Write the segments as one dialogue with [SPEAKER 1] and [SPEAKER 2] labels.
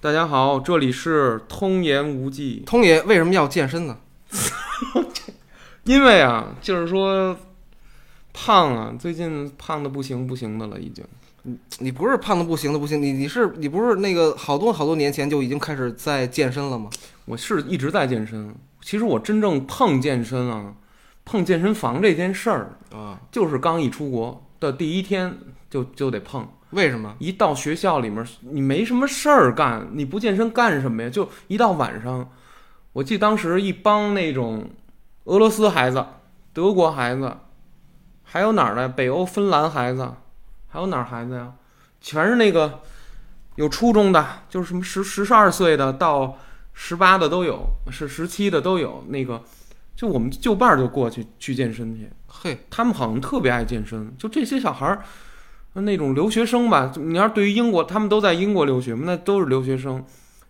[SPEAKER 1] 大家好，这里是通言无忌。
[SPEAKER 2] 通爷为什么要健身呢？
[SPEAKER 1] 因为啊，就是说胖啊，最近胖的不行不行的了，已经。
[SPEAKER 2] 你不是胖的不行的不行，你你是你不是那个好多好多年前就已经开始在健身了吗？
[SPEAKER 1] 我是一直在健身，其实我真正碰健身啊，碰健身房这件事儿，
[SPEAKER 2] 啊，
[SPEAKER 1] 就是刚一出国的第一天就就得碰。
[SPEAKER 2] 为什么？
[SPEAKER 1] 一到学校里面，你没什么事儿干，你不健身干什么呀？就一到晚上，我记得当时一帮那种俄罗斯孩子、德国孩子，还有哪儿的北欧芬兰孩子，还有哪儿孩子呀？全是那个有初中的，就是什么十十二岁的到十八的都有，是十七的都有。那个就我们就伴儿就过去去健身去，
[SPEAKER 2] 嘿，
[SPEAKER 1] 他们好像特别爱健身，就这些小孩儿，那种留学生吧，你要是对于英国，他们都在英国留学嘛，那都是留学生，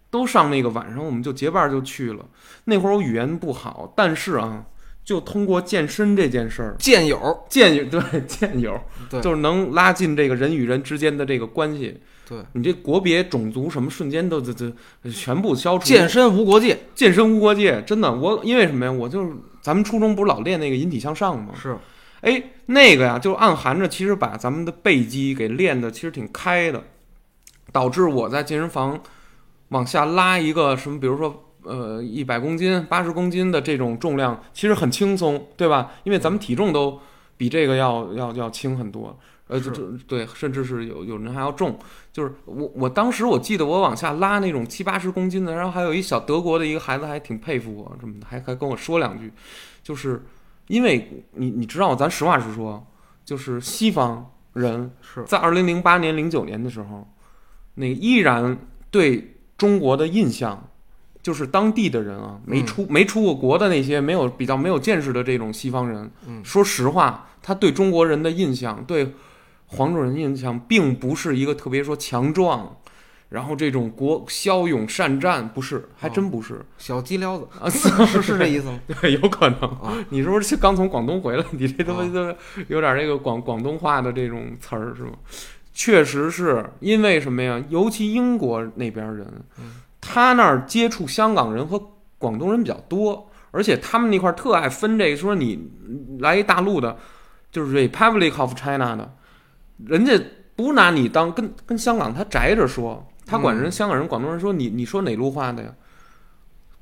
[SPEAKER 1] 都上那个晚上，我们就结伴儿就去了。那会儿我语言不好，但是啊，就通过健身这件事儿，
[SPEAKER 2] 健友，
[SPEAKER 1] 健友对健友，
[SPEAKER 2] 对
[SPEAKER 1] 就是能拉近这个人与人之间的这个关系。
[SPEAKER 2] 对，
[SPEAKER 1] 你这国别、种族什么，瞬间都这这全部消除。
[SPEAKER 2] 健身无国界
[SPEAKER 1] 健身无国界，真的，我因为什么呀？我就是咱们初中不是老练那个引体向上吗？
[SPEAKER 2] 是
[SPEAKER 1] 哎，那个呀，就暗含着其实把咱们的背肌给练的其实挺开的，导致我在健身房往下拉一个什么，比如说呃一百公斤、八十公斤的这种重量，其实很轻松，对吧？因为咱们体重都比这个要要要轻很多。呃，
[SPEAKER 2] 是
[SPEAKER 1] 这这对，甚至是有有人还要重，就是我我当时我记得我往下拉那种七八十公斤的，然后还有一小德国的一个孩子还挺佩服我，什么的，还还跟我说两句，就是因为你你知道，咱实话实说，就是西方人
[SPEAKER 2] 是，
[SPEAKER 1] 在二零零八年、零九年的时候，那个依然对中国的印象，就是当地的人啊，没出、没出过国的那些没有比较没有见识的这种西方人，
[SPEAKER 2] 嗯
[SPEAKER 1] 说实话，他对中国人的印象，对黄种人的印象，并不是一个特别说强壮，然后这种国骁勇善战，不是，还真不是、
[SPEAKER 2] 小鸡撩子，
[SPEAKER 1] 啊，是
[SPEAKER 2] 是是这意思吗？
[SPEAKER 1] 对，有可能。
[SPEAKER 2] 啊
[SPEAKER 1] 你是不是刚从广东回来？你这他妈
[SPEAKER 2] 啊
[SPEAKER 1] 都有点这个广广东话的这种词儿是吗？确实是因为什么呀？尤其英国那边人，
[SPEAKER 2] 嗯
[SPEAKER 1] 他那儿接触香港人和广东人比较多，而且他们那块儿特爱分这个，说你来一大陆的，就是 Republic of China 的，人家不拿你当跟跟香港他宅着说，他管人
[SPEAKER 2] 嗯
[SPEAKER 1] 香港人、广东人说你你说哪路话的呀？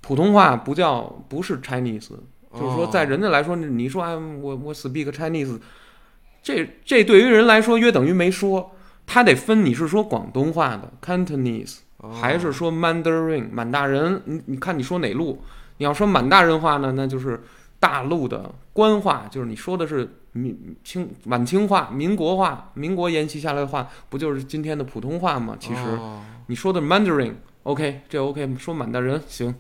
[SPEAKER 1] 普通话不叫不是 Chinese，就是说，在
[SPEAKER 2] 哦
[SPEAKER 1] 人家来说，你你说哎，我我 speak Chinese，这这对于人来说约等于没说。他得分你是说广东话的 Cantonese，还
[SPEAKER 2] 哦
[SPEAKER 1] 是说 Mandarin 满大人？你你看你说哪路？你要说满大人话呢，那就是大陆的官话，就是你说的是民清满清话、民国话、民国沿袭下来的话，不就是今天的普通话吗？其实，
[SPEAKER 2] 哦
[SPEAKER 1] 你说的 Mandarin，OK，、这 OK，说满大人行。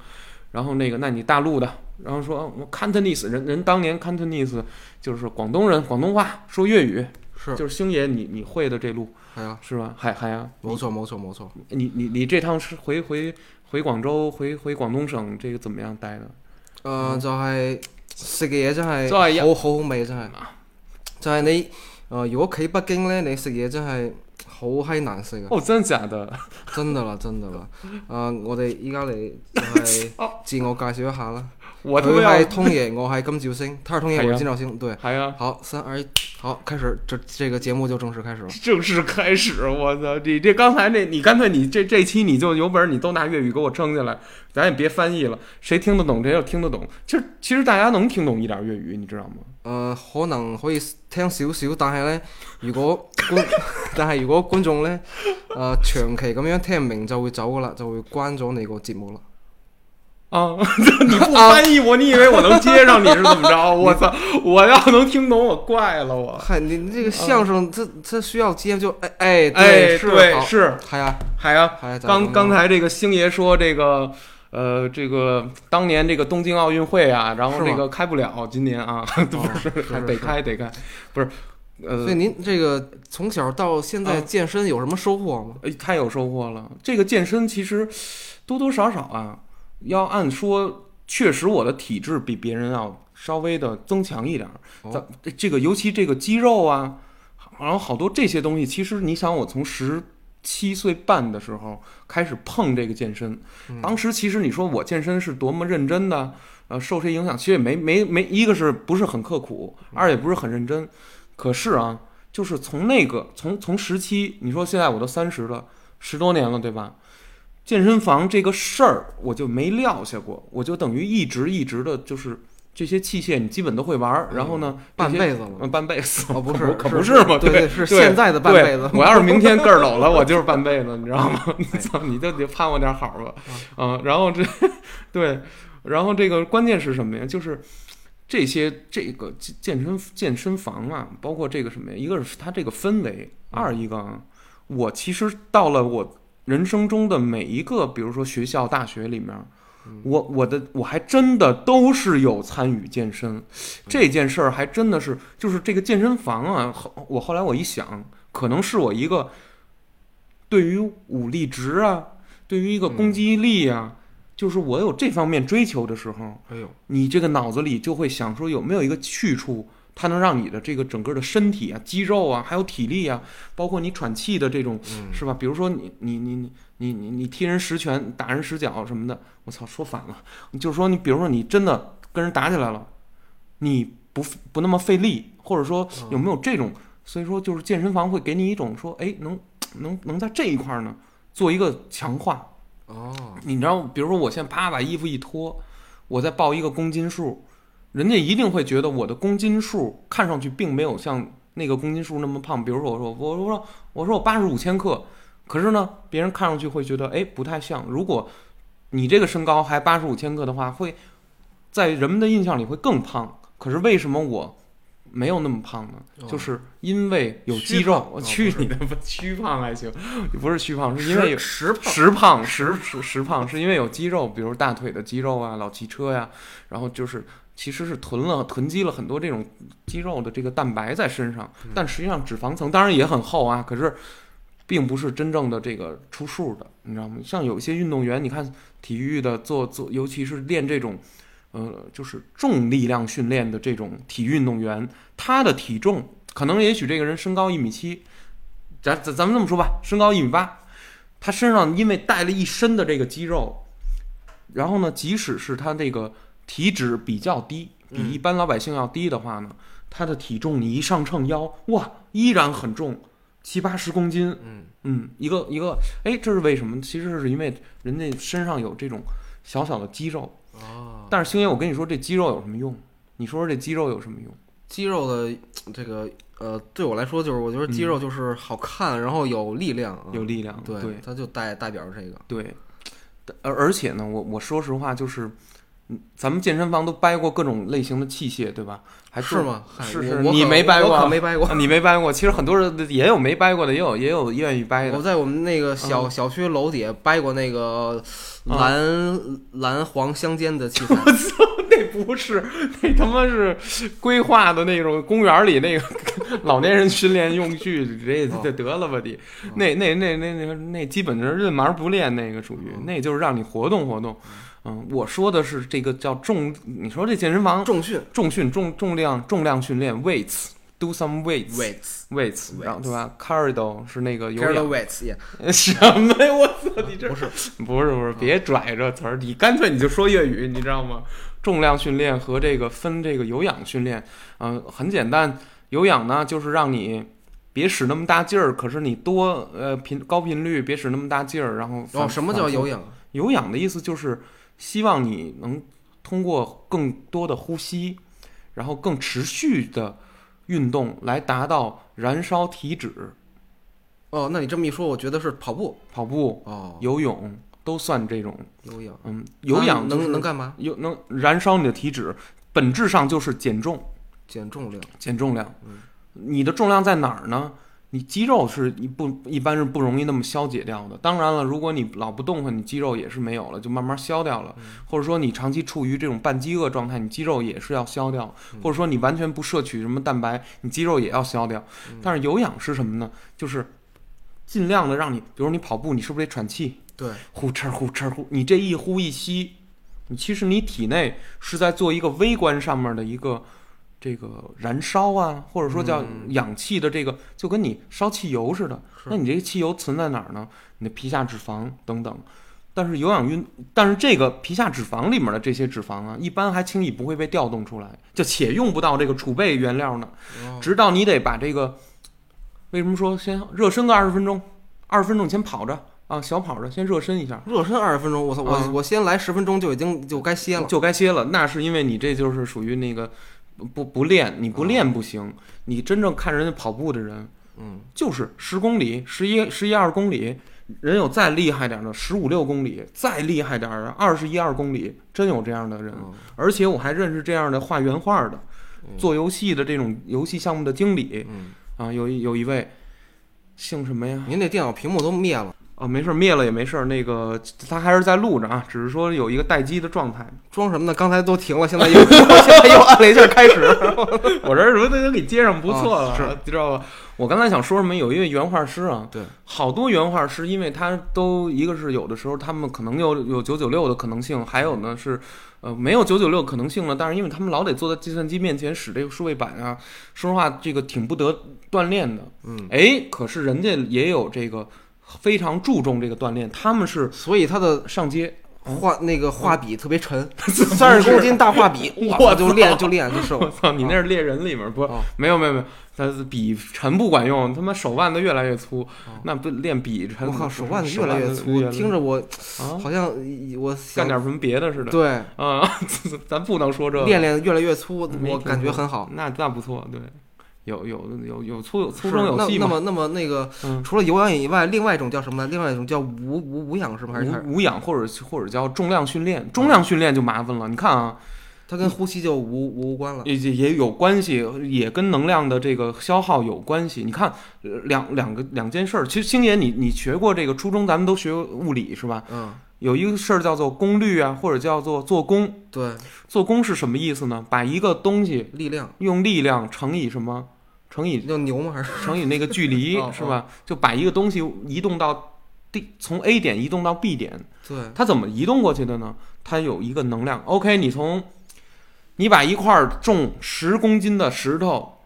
[SPEAKER 1] 然后那个，那你大陆的，然后说我 Cantonese，人人当年 Cantonese 就是广东人，广东话说粤语，
[SPEAKER 2] 是，
[SPEAKER 1] 就是星爷你你会的这路
[SPEAKER 2] 哎呀，
[SPEAKER 1] 是吧？海海啊，
[SPEAKER 2] 没错没错没错，
[SPEAKER 1] 你你你这趟是回回回广州，回回广东省这个怎么样待的？
[SPEAKER 2] 誒呃就係食嘅嘢真係
[SPEAKER 1] 真係嗯一啊
[SPEAKER 2] 好好好味真係，就係你誒如果企北京咧，你食嘢真係好閪難食啊！
[SPEAKER 1] 哦，真的假的？
[SPEAKER 2] 真噶啦，真噶 啦。啊，我哋依家嚟就係自我介紹一 下啦。
[SPEAKER 1] 我他
[SPEAKER 2] 佢
[SPEAKER 1] 妈要
[SPEAKER 2] 係通爺， 我係金兆星，他是通爺，
[SPEAKER 1] 係
[SPEAKER 2] 我
[SPEAKER 1] 啊
[SPEAKER 2] 是金兆星。對，
[SPEAKER 1] 海啊！
[SPEAKER 2] 好，三二一，好，开始，这这个节目就正式开始了。
[SPEAKER 1] 正式开始，我操！你这刚才那，你干脆你这这期你就有本事你都拿粤语给我撑进来，咱也别翻译了，谁听得懂谁就听得懂。其实其实大家能听懂一点粤语，你知道吗？
[SPEAKER 2] 誒、呃可能可以聽少少，但係呢，如果觀， 但係如果觀眾呢，誒、長期咁樣聽唔明就會走噶啦，就會關咗你個節目啦。
[SPEAKER 1] 啊， 你不翻译我，你以为我能接上你是怎么 着？我操！我要能听懂我怪了我。
[SPEAKER 2] 嗨，你你这個相聲，這這需要接就，哎哎，
[SPEAKER 1] 啊哎，
[SPEAKER 2] 是
[SPEAKER 1] 对，
[SPEAKER 2] 好
[SPEAKER 1] 是
[SPEAKER 2] 係啊，
[SPEAKER 1] 海啊，
[SPEAKER 2] 係啊，就係
[SPEAKER 1] 刚
[SPEAKER 2] 咁樣
[SPEAKER 1] 刚才这个星爷说这个。呃，这个当年这个东京奥运会啊，然后
[SPEAKER 2] 是吗哦
[SPEAKER 1] 这个开不了，今年啊， 不是
[SPEAKER 2] 是
[SPEAKER 1] 还得
[SPEAKER 2] 是
[SPEAKER 1] 开得开，不是，呃
[SPEAKER 2] 所以，您这个从小到现在
[SPEAKER 1] 嗯
[SPEAKER 2] 健身有什么收获吗？
[SPEAKER 1] 哎，太有收获了。这个健身其实多多少少啊，要按说，确实我的体质比别人要稍微的增强一点儿。
[SPEAKER 2] 哦
[SPEAKER 1] 咱这这个尤其这个肌肉啊，然后好多这些东西，其实你想，我从十七岁半的时候开始碰这个健身。
[SPEAKER 2] 嗯
[SPEAKER 1] 当时其实你说我健身是多么认真的，呃，受谁影响，其实也没没没，一个是不是很刻苦，
[SPEAKER 2] 嗯
[SPEAKER 1] 二也不是很认真。可是啊，就是从那个从从十七，你说现在我都三十了，十多年了，对吧？健身房这个事儿我就没撂下过，我就等于一直一直的，就是这些器械你基本都会玩儿。然后呢，
[SPEAKER 2] 嗯半
[SPEAKER 1] 这些
[SPEAKER 2] 辈子了。
[SPEAKER 1] 嗯，半辈子
[SPEAKER 2] 哦，不
[SPEAKER 1] 可
[SPEAKER 2] 是，
[SPEAKER 1] 可不
[SPEAKER 2] 是
[SPEAKER 1] 是嘛？
[SPEAKER 2] 对
[SPEAKER 1] 对，
[SPEAKER 2] 是现在的半
[SPEAKER 1] 对
[SPEAKER 2] 辈子。
[SPEAKER 1] 我要是明天个儿抖了，我就是半辈子，你知道 吗？你
[SPEAKER 2] 哎
[SPEAKER 1] 操，你就得盼我点好吧。嗯，然后这对，然后这个关键是什么呀？就是这些这个健健身健身房啊，包括这个什么呀？一个是它这个氛围，
[SPEAKER 2] 嗯
[SPEAKER 1] 二一个啊，我其实到了我人生中的每一个，比如说学校、大学里面
[SPEAKER 2] 嗯。
[SPEAKER 1] 我我的我还真的都是有参与健
[SPEAKER 2] 嗯
[SPEAKER 1] 身，这件事儿还真的是就是这个健身房啊，后我后来我一想，可能是我一个对于武力值啊，对于一个攻击力啊，就是我有这方面追求的时候，
[SPEAKER 2] 哎呦，
[SPEAKER 1] 你这个脑子里就会想说有没有一个去处，它能让你的这个整个的身体啊、肌肉啊，还有体力啊，包括你喘气的这种，
[SPEAKER 2] 嗯，
[SPEAKER 1] 是吧？比如说你你你你你你你踢人十拳、打人十脚什么的，我操，说反了，就是说你比如说你真的跟人打起来了，你不不那么费力，或者说
[SPEAKER 2] 嗯
[SPEAKER 1] 有没有这种？所以说，就是健身房会给你一种说，哎，能能能在这一块儿呢做一个强化。
[SPEAKER 2] 哦，
[SPEAKER 1] 你知道，比如说我现在啪把衣服一脱，我再报一个公斤数，人家一定会觉得我的公斤数看上去并没有像那个公斤数那么胖。比如说我说我我说我说我八十五千克，可是呢，别人看上去会觉得哎不太像。如果你这个身高还八十五千克的话，会在人们的印象里会更胖。可是为什么我没有那么胖呢？
[SPEAKER 2] 哦
[SPEAKER 1] 就是因为有
[SPEAKER 2] 虚
[SPEAKER 1] 肌肉。
[SPEAKER 2] 胖
[SPEAKER 1] 我
[SPEAKER 2] 哦
[SPEAKER 1] 去
[SPEAKER 2] 不是
[SPEAKER 1] 你的吧， 虚胖还行，不是虚 胖，是因为有
[SPEAKER 2] 十哦胖，
[SPEAKER 1] 实胖实实实胖是因为有肌肉，比如大腿的肌肉啊，老骑车呀、然后就是其实是囤了囤积了很多这种肌肉的这个蛋白在身上
[SPEAKER 2] 嗯，
[SPEAKER 1] 但实际上脂肪层当然也很厚啊，可是并不是真正的这个出数的，你知道吗？像有一些运动员，你看体育的做做，尤其是练这种。呃，就是重力量训练的这种体育运动员，他的体重可能也许这个人身高一米七，咱咱咱们这么说吧，身高一米八，他身上因为带了一身的这个肌肉，然后呢，即使是他这个体脂比较低，比
[SPEAKER 2] 嗯
[SPEAKER 1] 一般老百姓要低的话呢，他的体重你一上秤腰，哇，依然很重，七八十公斤，
[SPEAKER 2] 嗯，
[SPEAKER 1] 嗯，一个一个，哎，这是为什么？其实是因为人家身上有这种小小的肌肉，
[SPEAKER 2] 哦，
[SPEAKER 1] 但是星爷，我跟你说，这肌肉有什么用？你说说这肌肉有什么用？
[SPEAKER 2] 肌肉的这个呃，对我来说就是，我觉得肌肉就是好看，然后有力量啊，
[SPEAKER 1] 有力量，对
[SPEAKER 2] 对，它就代代表着这个，
[SPEAKER 1] 对，而而且呢，我我说实话，就是，嗯咱们健身房都掰过各种类型的器械，对吧？还做
[SPEAKER 2] 是？吗？嗨
[SPEAKER 1] 是
[SPEAKER 2] 我
[SPEAKER 1] 是
[SPEAKER 2] 我
[SPEAKER 1] 你
[SPEAKER 2] 可
[SPEAKER 1] 没掰过
[SPEAKER 2] 我可没掰过
[SPEAKER 1] 啊。你没掰过，其实很多人也有没掰过的，也有也有愿意掰嗯
[SPEAKER 2] 我
[SPEAKER 1] 的。
[SPEAKER 2] 在我们那个小小区楼底下掰过那个呃
[SPEAKER 1] 啊
[SPEAKER 2] 蓝蓝黄相间的器材，
[SPEAKER 1] 那不是，那他妈是规划的那种公园里那个老年人训练用具，这
[SPEAKER 2] 哦
[SPEAKER 1] 这得了吧你？那那那那那那基本就是认玩儿不练，那个属于
[SPEAKER 2] 嗯
[SPEAKER 1] 那就是让你活动活动。哦嗯，我说的是这个叫重，你说这健身房
[SPEAKER 2] 重训
[SPEAKER 1] 重训、重重量、重量训练，weights，do some weights。
[SPEAKER 2] weights。
[SPEAKER 1] weights，
[SPEAKER 2] weights
[SPEAKER 1] 然后对吧？cardio 是那个
[SPEAKER 2] c
[SPEAKER 1] 有
[SPEAKER 2] a r d i
[SPEAKER 1] 氧
[SPEAKER 2] weights，也
[SPEAKER 1] 什么呀？我操，你这
[SPEAKER 2] 不是嗯
[SPEAKER 1] 不是不是，别拽这词儿，你干脆你就说粤语，你知道吗？重量训练和这个分这个有氧训练，嗯、很简单，有氧呢就是让你别使那么大劲儿，可是你多呃频高频率别使那么大劲儿，然后
[SPEAKER 2] 哦，
[SPEAKER 1] 反
[SPEAKER 2] 什么叫有？氧？
[SPEAKER 1] 反复有氧的意思就是希望你能通过更多的呼吸，然后更持续的运动来达到燃烧体脂。
[SPEAKER 2] 哦，那你这么一说，我觉得是跑步
[SPEAKER 1] 跑步、
[SPEAKER 2] 哦，
[SPEAKER 1] 游泳都算这种，
[SPEAKER 2] 有氧，
[SPEAKER 1] 嗯，有氧
[SPEAKER 2] 它
[SPEAKER 1] 就是
[SPEAKER 2] 能能干嘛？
[SPEAKER 1] 有能燃烧你的体脂，本质上就是减重，
[SPEAKER 2] 减重量，
[SPEAKER 1] 减重量
[SPEAKER 2] 嗯。
[SPEAKER 1] 你的重量在哪儿呢？你肌肉是一不一般是不容易那么消解掉的。当然了，如果你老不动换，你肌肉也是没有了，就慢慢消掉
[SPEAKER 2] 嗯
[SPEAKER 1] 了。或者说你长期处于这种半饥饿状态，你肌肉也是要消掉；
[SPEAKER 2] 嗯
[SPEAKER 1] 或者说你完全不摄取什么蛋白，你肌肉也要消掉
[SPEAKER 2] 嗯。
[SPEAKER 1] 但是有氧是什么呢？就是尽量的让你，比如你跑步，你是不是得喘气？
[SPEAKER 2] 对，
[SPEAKER 1] 呼哧呼哧呼，你这一呼一吸，你其实你体内是在做一个微观上面的一个这个燃烧啊，或者说叫
[SPEAKER 2] 嗯
[SPEAKER 1] 氧气的这个，就跟你烧汽油似的。
[SPEAKER 2] 是
[SPEAKER 1] 那你这个汽油存在哪儿呢？你的皮下脂肪等等。但是有氧运，但是这个皮下脂肪里面的这些脂肪啊，一般还轻易不会被调动出来，就且用不到这个储备原料呢。
[SPEAKER 2] 哦
[SPEAKER 1] 直到你得把这个，为什么说先热身个二十分钟？二十分钟你先跑着啊，小跑着先热身一下，
[SPEAKER 2] 热身二十分钟，我操，我、
[SPEAKER 1] 啊
[SPEAKER 2] 我先来十分钟就已经就该歇了。
[SPEAKER 1] 就该歇了。那是因为你这就是属于那个不不练，你不
[SPEAKER 2] 啊
[SPEAKER 1] 练不行。你真正看人家跑步的人，
[SPEAKER 2] 嗯，
[SPEAKER 1] 就是十公里、十一、十一二公里，人有再厉害点儿的十五六公里，再厉害点儿的二十一二公里，真有这样的人。
[SPEAKER 2] 哦
[SPEAKER 1] 而且我还认识这样的画原画的
[SPEAKER 2] 嗯，
[SPEAKER 1] 做游戏的这种游戏项目的经理
[SPEAKER 2] 嗯，
[SPEAKER 1] 啊，有一有一位姓什么呀？
[SPEAKER 2] 您这电脑屏幕都灭了，
[SPEAKER 1] 哦，没事儿，灭了也没事儿。那个他还是在录着啊，只是说有一个待机的状态。
[SPEAKER 2] 装什么呢？刚才都停了，现在又 现在又按了一下开始。
[SPEAKER 1] 我这儿什么都给接上，不错了，
[SPEAKER 2] 啊是
[SPEAKER 1] 知道吧？我刚才想说什么？有一位原画师啊，
[SPEAKER 2] 对，
[SPEAKER 1] 好多原画师，因为他都一个是有的时候他们可能有有九九六的可能性，还有呢是呃没有九九六可能性了，但是因为他们老得坐在计算机面前使这个数位板啊，说实话这个挺不得锻炼的。
[SPEAKER 2] 嗯，
[SPEAKER 1] 哎，可是人家也有这个非常注重这个锻炼，他们是
[SPEAKER 2] 所以它的
[SPEAKER 1] 上街。
[SPEAKER 2] 画那个画笔特 别沉，三十公斤大画笔，
[SPEAKER 1] 我
[SPEAKER 2] 哇，就
[SPEAKER 1] 操
[SPEAKER 2] 练就练就瘦
[SPEAKER 1] 我。操，你那是猎人里面不？
[SPEAKER 2] 啊哦
[SPEAKER 1] 没有没有没有，他笔沉不管用，他妈手腕子越来越粗，那不练笔沉？
[SPEAKER 2] 哦我靠，手腕子
[SPEAKER 1] 手
[SPEAKER 2] 越来
[SPEAKER 1] 越
[SPEAKER 2] 越粗，听着我
[SPEAKER 1] 啊，
[SPEAKER 2] 好像我
[SPEAKER 1] 干
[SPEAKER 2] 想
[SPEAKER 1] 点什么别的似的。
[SPEAKER 2] 对
[SPEAKER 1] 啊， 咱咱不能说这个
[SPEAKER 2] 练练越来越粗，
[SPEAKER 1] 嗯没
[SPEAKER 2] 我
[SPEAKER 1] 听
[SPEAKER 2] 感觉
[SPEAKER 1] 说
[SPEAKER 2] 很好。
[SPEAKER 1] 那那不错，对，有有有有粗有粗
[SPEAKER 2] 是
[SPEAKER 1] 中有
[SPEAKER 2] 那
[SPEAKER 1] 细
[SPEAKER 2] 那
[SPEAKER 1] 嘛。
[SPEAKER 2] 么那么那个
[SPEAKER 1] 嗯，
[SPEAKER 2] 除了有氧以外，另外一种叫什么呢？另外一种叫无无无氧是吗？还是还是
[SPEAKER 1] 无无氧或者或者叫重量训练，重量训练就麻烦了。你看啊，
[SPEAKER 2] 它跟呼吸就无无无关了。
[SPEAKER 1] 也也也有关系，也跟能量的这个消耗有关系。你看呃两两个两件事儿，其实星爷你你学过这个初中，咱们都学过物理是吧？
[SPEAKER 2] 嗯，
[SPEAKER 1] 有一个事儿叫做功率啊，或者叫做做功。
[SPEAKER 2] 对，
[SPEAKER 1] 做功是什么意思呢？把一个东西
[SPEAKER 2] 力量，
[SPEAKER 1] 用力量乘以什么？乘以
[SPEAKER 2] 叫牛吗？还是
[SPEAKER 1] 乘以那个距离
[SPEAKER 2] 哦哦
[SPEAKER 1] 是吧？就把一个东西移动到 D，从 A 点移动到 B 点，
[SPEAKER 2] 对，
[SPEAKER 1] 它怎么移动过去的呢？它有一个能量。OK，你从你把一块儿重十公斤的石头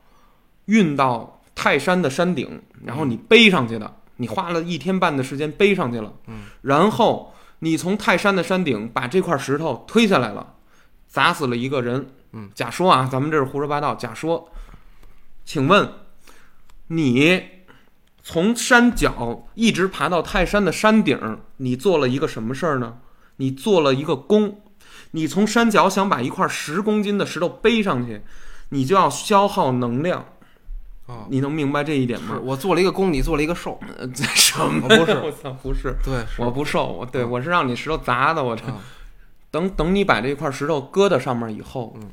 [SPEAKER 1] 运到泰山的山顶，然后你背上去的，你花了一天半的时间背上去了。
[SPEAKER 2] 嗯，
[SPEAKER 1] 然后你从泰山的山顶把这块石头推下来了，砸死了一个人。
[SPEAKER 2] 嗯，
[SPEAKER 1] 假说啊，咱们这是胡说八道。假说，请问你从山脚一直爬到泰山的山顶，你做了一个什么事儿呢？你做了一个弓。你从山脚想把一块十公斤的石头背上去，你就要消耗能量。
[SPEAKER 2] 啊，
[SPEAKER 1] 你能明白这一点
[SPEAKER 2] 是
[SPEAKER 1] 吗？
[SPEAKER 2] 我做了一个弓，你做了一个瘦，
[SPEAKER 1] 呃， 这什么？
[SPEAKER 2] 我不是
[SPEAKER 1] 我操，不是，
[SPEAKER 2] 对，是
[SPEAKER 1] 我不瘦，我对
[SPEAKER 2] 嗯
[SPEAKER 1] 我是让你石头砸的。我这
[SPEAKER 2] 啊，
[SPEAKER 1] 等等，你把这块石头搁到上面以后
[SPEAKER 2] 嗯，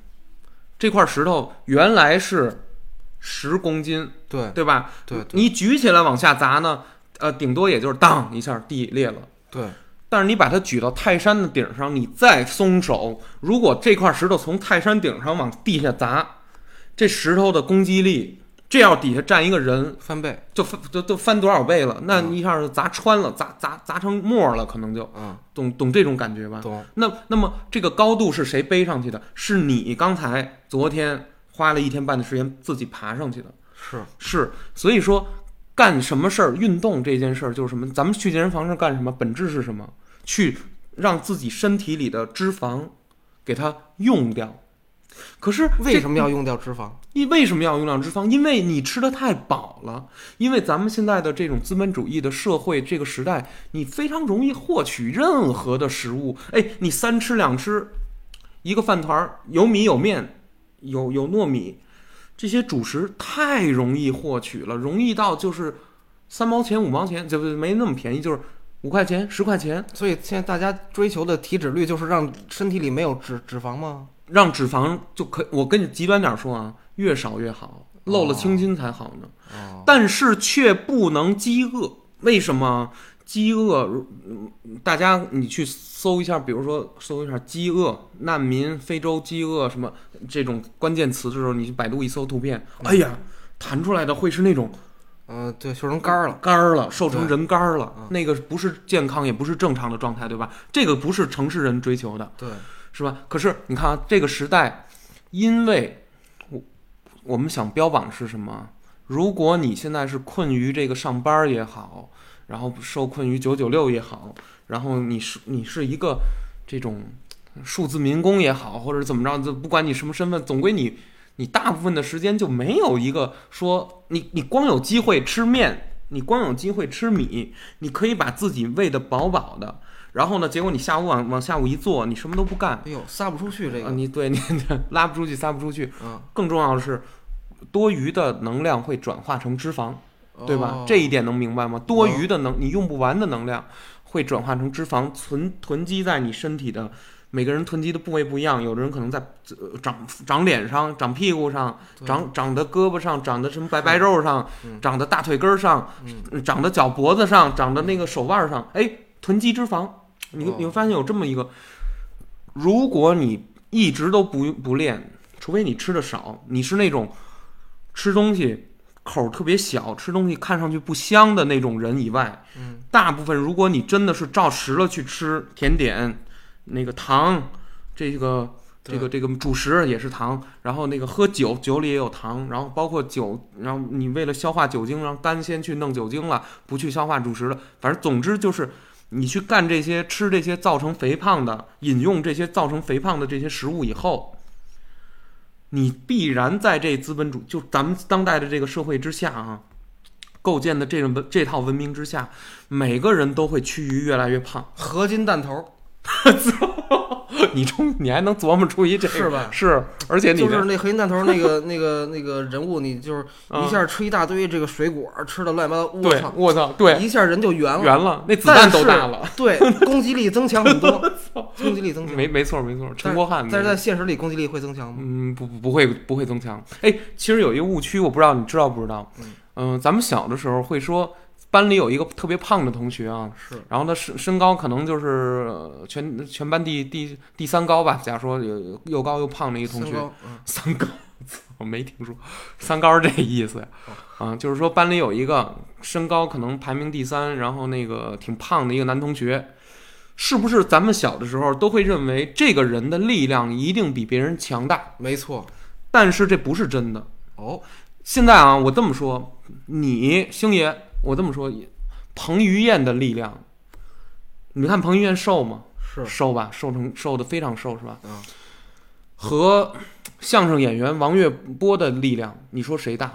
[SPEAKER 1] 这块石头原来是十公斤，
[SPEAKER 2] 对
[SPEAKER 1] 对吧？
[SPEAKER 2] 对对
[SPEAKER 1] 你举起来往下砸呢，呃，顶多也就是当一下地裂了。
[SPEAKER 2] 对，
[SPEAKER 1] 但是你把它举到泰山的顶上，你再松手，如果这块石头从泰山顶上往地下砸，这石头的攻击力，这要底下站一个人，
[SPEAKER 2] 翻倍，
[SPEAKER 1] 就翻就就翻多少倍了？那
[SPEAKER 2] 嗯
[SPEAKER 1] 一下就砸穿了，砸砸砸成沫了，可能就
[SPEAKER 2] 啊，
[SPEAKER 1] 懂懂这种感觉吧？
[SPEAKER 2] 懂，
[SPEAKER 1] 那那么这个高度是谁背上去的？是你刚才昨天花了一天半的时间自己爬上去的。
[SPEAKER 2] 是
[SPEAKER 1] 是，所以说干什么事儿，运动这件事儿就是什么？咱们去健身房是干什么？本质是什么？去让自己身体里的脂肪给它用掉。可是
[SPEAKER 2] 为
[SPEAKER 1] 么？
[SPEAKER 2] 什么要用掉脂肪？
[SPEAKER 1] 你为什么要用量脂肪？因为你吃的太饱了。因为咱们现在的这种资本主义的社会，这个时代，你非常容易获取任何的食物。哎，你三吃两吃，一个饭团儿有米有面，有有糯米，这些主食太容易获取了，容易到就是三毛钱五毛钱，就不没那么便宜，就是五块钱十块钱，
[SPEAKER 2] 所以现在大家追求的体脂率就是让身体里没有脂脂肪吗？
[SPEAKER 1] 让脂肪就可。我跟你极端点儿说啊，越少越好，露了青筋才好呢。
[SPEAKER 2] 哦，
[SPEAKER 1] 但是却不能饥饿。为什么？饥饿，嗯大家你去搜一下，比如说搜一下饥饿、难民、非洲饥饿什么这种关键词的时候，你去百度一搜图片，哎呀，弹出来的会是那种
[SPEAKER 2] 嗯，对，瘦成干儿了，
[SPEAKER 1] 干儿了，瘦成
[SPEAKER 2] 对
[SPEAKER 1] 人干儿了
[SPEAKER 2] 嗯，
[SPEAKER 1] 那个不是健康，也不是正常的状态，对吧？这个不是城市人追求的。
[SPEAKER 2] 对，
[SPEAKER 1] 是吧？可是你看啊，这个时代，因为我我们想标榜是什么？如果你现在是困于这个上班儿也好，然后受困于九九六也好，然后你是你是一个这种数字民工也好，或者怎么着，就不管你什么身份，总归你你大部分的时间就没有一个说你你光有机会吃面，你光有机会吃米，你可以把自己喂得饱饱的，然后呢，结果你下午往往下午一坐，你什么都不干。
[SPEAKER 2] 哎呦，撒不出去这
[SPEAKER 1] 啊，
[SPEAKER 2] 个，
[SPEAKER 1] 你对你 拉不出去，撒不出去，
[SPEAKER 2] 嗯，
[SPEAKER 1] 更重要的是，多余的能量会转化成脂肪，对吧？
[SPEAKER 2] 哦
[SPEAKER 1] 这一点能明白吗？多余的能，你用不完的能量会转化成脂肪，存囤积在你身体的。每个人囤积的部位不一样，有的人可能在、呃长长脸上、长屁股上、
[SPEAKER 2] 对
[SPEAKER 1] 长长的胳膊上、长的什么白白肉上、
[SPEAKER 2] 嗯
[SPEAKER 1] 长的大腿根儿上、长的脚脖子上、长的那个手腕上，哎，囤积脂肪。你
[SPEAKER 2] 哦
[SPEAKER 1] 你会发现有这么一个，如果你一直都不不练，除非你吃的少，你是那种吃东西口儿特别小、吃东西看上去不香的那种人以外，
[SPEAKER 2] 嗯，
[SPEAKER 1] 大部分如果你真的是照实了去吃甜点、那个糖，这个这个这个主食也是糖，然后那个喝酒，酒里也有糖，然后包括酒，然后你为了消化酒精，让肝先去弄酒精了，不去消化主食了，反正总之就是。你去干这些、吃这些造成肥胖的、饮用这些造成肥胖的这些食物以后，你必然在这资本主就咱们当代的这个社会之下啊，构建的这种文这套文明之下，每个人都会趋于越来越胖。
[SPEAKER 2] 合金弹头
[SPEAKER 1] 你中你还能琢磨出一这个
[SPEAKER 2] 是吧？
[SPEAKER 1] 是，而且你
[SPEAKER 2] 就是
[SPEAKER 1] 这
[SPEAKER 2] 那合金弹头那个那个那个人物，你就是
[SPEAKER 1] 嗯
[SPEAKER 2] 一下吃一大堆这个水果，吃的乱七八糟，我
[SPEAKER 1] 对
[SPEAKER 2] 操，，
[SPEAKER 1] 我操，对，
[SPEAKER 2] 一下人就圆了，
[SPEAKER 1] 圆了，那子弹都
[SPEAKER 2] 但
[SPEAKER 1] 大
[SPEAKER 2] 是
[SPEAKER 1] 了，
[SPEAKER 2] 对，攻击力增强很多，攻击力增 强。
[SPEAKER 1] 没没错没错，陈国汉那
[SPEAKER 2] 但是
[SPEAKER 1] 个
[SPEAKER 2] 在现实里攻击力会增强吗？
[SPEAKER 1] 嗯，不不不会不会增强。哎，其实有一个误区，我不知道你知道不知道？
[SPEAKER 2] 嗯
[SPEAKER 1] 嗯、咱们小的时候会说，班里有一个特别胖的同学啊，
[SPEAKER 2] 是，
[SPEAKER 1] 然后他身身高可能就是呃全全班第第第三高吧，假如说有又高又胖的一个同
[SPEAKER 2] 身
[SPEAKER 1] 学，
[SPEAKER 2] 高，嗯，
[SPEAKER 1] 三高， 我没听说三高是这意思呀啊，就是说班里有一个身高可能排名第三，然后那个挺胖的一个男同学，是不是咱们小的时候都会认为这个人的力量一定比别人强大？
[SPEAKER 2] 没错。
[SPEAKER 1] 但是这不是真的。
[SPEAKER 2] 哦，
[SPEAKER 1] 现在啊，我这么说，你星爷，我这么说，彭于晏的力量，你看彭于晏瘦吗？
[SPEAKER 2] 是
[SPEAKER 1] 瘦吧，瘦成瘦的非常瘦是吧？
[SPEAKER 2] 嗯
[SPEAKER 1] 和相声演员王岳波的力量，你说谁大？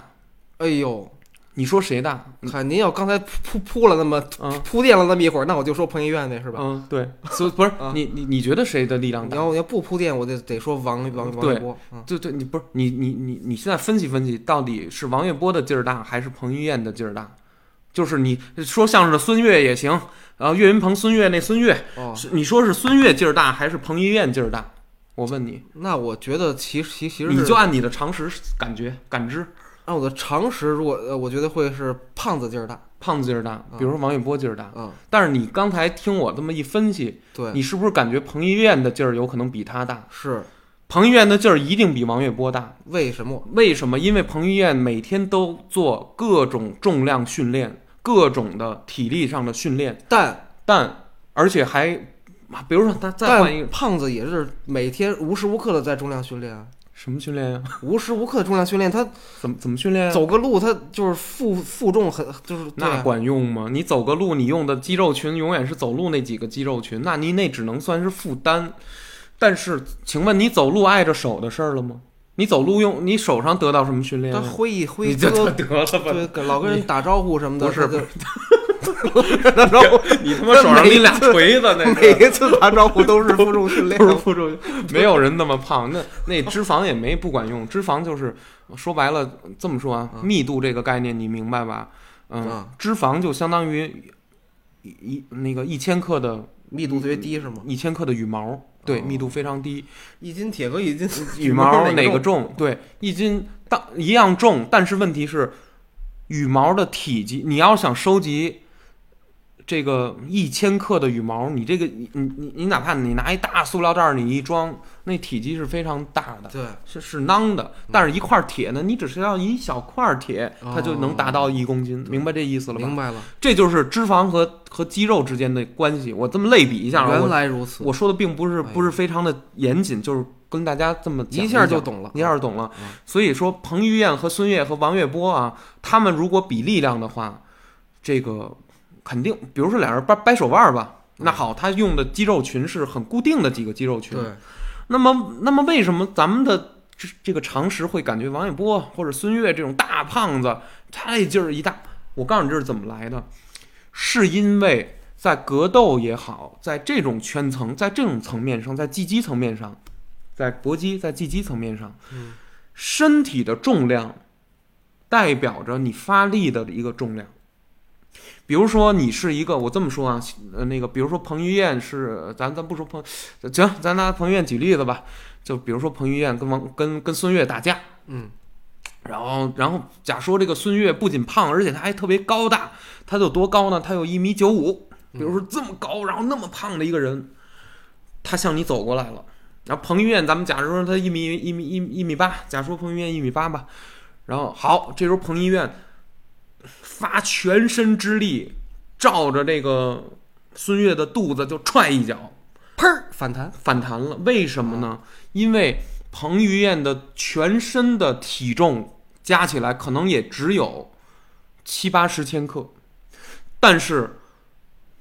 [SPEAKER 2] 哎呦，
[SPEAKER 1] 你说谁大？
[SPEAKER 2] 看您要刚才铺铺了那么
[SPEAKER 1] 嗯
[SPEAKER 2] 铺垫了那么一会儿，那我就说彭于晏那是吧？
[SPEAKER 1] 嗯，对，所以不是
[SPEAKER 2] 啊
[SPEAKER 1] 你你你觉得谁的力量
[SPEAKER 2] 你
[SPEAKER 1] 大？
[SPEAKER 2] 要你要不铺垫，我就得说王王王
[SPEAKER 1] 嗯对
[SPEAKER 2] 一波。嗯，
[SPEAKER 1] 对对，你不是你你你你现在分析分析，到底是王岳波的劲儿大，还是彭于晏的劲儿大？就是你说相声的孙越也行，然后岳云鹏、孙越那孙越，
[SPEAKER 2] 哦，
[SPEAKER 1] 是你说是孙越劲儿大，还是彭于晏劲儿大？我问你，
[SPEAKER 2] 那我觉得其实其其实
[SPEAKER 1] 你
[SPEAKER 2] 是
[SPEAKER 1] 就按你的常识感觉感知，
[SPEAKER 2] 按我的常识，如果呃，我觉得会是胖子劲儿大。
[SPEAKER 1] 胖子劲儿大，比如说王岳波劲儿大。
[SPEAKER 2] 嗯，
[SPEAKER 1] 但是你刚才听我这么一分析，
[SPEAKER 2] 对，
[SPEAKER 1] 啊你是不是感觉彭于晏的劲儿有可能比他大？
[SPEAKER 2] 是
[SPEAKER 1] 彭于晏的劲儿一定比王岳波大，
[SPEAKER 2] 为什么？
[SPEAKER 1] 为什么？因为彭于晏每天都做各种重量训练，各种的体力上的训练，
[SPEAKER 2] 但
[SPEAKER 1] 但而且还，啊比如说他再换一
[SPEAKER 2] 但
[SPEAKER 1] 个
[SPEAKER 2] 胖子也是每天无时无刻的在重量训练啊，
[SPEAKER 1] 什么训练呀、
[SPEAKER 2] 无时无刻的重量训练，他
[SPEAKER 1] 怎么怎么训练、啊？
[SPEAKER 2] 走个路他就是负负重很就是对
[SPEAKER 1] 那
[SPEAKER 2] 啊
[SPEAKER 1] 管用吗？你走个路，你用的肌肉群永远是走路那几个肌肉群，那你那只能算是负担。但是，请问你走路碍着手的事儿了吗？你走路用你手上得到什么训练
[SPEAKER 2] 他
[SPEAKER 1] 啊、
[SPEAKER 2] 挥一挥
[SPEAKER 1] 你就
[SPEAKER 2] 胳
[SPEAKER 1] 得了吧，
[SPEAKER 2] 对，跟老跟人打招呼什么的，
[SPEAKER 1] 不是
[SPEAKER 2] 他就打招呼，
[SPEAKER 1] 啊你他妈手上 拎俩锤子，那
[SPEAKER 2] 每一次打招呼都是负重训练
[SPEAKER 1] 都。是负重，没有人那么胖，那那脂肪也没不管用，脂肪就是呃说白了这么说啊，
[SPEAKER 2] 嗯
[SPEAKER 1] 密度这个概念你明白吧？嗯
[SPEAKER 2] 嗯，
[SPEAKER 1] 脂肪就相当于一一那个一千克的
[SPEAKER 2] 密度特别低是吗？
[SPEAKER 1] 一千克的羽毛，对，
[SPEAKER 2] 哦
[SPEAKER 1] 密度非常低，
[SPEAKER 2] 一斤铁和 一斤
[SPEAKER 1] 羽毛哪
[SPEAKER 2] 哪
[SPEAKER 1] 个
[SPEAKER 2] 个重？
[SPEAKER 1] 重？对，一斤当一样重，但是问题是，羽毛的体积，你要想收集这个一千克的羽毛，你这个你你你你哪怕你拿一大塑料袋儿你一装，那体积是非常大的，
[SPEAKER 2] 对，
[SPEAKER 1] 是是囊
[SPEAKER 2] 嗯
[SPEAKER 1] 的。但是一块铁呢，你只需要一小块铁，它就能达到一公斤，明白这意思了吧
[SPEAKER 2] 哦明？白了，
[SPEAKER 1] 这就是脂肪和和肌肉之间的关系。我这么类比一下啊，我
[SPEAKER 2] 原来如此。
[SPEAKER 1] 我说的并不是
[SPEAKER 2] 哎呀
[SPEAKER 1] 不是非常的严谨，就是跟大家这么讲一
[SPEAKER 2] 一下就
[SPEAKER 1] 讲
[SPEAKER 2] 懂了，
[SPEAKER 1] 一下就懂了啊
[SPEAKER 2] 嗯。
[SPEAKER 1] 所以说，彭于晏和孙越和王玥波啊，他们如果比力量的话，这个肯定，比如说俩人掰掰手腕儿吧，那
[SPEAKER 2] 嗯
[SPEAKER 1] 好，他用的肌肉群是很固定的几个肌肉群。
[SPEAKER 2] 对，
[SPEAKER 1] 那么，那么为什么咱们的这这个常识会感觉王玥波或者孙越这种大胖子太劲儿一大？我告诉你这是怎么来的，是因为在格斗也好，在这种圈层，在这种层面上，在技击层面上，在搏击、在技击层面上，
[SPEAKER 2] 嗯
[SPEAKER 1] 身体的重量代表着你发力的一个重量。比如说，你是一个，我这么说啊，呃，那个，比如说彭于晏是，咱咱不说彭，行，咱拿彭于晏举例子吧，就比如说彭于晏跟王跟跟孙越打架，
[SPEAKER 2] 嗯，
[SPEAKER 1] 然后然后假说这个孙越不仅胖，而且他还特别高大，他有多高呢？他有一米九五，比如说这么高，然后那么胖的一个人，他向你走过来了。然后彭于晏，咱们假如说他一米一米一一米八，假说彭于晏一米八吧，然后好，这时候彭于晏发全身之力，照着这个孙越的肚子就踹一脚，
[SPEAKER 2] 砰儿反弹，
[SPEAKER 1] 反弹了。为什么呢？因为彭于晏的全身的体重加起来可能也只有七八十千克，但是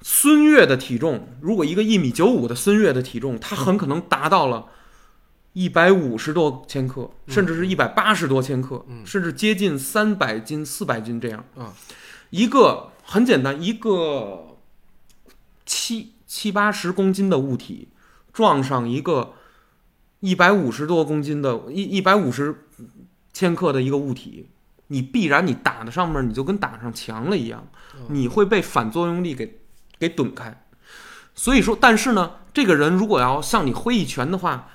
[SPEAKER 1] 孙悦的体重，如果一个一米九五的孙悦的体重，他很可能达到了。一百五十多千克，甚至是一百八十多千克，
[SPEAKER 2] 嗯
[SPEAKER 1] 甚至接近三百斤、四百斤这样。
[SPEAKER 2] 嗯
[SPEAKER 1] 一个很简单，一个七七八十公斤的物体撞上一个一百五十多公斤的一一百五十千克的一个物体，你必然你打的上面你就跟打上墙了一样，你会被反作用力给给怼开。所以说，但是呢，这个人如果要向你挥一拳的话，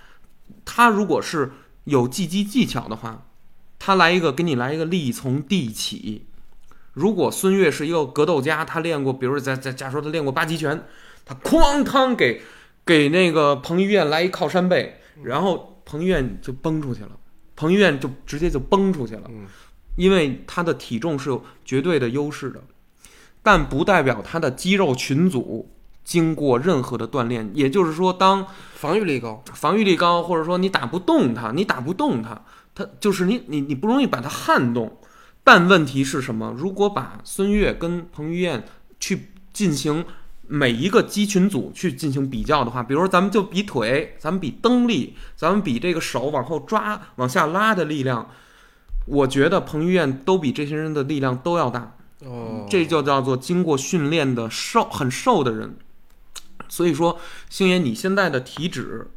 [SPEAKER 1] 他如果是有技击技巧的话，他来一个给你来一个力从地起。如果孙悦是一个格斗家，他练过，比如说在在假说他练过八极拳，他哐当给给那个彭于晏来一靠山背，然后彭于晏就崩出去了，彭于晏就直接就崩出去了。
[SPEAKER 2] 嗯
[SPEAKER 1] 因为他的体重是有绝对的优势的，但不代表他的肌肉群组经过任何的锻炼。也就是说，当
[SPEAKER 2] 防御力高，
[SPEAKER 1] 防御力高，或者说你打不动他，你打不动他，他就是你你你不容易把他撼动。但问题是什么？如果把孙悦跟彭于晏去进行每一个肌群组去进行比较的话，比如说咱们就比腿，咱们比蹬力，咱们比这个手往后抓、往下拉的力量，我觉得彭于晏都比这些人的力量都要大。
[SPEAKER 2] 哦，
[SPEAKER 1] 这就叫做经过训练的瘦很瘦的人。所以说，星爷，你现在的体脂，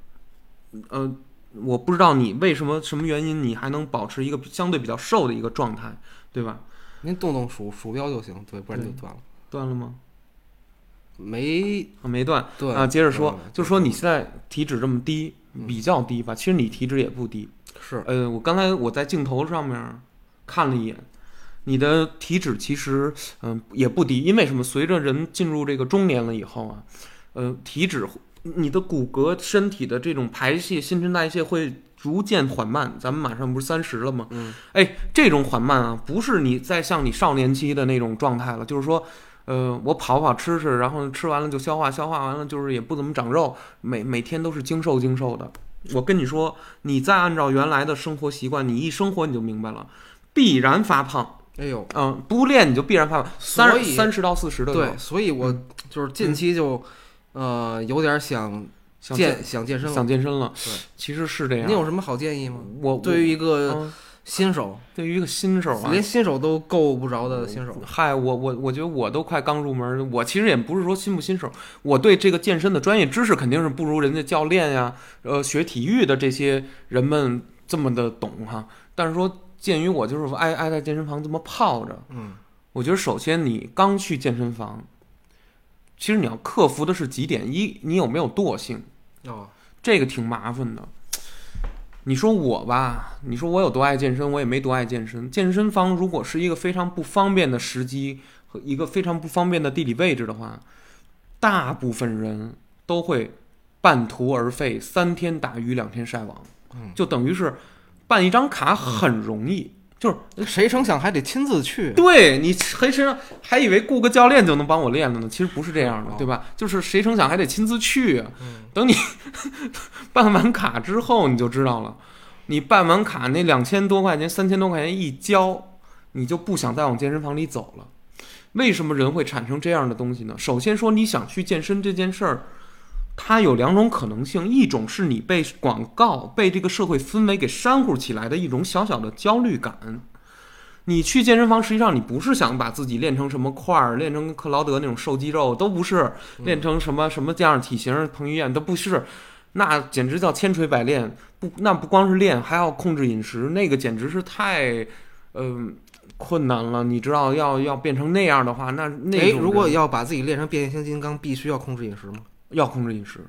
[SPEAKER 1] 呃，我不知道你为什么什么原因，你还能保持一个相对比较瘦的一个状态，对吧？
[SPEAKER 2] 您动动鼠鼠标就行，对，不然就
[SPEAKER 1] 对
[SPEAKER 2] 断了，
[SPEAKER 1] 断了吗？
[SPEAKER 2] 没
[SPEAKER 1] 啊没断
[SPEAKER 2] 对
[SPEAKER 1] 啊。接着说
[SPEAKER 2] 嗯，
[SPEAKER 1] 就说你现在体脂这么低，比较低吧？其实你体脂也不低。
[SPEAKER 2] 是
[SPEAKER 1] 呃，我刚才我在镜头上面看了一眼，你的体脂其实嗯、也不低，因为什么？随着人进入这个中年了以后啊，呃，体脂你的骨骼、身体的这种排泄、新陈代谢会逐渐缓慢。咱们马上不是三十了吗？
[SPEAKER 2] 嗯，
[SPEAKER 1] 哎，这种缓慢啊，不是你再像你少年期的那种状态了，就是说。呃，我跑跑吃吃，然后吃完了就消化，消化完了就是也不怎么长肉，每每天都是精瘦精瘦的。我跟你说，你再按照原来的生活习惯，你一生活你就明白了，必然发胖。
[SPEAKER 2] 哎呦，
[SPEAKER 1] 嗯，不练你就必然发胖，
[SPEAKER 2] 所
[SPEAKER 1] 三
[SPEAKER 2] 以
[SPEAKER 1] 三十到四十的时候
[SPEAKER 2] 对，所以我
[SPEAKER 1] 嗯
[SPEAKER 2] 就是近期就呃有点想
[SPEAKER 1] 想
[SPEAKER 2] 健想健身了，
[SPEAKER 1] 想健身了
[SPEAKER 2] 对，
[SPEAKER 1] 其实是这样。
[SPEAKER 2] 您有什么好建议吗？
[SPEAKER 1] 我
[SPEAKER 2] 对
[SPEAKER 1] 于
[SPEAKER 2] 于一个
[SPEAKER 1] 嗯、
[SPEAKER 2] 新手，
[SPEAKER 1] 对于一个新手啊，
[SPEAKER 2] 连新手都够不着的新手，
[SPEAKER 1] 嗨，我我我觉得我都快刚入门，我其实也不是说新不新手，我对这个健身的专业知识肯定是不如人家教练呀、呃，学体育的这些人们这么的懂哈。但是说，鉴于我就是爱爱在健身房这么泡着，
[SPEAKER 2] 嗯，
[SPEAKER 1] 我觉得首先你刚去健身房，其实你要克服的是几点：一，你有没有惰性，
[SPEAKER 2] 哦，
[SPEAKER 1] 这个挺麻烦的。你说我吧，你说我有多爱健身，我也没多爱健身。健身房如果是一个非常不方便的时机和一个非常不方便的地理位置的话，大部分人都会半途而废，三天打鱼两天晒网
[SPEAKER 2] 嗯，
[SPEAKER 1] 就等于是办一张卡很容易，就是
[SPEAKER 2] 谁成想还得亲自去，
[SPEAKER 1] 对你谁身上还以为雇个教练就能帮我练了呢，其实不是这样的
[SPEAKER 2] 哦，
[SPEAKER 1] 对吧？就是谁成想还得亲自去啊
[SPEAKER 2] 嗯。
[SPEAKER 1] 等你 办完卡之后，你就知道了，你办完卡那两千多块钱、三千多块钱一交，你就不想再往健身房里走了。为什么人会产生这样的东西呢？首先说，你想去健身这件事儿，它有两种可能性，一种是你被广告、被这个社会氛围给煽乎起来的一种小小的焦虑感。你去健身房，实际上你不是想把自己练成什么块儿，练成克劳德那种瘦肌肉都不是，练成什么什么这样体型，彭于晏都不是，那简直叫千锤百炼。不，那不光是练，还要控制饮食，那个简直是太，嗯、困难了。你知道，要要变成那样的话，那那
[SPEAKER 2] 哎，
[SPEAKER 1] 种
[SPEAKER 2] 如果
[SPEAKER 1] 人
[SPEAKER 2] 要把自己练成变形金刚，必须要控制饮食吗？
[SPEAKER 1] 要控制饮食，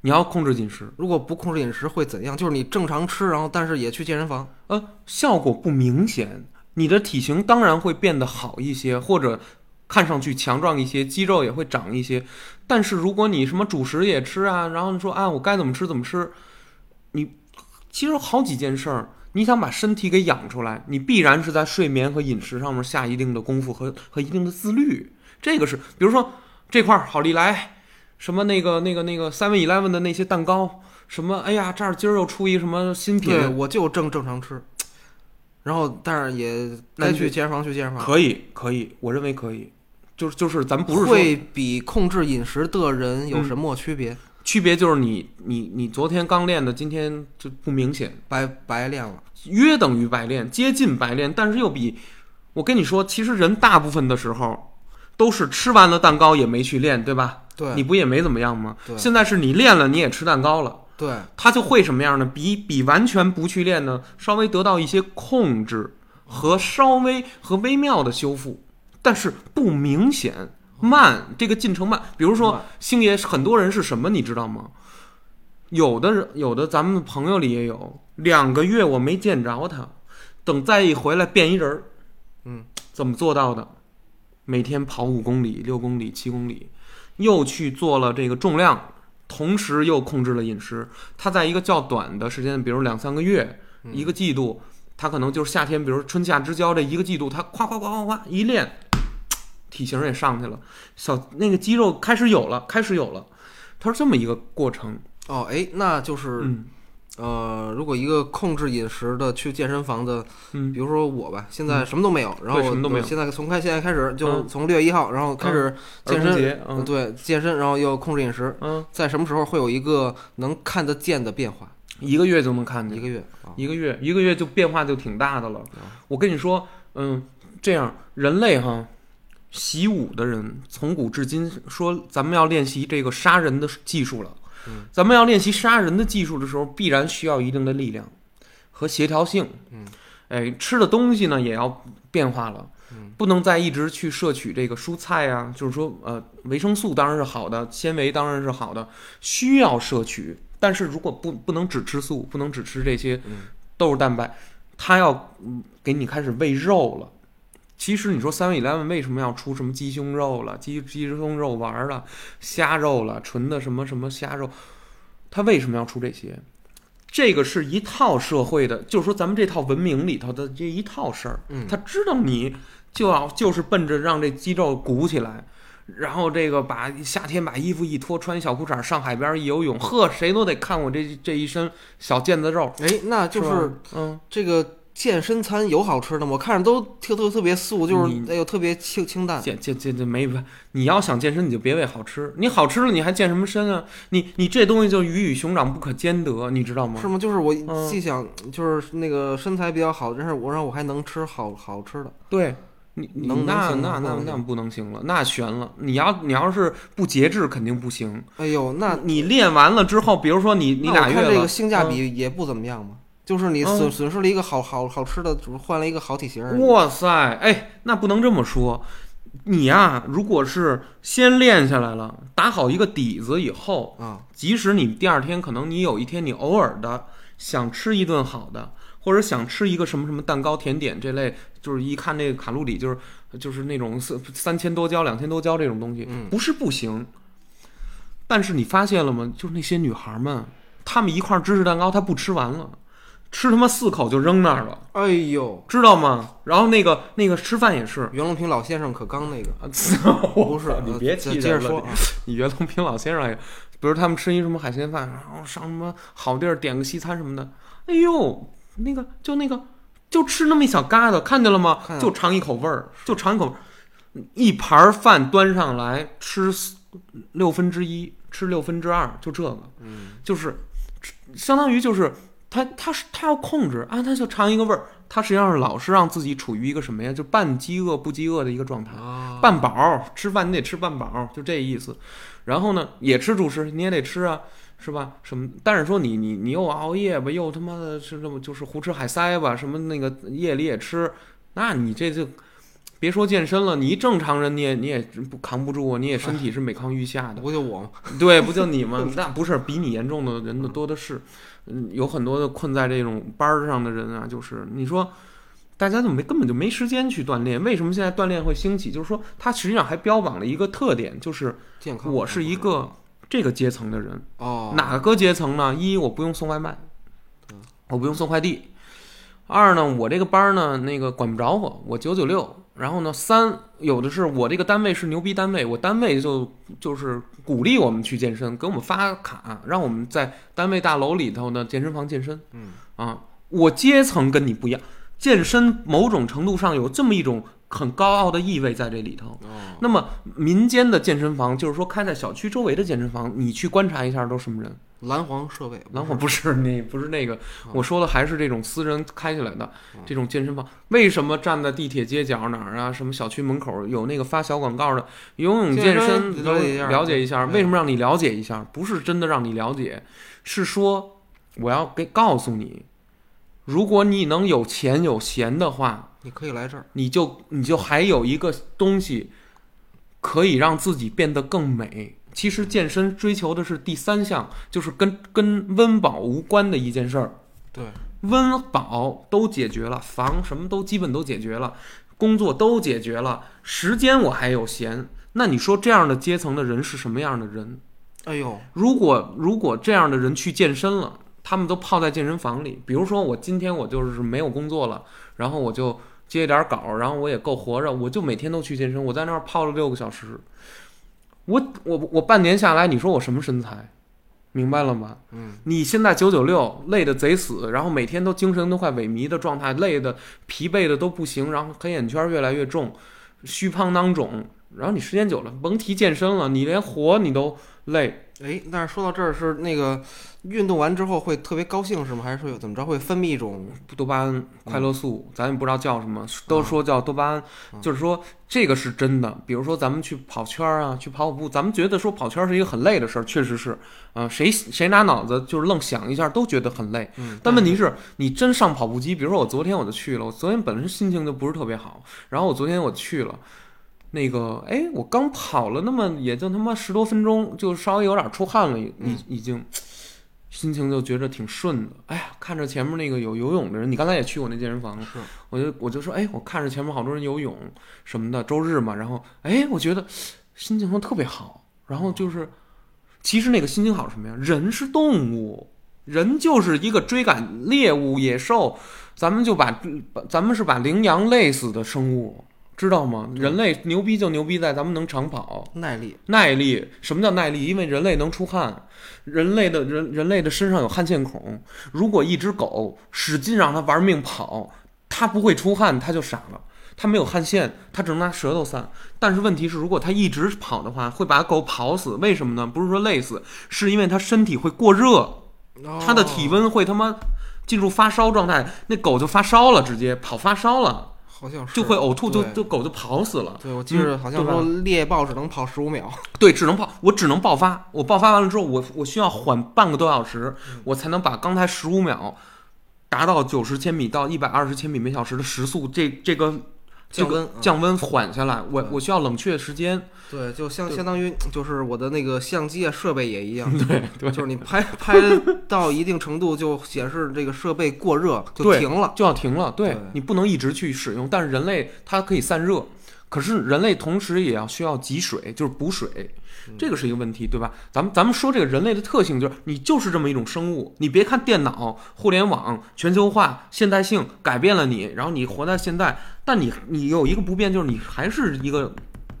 [SPEAKER 1] 你要控制饮食，
[SPEAKER 2] 如果不控制饮食会怎样？就是你正常吃，然后但是也去健身房，
[SPEAKER 1] 呃，效果不明显，你的体型当然会变得好一些，或者看上去强壮一些，肌肉也会长一些。但是如果你什么主食也吃啊，然后你说啊，我该怎么吃怎么吃，你其实有好几件事儿，你想把身体给养出来，你必然是在睡眠和饮食上面下一定的功夫和和一定的自律。这个是，比如说这块儿好利来，什么那个那个那个 Seven Eleven 的那些蛋糕，什么哎呀，这儿今儿又出一什么新品，
[SPEAKER 2] 对我就正正常吃，然后但是也
[SPEAKER 1] 那
[SPEAKER 2] 该
[SPEAKER 1] 你
[SPEAKER 2] 去健身房去健身房。
[SPEAKER 1] 可以，可以，我认为可以，就是就是，咱不是说嗯
[SPEAKER 2] 会比控制饮食的人有什么区别？
[SPEAKER 1] 区别，就是你你你昨天刚练的，今天就不明显，
[SPEAKER 2] 白白练了，
[SPEAKER 1] 约等于白练，接近白练，但是又比我跟你说，其实人大部分的时候都是吃完了蛋糕也没去练，对吧？
[SPEAKER 2] 对，
[SPEAKER 1] 你不也没怎么样吗？
[SPEAKER 2] 对
[SPEAKER 1] 现在是你练了，你也吃蛋糕了。
[SPEAKER 2] 对，
[SPEAKER 1] 他就会什么样呢？比比完全不去练呢，稍微得到一些控制和稍微和微妙的修复，但是不明显，慢，这个进程慢。比如说
[SPEAKER 2] 哦慢
[SPEAKER 1] 星爷，很多人是什么，你知道吗？有的人，有的咱们朋友里也有，两个月我没见着他，等再一回来变一人儿，
[SPEAKER 2] 嗯，
[SPEAKER 1] 怎么做到的？每天跑五公里、六公里、七公里，又去做了这个重量，同时又控制了饮食。他在一个较短的时间，比如两三个月、
[SPEAKER 2] 嗯
[SPEAKER 1] 一个季度，他可能就是夏天，比如春夏之交这一个季度，他夸夸夸夸夸一练，体型也上去了，小那个肌肉开始有了，开始有了。他是这么一个过程，
[SPEAKER 2] 哦，哎，那就是、
[SPEAKER 1] 嗯
[SPEAKER 2] 呃，如果一个控制饮食的去健身房的，
[SPEAKER 1] 嗯
[SPEAKER 2] 比如说我吧，现在什么都没有，然后
[SPEAKER 1] 对什么都没有
[SPEAKER 2] 现在从开现在开始就
[SPEAKER 1] 嗯
[SPEAKER 2] 从六月一号，然后开始健
[SPEAKER 1] 儿童
[SPEAKER 2] 身，
[SPEAKER 1] 节嗯
[SPEAKER 2] 对，健身，然后又控制饮食，
[SPEAKER 1] 嗯，
[SPEAKER 2] 在什么时候会有一个能看得见的变化？
[SPEAKER 1] 一个月就能看见
[SPEAKER 2] 一个月啊，
[SPEAKER 1] 嗯一个月，一个月就变化就挺大的了
[SPEAKER 2] 嗯。
[SPEAKER 1] 我跟你说，嗯，这样人类哈，习武的人从古至今说，咱们要练习这个杀人的技术了。
[SPEAKER 2] 嗯
[SPEAKER 1] 咱们要练习杀人的技术的时候，必然需要一定的力量和协调性。
[SPEAKER 2] 嗯，
[SPEAKER 1] 哎，吃的东西呢也要变化了。
[SPEAKER 2] 嗯
[SPEAKER 1] 不能再一直去摄取这个蔬菜啊，就是说，呃，维生素当然是好的，纤维当然是好的，需要摄取。但是如果不不能只吃素，不能只吃这些
[SPEAKER 2] 嗯
[SPEAKER 1] 豆乳蛋白，它要嗯给你开始喂肉了。其实你说三 e l e v e n 为什么要出什么鸡胸肉了、鸡鸡胸肉丸了、虾肉了、纯的什么什么虾肉，它为什么要出这些？这个是一套社会的，就是说咱们这套文明里头的这一套事儿。
[SPEAKER 2] 嗯，
[SPEAKER 1] 他知道你就要就是奔着让这肌肉鼓起来，然后这个把夏天把衣服一脱，穿一小裤衩上海边一游泳，呵，谁都得看我这这一身小腱子肉，
[SPEAKER 2] 哎，那就是是
[SPEAKER 1] 吧嗯，
[SPEAKER 2] 这个健身餐有好吃的吗？我看着都特特特别素，就是
[SPEAKER 1] 你
[SPEAKER 2] 哎呦特别清清淡。
[SPEAKER 1] 啊健健健健没办，你要想健身你就别为好吃，你好吃了你还健什么身啊？你你这东西就鱼与熊掌不可兼得，你知道吗
[SPEAKER 2] 是？吗？就是我
[SPEAKER 1] 嗯
[SPEAKER 2] 既想就是那个身材比较好，但是我让我还能吃好好吃的，
[SPEAKER 1] 对。你你
[SPEAKER 2] 能能
[SPEAKER 1] 那
[SPEAKER 2] 行吗
[SPEAKER 1] 那
[SPEAKER 2] 不
[SPEAKER 1] 那
[SPEAKER 2] 能
[SPEAKER 1] 那
[SPEAKER 2] 行
[SPEAKER 1] 不能行了，那悬了。你要你要是不节制，肯定不行。
[SPEAKER 2] 哎呦，那
[SPEAKER 1] 你练完了之后，比如说你你
[SPEAKER 2] 那
[SPEAKER 1] 俩
[SPEAKER 2] 我
[SPEAKER 1] 月
[SPEAKER 2] 看
[SPEAKER 1] 了，
[SPEAKER 2] 这个性价
[SPEAKER 1] 嗯
[SPEAKER 2] 比也不怎么样嘛，就是你损、
[SPEAKER 1] 嗯
[SPEAKER 2] 损失了一个好好好吃的，只换了一个好体型而已。
[SPEAKER 1] 哇塞，哎，那不能这么说。你呀、如果是先练下来了，打好一个底子以后，
[SPEAKER 2] 啊，
[SPEAKER 1] 即使你第二天可能你有一天你偶尔的想吃一顿好的，或者想吃一个什么什么蛋糕、甜点这类，就是一看这个卡路里就是就是那种三三千多焦、两千多焦这种东西，
[SPEAKER 2] 嗯
[SPEAKER 1] 不是不行。但是你发现了吗？就是那些女孩们，她们一块芝士蛋糕，她不吃完了，吃他妈四口就扔那儿了，
[SPEAKER 2] 哎呦，
[SPEAKER 1] 知道吗？然后那个那个吃饭也是，
[SPEAKER 2] 袁隆平老先生可刚那个，
[SPEAKER 1] 啊
[SPEAKER 2] 不是
[SPEAKER 1] 你
[SPEAKER 2] 呃
[SPEAKER 1] 别
[SPEAKER 2] 接
[SPEAKER 1] 提
[SPEAKER 2] 接着
[SPEAKER 1] 人了
[SPEAKER 2] 说啊，
[SPEAKER 1] 你袁隆平老先生也，比如他们吃一什么海鲜饭，然后上什么好地儿点个西餐什么的，哎呦，那个就那个就吃那么一小疙瘩，看见了吗
[SPEAKER 2] 看？见
[SPEAKER 1] 就尝一口味儿，就尝一口味儿，一盘儿饭端上来吃四六分之一，吃六分之二，就这个，
[SPEAKER 2] 嗯，
[SPEAKER 1] 就是相当于就是他他是他要控制啊，他就尝一个味儿，他实际上是老是让自己处于一个什么呀，就半饥饿不饥饿的一个状态。
[SPEAKER 2] 啊，
[SPEAKER 1] 半饱儿，吃饭你得吃半饱儿，就这意思。然后呢，也吃主食，你也得吃啊，是吧？什么？但是说你你你又熬夜吧，又他妈的是这么就是胡吃海塞吧，什么那个夜里也吃，那你这就别说健身了，你一正常人你也你也不扛不住啊，你也身体是每况愈下的。
[SPEAKER 2] 不就我吗？
[SPEAKER 1] 对，不就你吗？ 那不是比你严重的人的多的是，嗯，有很多的困在这种班儿上的人啊，就是你说。大家怎么没根本就没时间去锻炼？为什么现在锻炼会兴起？就是说，它实际上还标榜了一个特点，就是
[SPEAKER 2] 健康，
[SPEAKER 1] 我是一个这个阶层的人。
[SPEAKER 2] 哦，
[SPEAKER 1] 哪个阶层呢？一，我不用送外卖
[SPEAKER 2] 嗯，
[SPEAKER 1] 我不用送快递；二呢，我这个班儿呢，那个管不着我，我九九六。然后呢，三有的是我这个单位是牛逼单位，我单位就就是鼓励我们去健身，给我们发卡，让我们在单位大楼里头的健身房健身
[SPEAKER 2] 嗯
[SPEAKER 1] 啊。我阶层跟你不一样，健身某种程度上有这么一种很高傲的意味在这里头。
[SPEAKER 2] 哦，
[SPEAKER 1] 那么民间的健身房，就是说开在小区周围的健身房，你去观察一下都是什么人。
[SPEAKER 2] 蓝黄设备，
[SPEAKER 1] 然后不是你不是那个，我说的还是这种私人开起来的
[SPEAKER 2] 嗯
[SPEAKER 1] 这种健身房。为什么站在地铁街角哪儿啊，什么小区门口有那个发小广告的游泳健身
[SPEAKER 2] 健身
[SPEAKER 1] 游
[SPEAKER 2] 了解一下
[SPEAKER 1] 了解一下？
[SPEAKER 2] 嗯
[SPEAKER 1] 为什么让你了解一下？不是真的让你了解，是说我要给告诉你，如果你能有钱有闲的话，
[SPEAKER 2] 你可以来这儿，
[SPEAKER 1] 你就你就还有一个东西可以让自己变得更美。其实健身追求的是第三项，就是跟跟温饱无关的一件事儿。
[SPEAKER 2] 对，
[SPEAKER 1] 温饱都解决了，房什么都基本都解决了，工作都解决了，时间我还有闲。那你说这样的阶层的人是什么样的人？
[SPEAKER 2] 哎呦，
[SPEAKER 1] 如果如果这样的人去健身了，他们都泡在健身房里。比如说，我今天我就是没有工作了，然后我就接一点稿，然后我也够活着，我就每天都去健身，我在那儿泡了六个小时。我我我半年下来，你说我什么身材？明白了吗？
[SPEAKER 2] 嗯，
[SPEAKER 1] 你现在九九六，累得贼死，然后每天都精神都快萎靡的状态，累得疲惫的都不行，然后黑眼圈越来越重，虚胖囊肿，然后你时间久了，甭提健身了，你连活你都累。
[SPEAKER 2] 哎，但是说到这儿是那个运动完之后会特别高兴是吗？还是说有怎么着会分泌一种
[SPEAKER 1] 多巴胺、快乐素，咱也不知道叫什么，都说叫多巴胺，
[SPEAKER 2] 嗯
[SPEAKER 1] 就是说这个是真的。比如说咱们去跑圈儿啊，去跑跑步，咱们觉得说跑圈儿是一个很累的事儿，确实是，啊、谁谁拿脑子就是愣想一下都觉得很累。
[SPEAKER 2] 嗯，
[SPEAKER 1] 但问题是你真上跑步机，比如说我昨天我就去了，我昨天本身心情就不是特别好，然后我昨天我去了，那个哎，我刚跑了那么也就他妈十多分钟，就稍微有点出汗了，已
[SPEAKER 2] 嗯
[SPEAKER 1] 已经心情就觉着挺顺的。哎呀，看着前面那个有游泳的人，你刚才也去我那健身房了
[SPEAKER 2] 是，
[SPEAKER 1] 我就我就说哎，我看着前面好多人游泳什么的，周日嘛，然后哎，我觉得心情都特别好，然后就是。
[SPEAKER 2] 哦
[SPEAKER 1] 其实那个心情好是什么呀？人是动物，人就是一个追赶猎物、野兽，咱们就把把咱们是把羚羊累死的生物，知道吗？人类牛逼就牛逼在咱们能长跑，
[SPEAKER 2] 耐力，
[SPEAKER 1] 耐力。什么叫耐力？因为人类能出汗，人类的人人类的身上有汗腺孔。如果一只狗使劲让它玩命跑，它不会出汗，它就傻了。它没有汗腺，它只能拿舌头散。但是问题是，如果它一直跑的话，会把狗跑死。为什么呢？不是说累死，是因为它身体会过热。
[SPEAKER 2] 哦
[SPEAKER 1] 它的体
[SPEAKER 2] 温
[SPEAKER 1] 温会他妈进入发烧状态，那狗就发烧了，直接跑发烧了，
[SPEAKER 2] 好像是
[SPEAKER 1] 就会呕吐，就
[SPEAKER 2] 对
[SPEAKER 1] 就狗就跑死了。
[SPEAKER 2] 对，我记着
[SPEAKER 1] 嗯
[SPEAKER 2] 好像
[SPEAKER 1] 对吧
[SPEAKER 2] 说猎豹只能跑十五秒，
[SPEAKER 1] 对，只能爆，我只能爆发。我爆发完了之后，我我需要缓半个多小时，
[SPEAKER 2] 嗯
[SPEAKER 1] 我才能把刚才十五秒达到九十千米到一百二十千米每小时的时速，这这个这
[SPEAKER 2] 降
[SPEAKER 1] 个
[SPEAKER 2] 温啊
[SPEAKER 1] 降温缓下来。我
[SPEAKER 2] 对
[SPEAKER 1] 我需要冷却时间。
[SPEAKER 2] 对，就像
[SPEAKER 1] 对
[SPEAKER 2] 相当于就是我的那个相机啊设备也一样，
[SPEAKER 1] 对对，
[SPEAKER 2] 就是你 拍拍到一定程度就显示这个设备过热就
[SPEAKER 1] 对
[SPEAKER 2] 停了，
[SPEAKER 1] 就要停了。对
[SPEAKER 2] 对
[SPEAKER 1] 你不能一直去使用，但是人类它可以散热，可是人类同时也要需要给水，就是补水，
[SPEAKER 2] 嗯
[SPEAKER 1] 这个是一个问题，对吧？咱们咱们说这个人类的特性，就是你就是这么一种生物。你别看电脑、互联网、全球化、现代性改变了你，然后你活在现在，但你你有一个不变，就是你还是一个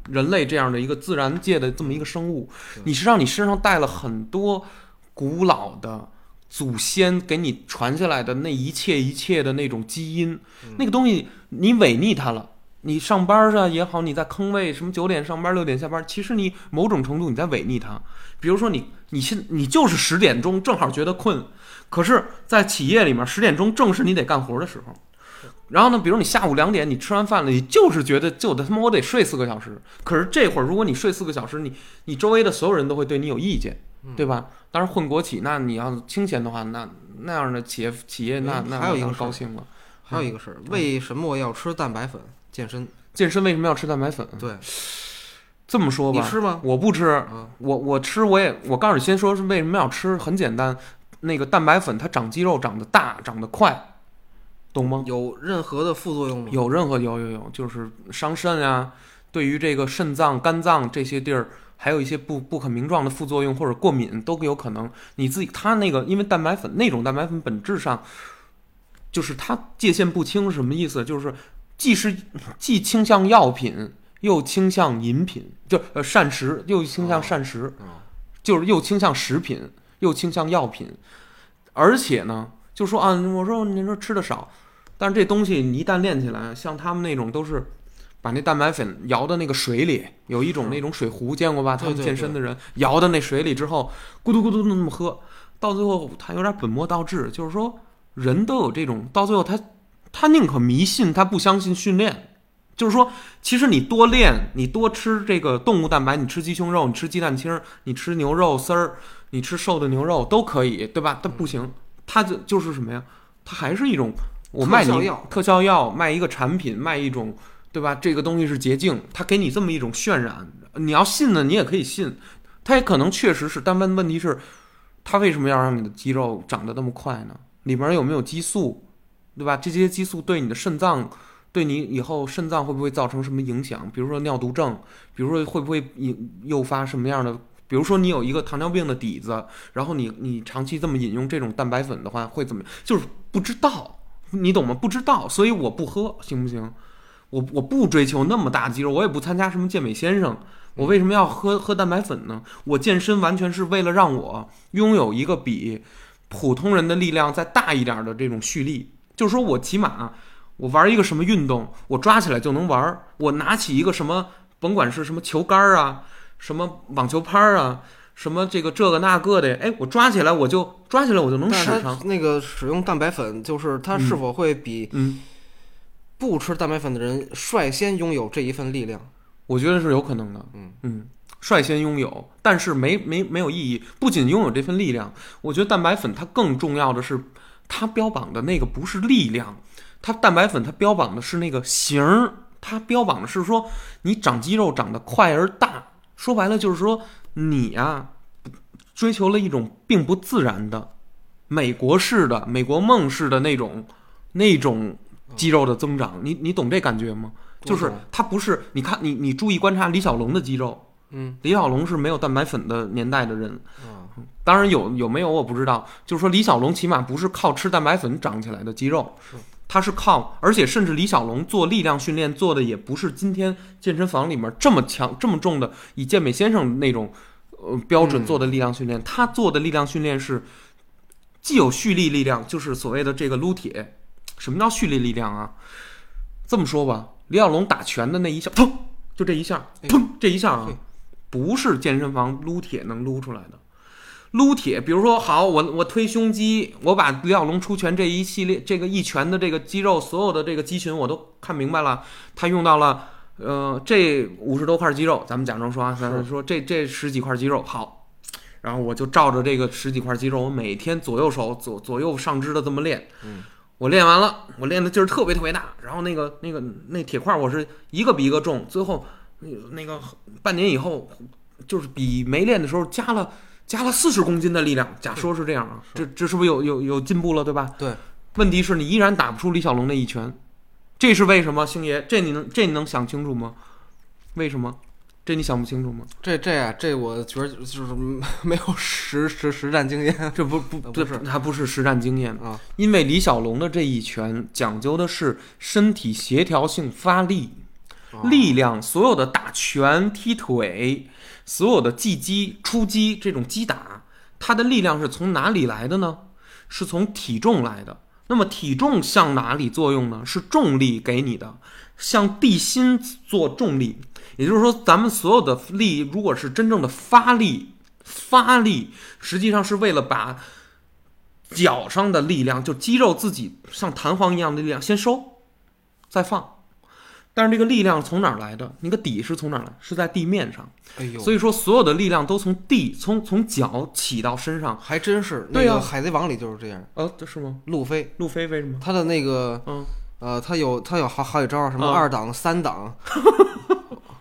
[SPEAKER 1] 人类这样的一个自然界的这么一个生物
[SPEAKER 2] 对，
[SPEAKER 1] 你实际上你身上带了很多古老的祖先给你传下来的那一切一切的那种基因，
[SPEAKER 2] 嗯
[SPEAKER 1] 那个东西你违逆它了。你上班上也好，你在坑位什么九点上班六点下班，其实你某种程度你在违逆它。比如说你你现你就是十点钟正好觉得困，可是，在企业里面十点钟正是你得干活的时候。然后呢，比如你下午两点你吃完饭了，你就是觉得就得他妈我得睡四个小时。可是这会儿如果你睡四个小时，你你周围的所有人都会对你有意见，
[SPEAKER 2] 嗯
[SPEAKER 1] 对吧？当然混国企，那你要清闲的话，那那样的企业企业那
[SPEAKER 2] 嗯
[SPEAKER 1] 那
[SPEAKER 2] 还有一个
[SPEAKER 1] 那
[SPEAKER 2] 事儿
[SPEAKER 1] 高兴了。
[SPEAKER 2] 还有一个事
[SPEAKER 1] 嗯
[SPEAKER 2] 儿，为什么要吃蛋白粉健身？
[SPEAKER 1] 健身为什么要吃蛋白粉？
[SPEAKER 2] 对，
[SPEAKER 1] 这么说
[SPEAKER 2] 你
[SPEAKER 1] 嗯吧，嗯
[SPEAKER 2] 吃吗？
[SPEAKER 1] 我不吃，
[SPEAKER 2] 啊，
[SPEAKER 1] 我我吃我也，我告诉你，先说是为什么要吃，很简单，那个蛋白粉它长肌肉长得大，长得快，懂吗？
[SPEAKER 2] 有任何的副作用吗？
[SPEAKER 1] 有任何有有有，就是伤肾啊，对于这个肾脏、肝脏这些地儿，还有一些不不可名状的副作用或者过敏都有可能。你自己它那个，因为蛋白粉那种蛋白粉本质上就是它界限不清，什么意思？就是既是既倾向药品，又倾向饮品，就呃膳食，又倾向
[SPEAKER 2] 哦
[SPEAKER 1] 膳食。
[SPEAKER 2] 啊，
[SPEAKER 1] 就是又倾向食品，又倾向药品，而且呢，就说啊，我说您说吃的少，但是这东西你一旦练起来，像他们那种都是把那蛋白粉摇到那个水里，有一种
[SPEAKER 2] 是
[SPEAKER 1] 那种水壶见过吧？他
[SPEAKER 2] 嗯对
[SPEAKER 1] 们
[SPEAKER 2] 对
[SPEAKER 1] 健身的人摇到那水里之后，咕嘟咕嘟那么喝，到最后他有点本末倒置，就是说人都有这种，到最后他他宁可迷信，他不相信训练。就是说，其实你多练，你多吃这个动物蛋白，你吃鸡胸肉，你吃鸡蛋清儿，你吃牛肉丝儿，你吃瘦的牛肉都可以，对吧？但不行，它就就是什么呀？它还是一种我卖
[SPEAKER 2] 嗯特效
[SPEAKER 1] 你
[SPEAKER 2] 药
[SPEAKER 1] 特效药，卖一个产品，卖一种，对吧？这个东西是捷径，它给你这么一种渲染，你要信呢，你也可以信，它也可能确实是，但问问题是，它为什么要让你的肌肉长得那么快呢？里面有没有激素，对吧？这些激素对你的肾脏。对你以后肾脏会不会造成什么影响？比如说尿毒症，比如说会不会引诱发什么样的？比如说你有一个糖尿病的底子，然后你你长期这么饮用这种蛋白粉的话，会怎么？就是不知道，你懂吗？不知道，所以我不喝，行不行？我我不追求那么大肌肉，我也不参加什么健美先生，我为什么要喝喝蛋白粉呢？我健身完全是为了让我拥有一个比普通人的力量再大一点的这种蓄力，就是说我起码、我玩一个什么运动，我抓起来就能玩儿。我拿起一个什么，甭管是什么球杆儿啊，什么网球拍儿啊，什么这个这个那个的，哎，我抓起来我就抓起来我就能
[SPEAKER 2] 但是
[SPEAKER 1] 使
[SPEAKER 2] 它
[SPEAKER 1] 上。
[SPEAKER 2] 那个使用蛋白粉，就是它是否会比
[SPEAKER 1] 嗯，
[SPEAKER 2] 不吃蛋白粉的人率先拥有这一份力量？
[SPEAKER 1] 我觉得是有可能的。
[SPEAKER 2] 嗯
[SPEAKER 1] 率先拥有，但是没没没有意义。不仅拥有这份力量，我觉得蛋白粉它更重要的是，它标榜的那个不是力量，它蛋白粉它标榜的是那个型儿，它标榜的是说你长肌肉长得快而大。说白了就是说你呀、追求了一种并不自然的美国式的美国梦式的那种那种肌肉的增长。你你懂这感觉吗？就
[SPEAKER 2] 我
[SPEAKER 1] 是
[SPEAKER 2] 懂
[SPEAKER 1] 它不是，你看你你注意观察李小龙的肌肉。
[SPEAKER 2] 嗯
[SPEAKER 1] 李小龙是没有蛋白粉的年代的人，
[SPEAKER 2] 啊，
[SPEAKER 1] 当然有有没有我不知道。就是说，李小龙起码不是靠吃蛋白粉长起来的肌肉
[SPEAKER 2] 是，
[SPEAKER 1] 他是靠，而且甚至李小龙做力量训练做的也不是今天健身房里面这么强、这么重的，以健美先生那种呃标准
[SPEAKER 2] 嗯
[SPEAKER 1] 做的力量训练。他做的力量训练是既有蓄力力量，就是所谓的这个撸铁。什么叫蓄力力量啊？这么说吧，李小龙打拳的那一下，砰，就这一下，
[SPEAKER 2] 哎
[SPEAKER 1] 砰，这一下啊
[SPEAKER 2] 嘿，
[SPEAKER 1] 不是健身房撸铁能撸出来的。撸铁，比如说，好，我我推胸肌，我把李小龙出拳这一系列这个一拳的这个肌肉所有的这个肌群我都看明白了，他用到了，呃，这五十多块肌肉，咱们假装说啊，咱们说这这十几块肌肉好，然后我就照着这个十几块肌肉，我每天左右手左左右上肢的这么练，
[SPEAKER 2] 嗯，
[SPEAKER 1] 我练完了，我练的劲儿特别特别大，然后那个那个那铁块儿我是一个比一个重，最后那个那个半年以后就是比没练的时候加了加了四十公斤的力量，假说是这样啊，这这是不是有有有进步了，对吧？
[SPEAKER 2] 对，
[SPEAKER 1] 问题是你依然打不出李小龙那一拳，这是为什么？星爷，这你能这你能想清楚吗？为什么？这你想不清楚吗？
[SPEAKER 2] 这这啊，这我觉得就是没有实实实战经验
[SPEAKER 1] 这不不
[SPEAKER 2] 呃
[SPEAKER 1] 这
[SPEAKER 2] 不是
[SPEAKER 1] 还不是实战经验，
[SPEAKER 2] 啊。
[SPEAKER 1] 因为李小龙的这一拳讲究的是身体协调性、发力、
[SPEAKER 2] 哦
[SPEAKER 1] 力量，所有的打拳、踢腿，所有的击击、出击这种击打，它的力量是从哪里来的呢？是从体重来的。那么体重向哪里作用呢？是重力给你的，向地心做重力。也就是说，咱们所有的力，如果是真正的发力，发力实际上是为了把脚上的力量，就肌肉自己像弹簧一样的力量先收，再放。但是这个力量从哪儿来的？那个底是从哪儿来？是在地面上。
[SPEAKER 2] 哎呦，
[SPEAKER 1] 所以说，所有的力量都从地，从从脚起到身上。
[SPEAKER 2] 还真是。
[SPEAKER 1] 对
[SPEAKER 2] 那
[SPEAKER 1] 啊
[SPEAKER 2] 个《海贼王》里就是这样，
[SPEAKER 1] 呃，这是吗？
[SPEAKER 2] 路飞
[SPEAKER 1] 路飞为什么？
[SPEAKER 2] 他的那个
[SPEAKER 1] 嗯，
[SPEAKER 2] 呃，他有他有好好几招，什么
[SPEAKER 1] 啊
[SPEAKER 2] 二档、三 档。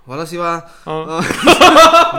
[SPEAKER 2] 完了，西班，
[SPEAKER 1] 啊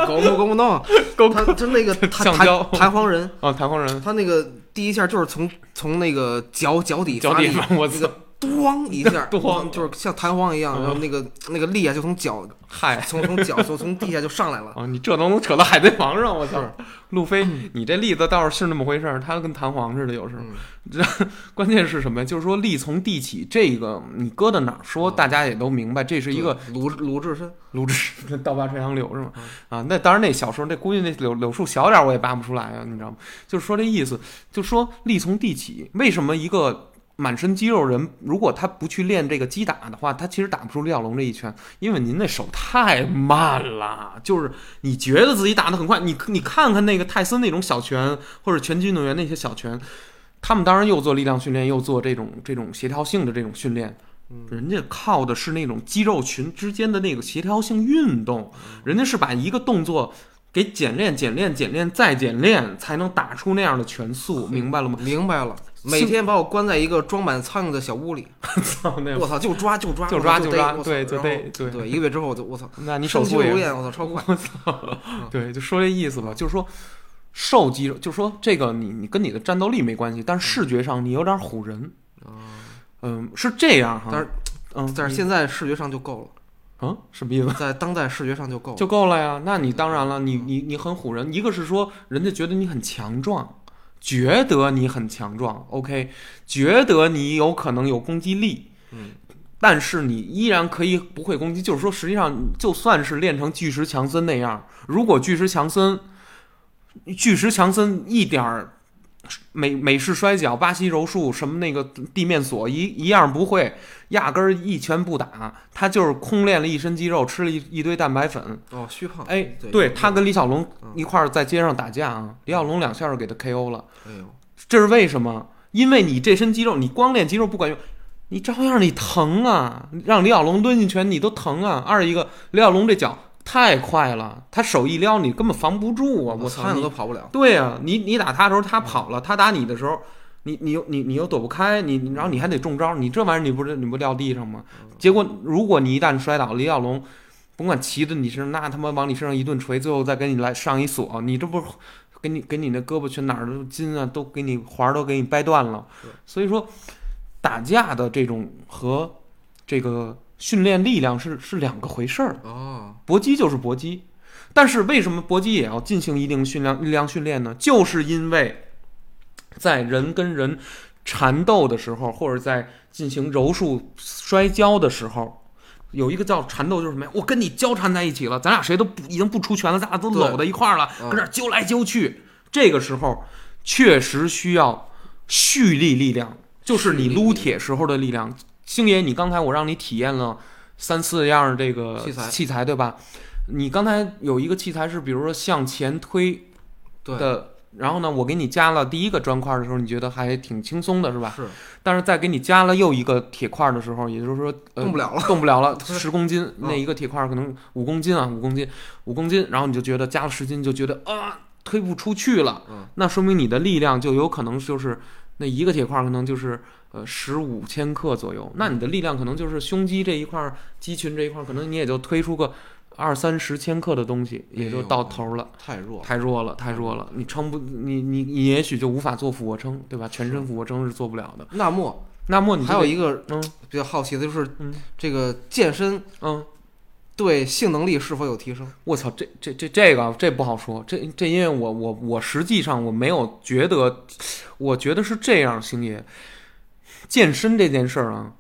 [SPEAKER 2] 狗木狗 木弄，
[SPEAKER 1] 狗
[SPEAKER 2] 他就那个他
[SPEAKER 1] 橡胶
[SPEAKER 2] 弹弹簧人，
[SPEAKER 1] 啊！弹簧人
[SPEAKER 2] 他那个第一下就是从从那个脚脚底
[SPEAKER 1] 脚
[SPEAKER 2] 发
[SPEAKER 1] 底
[SPEAKER 2] 力，
[SPEAKER 1] 板，我
[SPEAKER 2] 那
[SPEAKER 1] 操！
[SPEAKER 2] 个咣一下，
[SPEAKER 1] 咣
[SPEAKER 2] 就是像弹簧一样，
[SPEAKER 1] 嗯
[SPEAKER 2] 然后那个那个力啊，就从脚
[SPEAKER 1] 嗨
[SPEAKER 2] 从从脚从从地下就上来了。
[SPEAKER 1] 啊！你这都能扯到海贼王上，我操
[SPEAKER 2] 是！
[SPEAKER 1] 路飞，你这例子倒是是那么回事儿，他跟弹簧似的，有时候。
[SPEAKER 2] 嗯，
[SPEAKER 1] 关键是什么呀？就是说力从地起，这个你搁到哪儿说，
[SPEAKER 2] 嗯
[SPEAKER 1] 大家也都明白，这是一个
[SPEAKER 2] 对鲁鲁智深，
[SPEAKER 1] 鲁智深倒拔垂杨柳是吗？啊，那当然，那小时候那估计那柳柳树小点儿我也拔不出来啊，你知道吗？就是说这意思，就说力从地起。为什么一个满身肌肉人，如果他不去练这个击打的话，他其实打不出李小龙这一拳，因为您那手太慢了。就是你觉得自己打得很快，你你看看那个泰森那种小拳，或者拳击运动员那些小拳。他们当然又做力量训练，又做这种这种协调性的这种训练，人家靠的是那种肌肉群之间的那个协调性运动，人家是把一个动作给简练、简练、简练再简练，才能打出那样的拳速，明白了吗？
[SPEAKER 2] 明白了。每天把我关在一个装满苍蝇的小屋里，
[SPEAKER 1] 操那
[SPEAKER 2] 我操，就抓就抓
[SPEAKER 1] 就抓
[SPEAKER 2] 就
[SPEAKER 1] 就抓对
[SPEAKER 2] 对
[SPEAKER 1] 就逮对
[SPEAKER 2] 对，一个月之后我就我操，
[SPEAKER 1] 那啊你手
[SPEAKER 2] 手
[SPEAKER 1] 速
[SPEAKER 2] 如
[SPEAKER 1] 也
[SPEAKER 2] 练，我操，超快。嗯
[SPEAKER 1] 对，就说这意思吧，就是说瘦肌肉，就是说这个你你跟你的战斗力没关系，但是视觉上你有点唬人，嗯，是这样哈，
[SPEAKER 2] 但是
[SPEAKER 1] 嗯，
[SPEAKER 2] 但是现在视觉上就够了，
[SPEAKER 1] 啊什么意思？
[SPEAKER 2] 在当代视觉上就够了。
[SPEAKER 1] 就够了呀。那你当然了，你你你很唬人。一个是说人家觉得你很强壮，觉得你很强壮，OK，觉得你有可能有攻击力，
[SPEAKER 2] 嗯，
[SPEAKER 1] 但是你依然可以不会攻击。就是说，实际上就算是练成巨石强森那样，如果巨石强森，巨石强森一点儿。美美式摔跤、巴西柔术什么那个地面锁一一样不会，压根儿一拳不打，他就是空练了一身肌肉，吃了一一堆蛋白粉，
[SPEAKER 2] 哦，虚胖。
[SPEAKER 1] 哎，
[SPEAKER 2] 对
[SPEAKER 1] 对他跟李小龙
[SPEAKER 2] 嗯
[SPEAKER 1] 一块儿在街上打架啊，李小龙两下就给他 KO 了，
[SPEAKER 2] 哎呦，
[SPEAKER 1] 这是为什么？因为你这身肌肉，你光练肌肉不管用，你照样你疼啊，让李小龙抡一拳你都疼啊。二一个，李小龙这脚太快了，他手一撩你根本防不住啊，我操
[SPEAKER 2] 苍蝇
[SPEAKER 1] 你！
[SPEAKER 2] 都跑不了。
[SPEAKER 1] 对啊，你你打他的时候他跑了，他打你的时候。你你又你你又躲不开，你你然后你还得中招，你这玩意儿你不是你不撂地上吗？结果如果你一旦摔倒，李小龙甭管骑着你身上，那他妈往你身上一顿锤，最后再给你来上一锁，你这不是给你给你那胳膊去哪儿都筋啊，都给你环儿都给你掰断了
[SPEAKER 2] 是。
[SPEAKER 1] 所以说，打架的这种和这个训练力量是是两个回事儿。
[SPEAKER 2] 哦，
[SPEAKER 1] 搏击就是搏击，但是为什么搏击也要进行一定训练力量训练呢？就是因为在人跟人缠斗的时候，或者在进行柔术、摔跤的时候，有一个叫缠斗，就是什么呀？我跟你交缠在一起了，咱俩谁都不已经不出拳了，咱俩都
[SPEAKER 2] 对
[SPEAKER 1] 搂在一块儿了，
[SPEAKER 2] 嗯
[SPEAKER 1] 跟这儿揪来揪去。这个时候确实需要蓄力力量，就是你
[SPEAKER 2] 蓄力力量
[SPEAKER 1] 撸铁时候的力量。星爷，你刚才我让你体验了三四样这个
[SPEAKER 2] 器材
[SPEAKER 1] 器材对吧？你刚才有一个器材是，比如说向前推
[SPEAKER 2] 对，
[SPEAKER 1] 的，然后呢，我给你加了第一个砖块的时候，你觉得还挺轻松的是吧？
[SPEAKER 2] 是
[SPEAKER 1] 但是再给你加了又一个铁块的时候，也就是说，呃、
[SPEAKER 2] 动不了了。
[SPEAKER 1] 动不了 了，
[SPEAKER 2] 对
[SPEAKER 1] 十公斤，那一个铁块可能五公斤啊，五公斤，五公斤，然后你就觉得加了十斤，就觉得啊推不出去了，
[SPEAKER 2] 嗯
[SPEAKER 1] 那说明你的力量就有可能就是那一个铁块可能就是呃十五千克左右，那你的力量可能就是胸肌这一块儿肌群这一块儿，可能你也就推出个二三十千克的东西，也
[SPEAKER 2] 哎
[SPEAKER 1] 就到头了。
[SPEAKER 2] 太弱了。
[SPEAKER 1] 太弱了，太弱了！你撑不，你你你也许就无法做俯卧撑，对吧？全身俯卧撑是做不了的。
[SPEAKER 2] 那
[SPEAKER 1] 嗯
[SPEAKER 2] 么
[SPEAKER 1] 那么你就
[SPEAKER 2] 还有
[SPEAKER 1] 得
[SPEAKER 2] 一个
[SPEAKER 1] 嗯
[SPEAKER 2] 比较好奇的就是
[SPEAKER 1] 嗯
[SPEAKER 2] 这个健身
[SPEAKER 1] 嗯，
[SPEAKER 2] 对性能力是否有提升？
[SPEAKER 1] 我操，这这这这个啊这不好说，这这因为我我我实际上我没有觉得，我觉得是这样，星爷，健身这件事儿啊，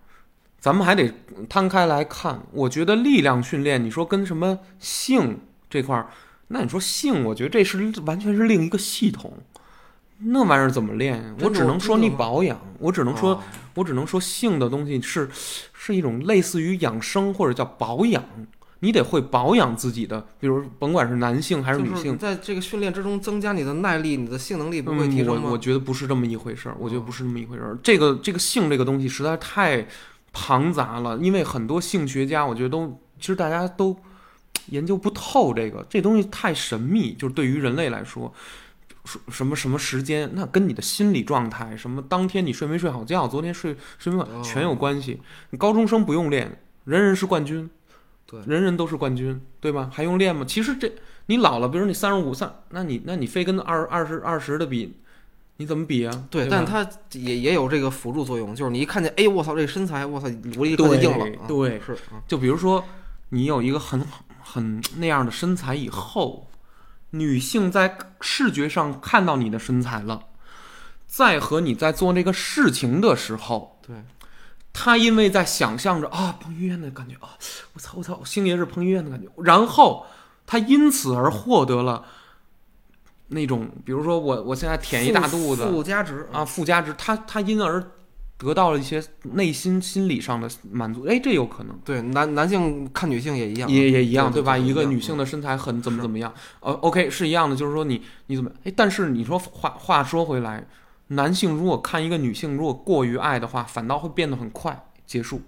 [SPEAKER 1] 咱们还得摊开来看。我觉得力量训练，你说跟什么性这块儿，那你说性，我觉得这是完全是另一个系统，那玩意儿怎么练？
[SPEAKER 2] 真的
[SPEAKER 1] 我只能说
[SPEAKER 2] 真的
[SPEAKER 1] 你
[SPEAKER 2] 吗
[SPEAKER 1] 保养，我只能说
[SPEAKER 2] 啊
[SPEAKER 1] 我只能说性的东西是是一种类似于养生或者叫保养，你得会保养自己的，比如甭管是男性还是女
[SPEAKER 2] 就是
[SPEAKER 1] 性，
[SPEAKER 2] 在这个训练之中增加你的耐力，你的性能力不会提
[SPEAKER 1] 嗯，
[SPEAKER 2] 升
[SPEAKER 1] 我我
[SPEAKER 2] 吗？哦
[SPEAKER 1] 觉得不是这么一回事儿，我觉得不是这么一回事儿。这个这个性这个东西实在太庞杂了，因为很多性学家，我觉得都其实大家都研究不透这个，这东西太神秘，就是对于人类来说。什什么什么时间，那跟你的心理状态，什么当天你睡没睡好觉，昨天睡睡没好，
[SPEAKER 2] 哦
[SPEAKER 1] 全有关系。你高中生不用练，人人是冠军，
[SPEAKER 2] 对
[SPEAKER 1] 人人都是冠军，对吧？还用练吗？其实这你老了，比如你三十五三，那你那你非跟二二十二十的比，你怎么比啊？
[SPEAKER 2] 对，
[SPEAKER 1] 吧
[SPEAKER 2] 但它也也有这个辅助作用，就是你一看见，哎，我操，这身材，我操，我立刻就
[SPEAKER 1] 对
[SPEAKER 2] 硬了。啊
[SPEAKER 1] 对
[SPEAKER 2] 是啊，
[SPEAKER 1] 就比如说你有一个很很那样的身材以后，女性在视觉上看到你的身材了，再和你在做那个事情的时候，
[SPEAKER 2] 对，
[SPEAKER 1] 她因为在想象着啊彭于晏的感觉啊，我操我操，星爷是彭于晏的感觉，然后她因此而获得了那种，比如说我我现在舔一大肚子，
[SPEAKER 2] 附附加值
[SPEAKER 1] 啊，，附加值，他他因而得到了一些内心心理上的满足，哎，这有可能，
[SPEAKER 2] 对，男男性看女性也一样，
[SPEAKER 1] 也也一样，啊对
[SPEAKER 2] 对
[SPEAKER 1] 吧？
[SPEAKER 2] 对对
[SPEAKER 1] 一个
[SPEAKER 2] 一样
[SPEAKER 1] 女性的身材很怎么
[SPEAKER 2] 是
[SPEAKER 1] 怎么样，呃，OK 是一样的，就是说你你怎么，哎，但是你说话话说回来，男性如果看一个女性如果过于爱的话，反倒会变得很快结束。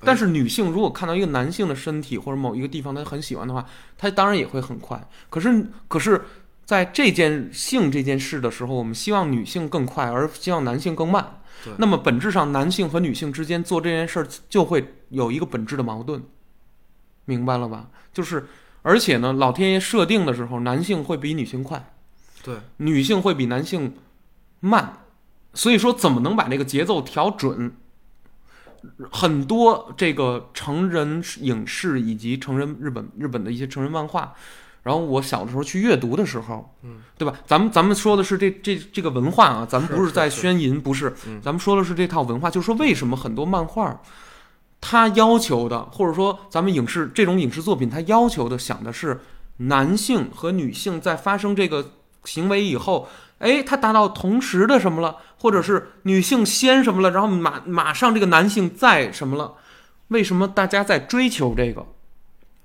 [SPEAKER 1] 但是女性如果看到一个男性的身体或者某一个地方她很喜欢的话，她当然也会很快。可是可是在这件性这件事的时候，我们希望女性更快，而希望男性更慢
[SPEAKER 2] 对。
[SPEAKER 1] 那么本质上，男性和女性之间做这件事儿就会有一个本质的矛盾，明白了吧？就是而且呢，老天爷设定的时候，男性会比女性快。
[SPEAKER 2] 对，
[SPEAKER 1] 女性会比男性慢，所以说怎么能把这个节奏调准？很多这个成人影视以及成人日本日本的一些成人漫画，然后我小的时候去阅读的时候，
[SPEAKER 2] 嗯，
[SPEAKER 1] 对吧？咱们咱们说的是这这这个文化啊，咱们
[SPEAKER 2] 是
[SPEAKER 1] 不
[SPEAKER 2] 是
[SPEAKER 1] 在
[SPEAKER 2] 是
[SPEAKER 1] 宣淫，不是，
[SPEAKER 2] 嗯
[SPEAKER 1] 咱们说的是这套文化，就是说为什么很多漫画，它要求的，或者说咱们影视这种影视作品，它要求的想的是男性和女性在发生这个行为以后，哎，他达到同时的什么了，或者是女性先什么了，然后马马上这个男性再什么了，为什么大家在追求这个？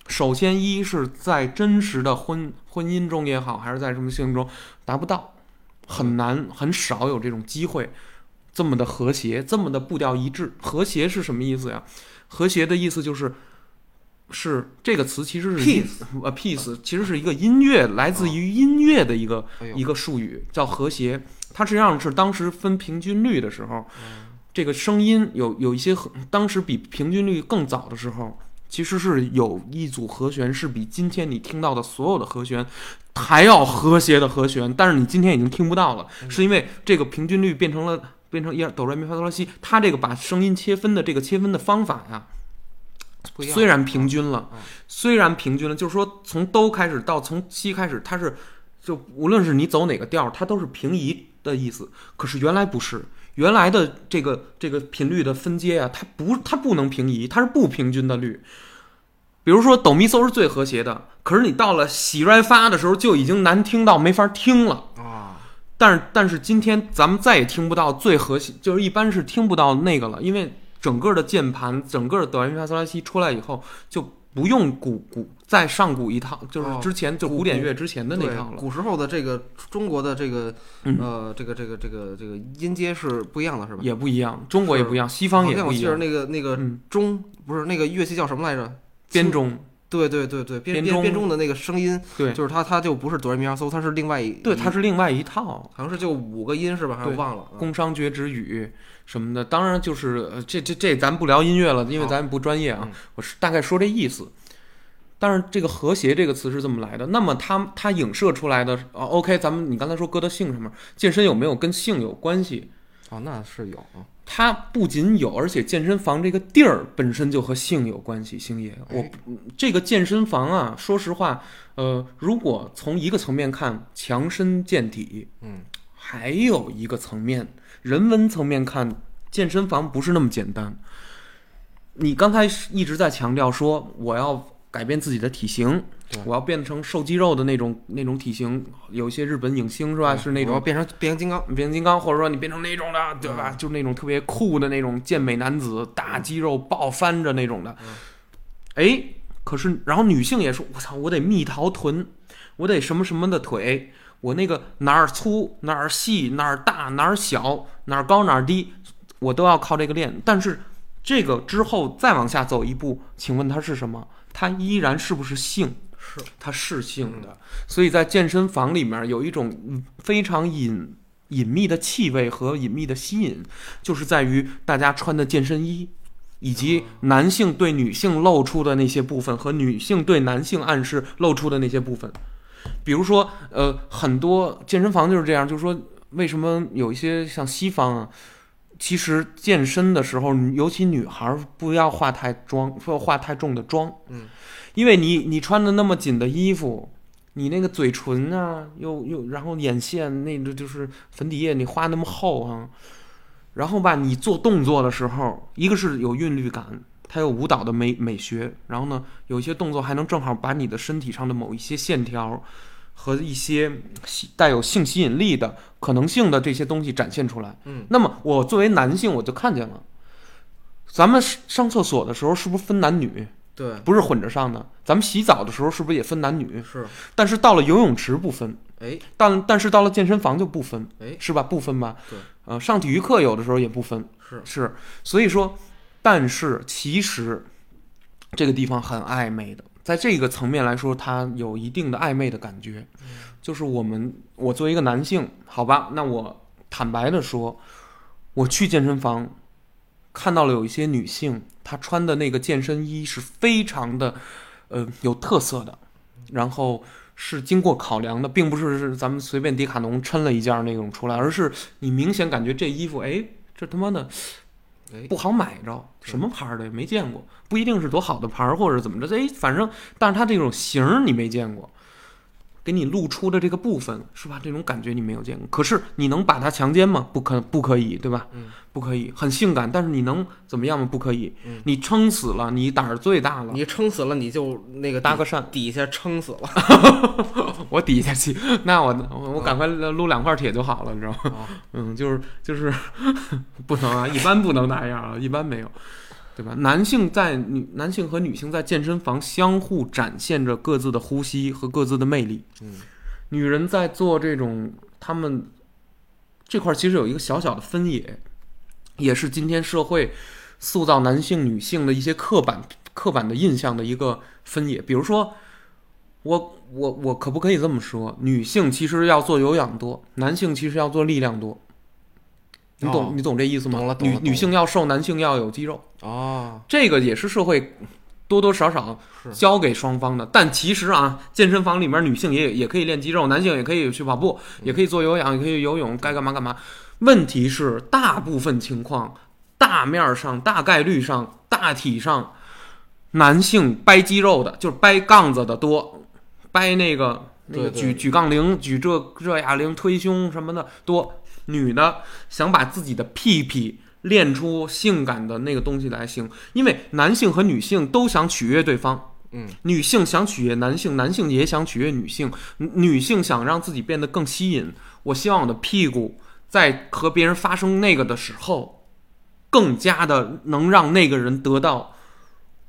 [SPEAKER 1] 首先，一是在真实的婚婚姻中也好，还是在什么性中达不到，很难很少有这种机会，这么的和谐，这么的步调一致。和谐是什么意思呀？和谐的意思就是，是这个词其实是
[SPEAKER 2] Peace
[SPEAKER 1] 呃 peace，其实是一个音乐，来自于音乐的一个
[SPEAKER 2] 哎呦
[SPEAKER 1] 一，个术语叫和谐，它实际上是当时分平均律的时候，这个声音有有一些和当时比平均律更早的时候，其实是有一组和弦是比今天你听到的所有的和弦还要和谐的和弦，但是你今天已经听不到了，是因为这个平均律变成了变成一二哆来咪发嗦拉西，它这个把声音切分的这个切分的方法呀，
[SPEAKER 2] 不一样
[SPEAKER 1] 虽然平均了
[SPEAKER 2] 嗯，
[SPEAKER 1] 虽然平均了，就是说从哆开始到从西开始，它是就无论是你走哪个调儿，它都是平移的意思。可是原来不是，原来的这个这个频率的分阶啊，它不它不能平移，它是不平均的律。比如说哆咪嗦是最和谐的，可是你到了喜来发的时候就已经难听到没法听了。
[SPEAKER 2] 啊，
[SPEAKER 1] 但是但是今天咱们再也听不到最核心，就是一般是听不到那个了，因为整个的键盘，整个的哆来咪发嗦拉西出来以后，就不用古古再上古一套，就是
[SPEAKER 2] 哦
[SPEAKER 1] 之前、就
[SPEAKER 2] 古
[SPEAKER 1] 古典乐之前的那
[SPEAKER 2] 对
[SPEAKER 1] 套了。
[SPEAKER 2] 古时候的这个中国的这个
[SPEAKER 1] 嗯
[SPEAKER 2] 呃这个这个这个这个音阶是不一样的，是吧？
[SPEAKER 1] 也不一样，中国也不一样，西方
[SPEAKER 2] 好
[SPEAKER 1] 也
[SPEAKER 2] 像
[SPEAKER 1] 不
[SPEAKER 2] 我
[SPEAKER 1] 一
[SPEAKER 2] 记得
[SPEAKER 1] 样。
[SPEAKER 2] 那个那个呃
[SPEAKER 1] 嗯，
[SPEAKER 2] 钟不是那个乐器叫什么来着？
[SPEAKER 1] 编
[SPEAKER 2] 清。
[SPEAKER 1] 钟，
[SPEAKER 2] 对对对对，编
[SPEAKER 1] 编
[SPEAKER 2] 编
[SPEAKER 1] 钟
[SPEAKER 2] 编钟的那个声音，
[SPEAKER 1] 对
[SPEAKER 2] 就是它它就不是哆来咪发嗦，它是另外一
[SPEAKER 1] 对，它
[SPEAKER 2] 一
[SPEAKER 1] 是另外一套。
[SPEAKER 2] 好像是就五个音是吧？还是
[SPEAKER 1] 对
[SPEAKER 2] 忘了啊。
[SPEAKER 1] 工商角徵羽什么的，当然就是呃这这这咱不聊音乐了，因为
[SPEAKER 2] 好
[SPEAKER 1] 咱不专业啊
[SPEAKER 2] 嗯。
[SPEAKER 1] 我是大概说这意思。但是这个和谐这个词是这么来的，那么它它影射出来的啊，OK，咱们你刚才说歌德性什么健身有没有跟性有关系？
[SPEAKER 2] 哦，那是有啊，
[SPEAKER 1] 它不仅有，而且健身房这个地儿本身就和性有关系。星爷，我
[SPEAKER 2] 哎
[SPEAKER 1] 这个健身房啊，说实话，呃，如果从一个层面看强身健体，
[SPEAKER 2] 嗯，
[SPEAKER 1] 还有一个层面人文层面看，健身房不是那么简单。你刚才一直在强调说我要改变自己的体型
[SPEAKER 2] 对，
[SPEAKER 1] 我要变成瘦肌肉的那种那种体型，有一些日本影星是吧？是那
[SPEAKER 2] 我要
[SPEAKER 1] 种
[SPEAKER 2] 嗯变成变形金刚，
[SPEAKER 1] 变形金刚，或者说你变成那种的，对吧？就是那种特别酷的那种健美男子，大肌肉爆翻着那种的。哎，可是然后女性也说，我操，我得蜜桃臀，我得什么什么的腿，我那个哪儿粗哪儿细哪儿大哪儿小哪儿高哪儿低，我都要靠这个练。但是这个之后再往下走一步，请问它是什么？它依然是不是性？
[SPEAKER 2] 是，
[SPEAKER 1] 它是性的，所以在健身房里面有一种嗯非常隐隐秘的气味和隐秘的吸引，就是在于大家穿的健身衣，以及男性对女性露出的那些部分和女性对男性暗示露出的那些部分。比如说，呃，很多健身房就是这样，就是说，为什么有一些像西方啊，其实健身的时候，尤其女孩儿不要化太妆，不要化太重的妆，
[SPEAKER 2] 嗯，
[SPEAKER 1] 因为你你穿的那么紧的衣服，你那个嘴唇啊，又又然后眼线那个就是粉底液，你画那么厚啊，然后吧，你做动作的时候，一个是有韵律感，它有舞蹈的美美学，然后呢，有一些动作还能正好把你的身体上的某一些线条和一些吸带有性吸引力的可能性的这些东西展现出来。
[SPEAKER 2] 嗯，
[SPEAKER 1] 那么我作为男性，我就看见了。咱们上厕所的时候是不是分男女？
[SPEAKER 2] 对，
[SPEAKER 1] 不是混着上的。咱们洗澡的时候是不是也分男女？
[SPEAKER 2] 是，
[SPEAKER 1] 但是到了游泳池不分，
[SPEAKER 2] 哎
[SPEAKER 1] 但但是到了健身房就不分，
[SPEAKER 2] 哎，
[SPEAKER 1] 是吧？不分吧？
[SPEAKER 2] 对。
[SPEAKER 1] 呃，上体育课有的时候也不分，
[SPEAKER 2] 是，
[SPEAKER 1] 是。所以说，但是其实这个地方很暧昧的，在这个层面来说，它有一定的暧昧的感觉。就是我们，我作为一个男性，好吧，那我坦白的说，我去健身房看到了有一些女性，她穿的那个健身衣是非常的，呃，有特色的，然后是经过考量的，并不是是咱们随便迪卡侬抻了一件那种出来，而是你明显感觉这衣服，哎，这他妈的
[SPEAKER 2] 哎，
[SPEAKER 1] 不好买着，什么牌儿的也没见过，不一定是多好的牌儿或者怎么着，哎，反正但是它这种型儿你没见过，给你露出的这个部分是吧？这种感觉你没有见过，可是你能把它强奸吗？不可不可以，对吧？
[SPEAKER 2] 嗯，
[SPEAKER 1] 不可以，很性感，但是你能怎么样吗？不可以，
[SPEAKER 2] 嗯
[SPEAKER 1] 你撑死了，你胆儿最大了，
[SPEAKER 2] 你撑死了你就那个
[SPEAKER 1] 搭
[SPEAKER 2] 大
[SPEAKER 1] 个讪，
[SPEAKER 2] 底下撑死了，
[SPEAKER 1] 我底下去， 那我我
[SPEAKER 2] 嗯
[SPEAKER 1] 我赶快撸两块铁就好了，你知道吗？
[SPEAKER 2] 啊
[SPEAKER 1] 嗯，就是就是不能啊，一般不能那样啊，一般没有，对吧？男性在女男性和女性在健身房相互展现着各自的呼吸和各自的魅力。
[SPEAKER 2] 嗯，
[SPEAKER 1] 女人在做这种，他们这块儿其实有一个小小的分野，也是今天社会塑造男性、女性的一些刻板刻板的印象的一个分野。比如说，我我我可不可以这么说？女性其实要做有氧多，男性其实要做力量多。你懂、
[SPEAKER 2] 哦
[SPEAKER 1] 你懂这意思吗？
[SPEAKER 2] 懂了懂
[SPEAKER 1] 女
[SPEAKER 2] 了懂
[SPEAKER 1] 女
[SPEAKER 2] 了
[SPEAKER 1] 性要瘦，男性要有肌肉，
[SPEAKER 2] 哦，
[SPEAKER 1] 这个也是社会多多少少
[SPEAKER 2] 是
[SPEAKER 1] 教给双方的。但其实啊，健身房里面女性也也可以练肌肉，男性也可以去跑步，也可以做有氧，也可以游泳，该干嘛干嘛。问题是，大部分情况，大面儿上、大概率上、大体上，男性掰肌肉的，就是掰杠子的多，掰那个那个
[SPEAKER 2] 对对
[SPEAKER 1] 举举杠铃、举这这哑铃、推胸什么的多。女的想把自己的屁屁练出性感的那个东西来行，因为男性和女性都想取悦对方，
[SPEAKER 2] 嗯，
[SPEAKER 1] 女性想取悦男性，男性也想取悦女性，女女性想让自己变得更吸引。我希望我的屁股在和别人发生那个的时候，更加的能让那个人得到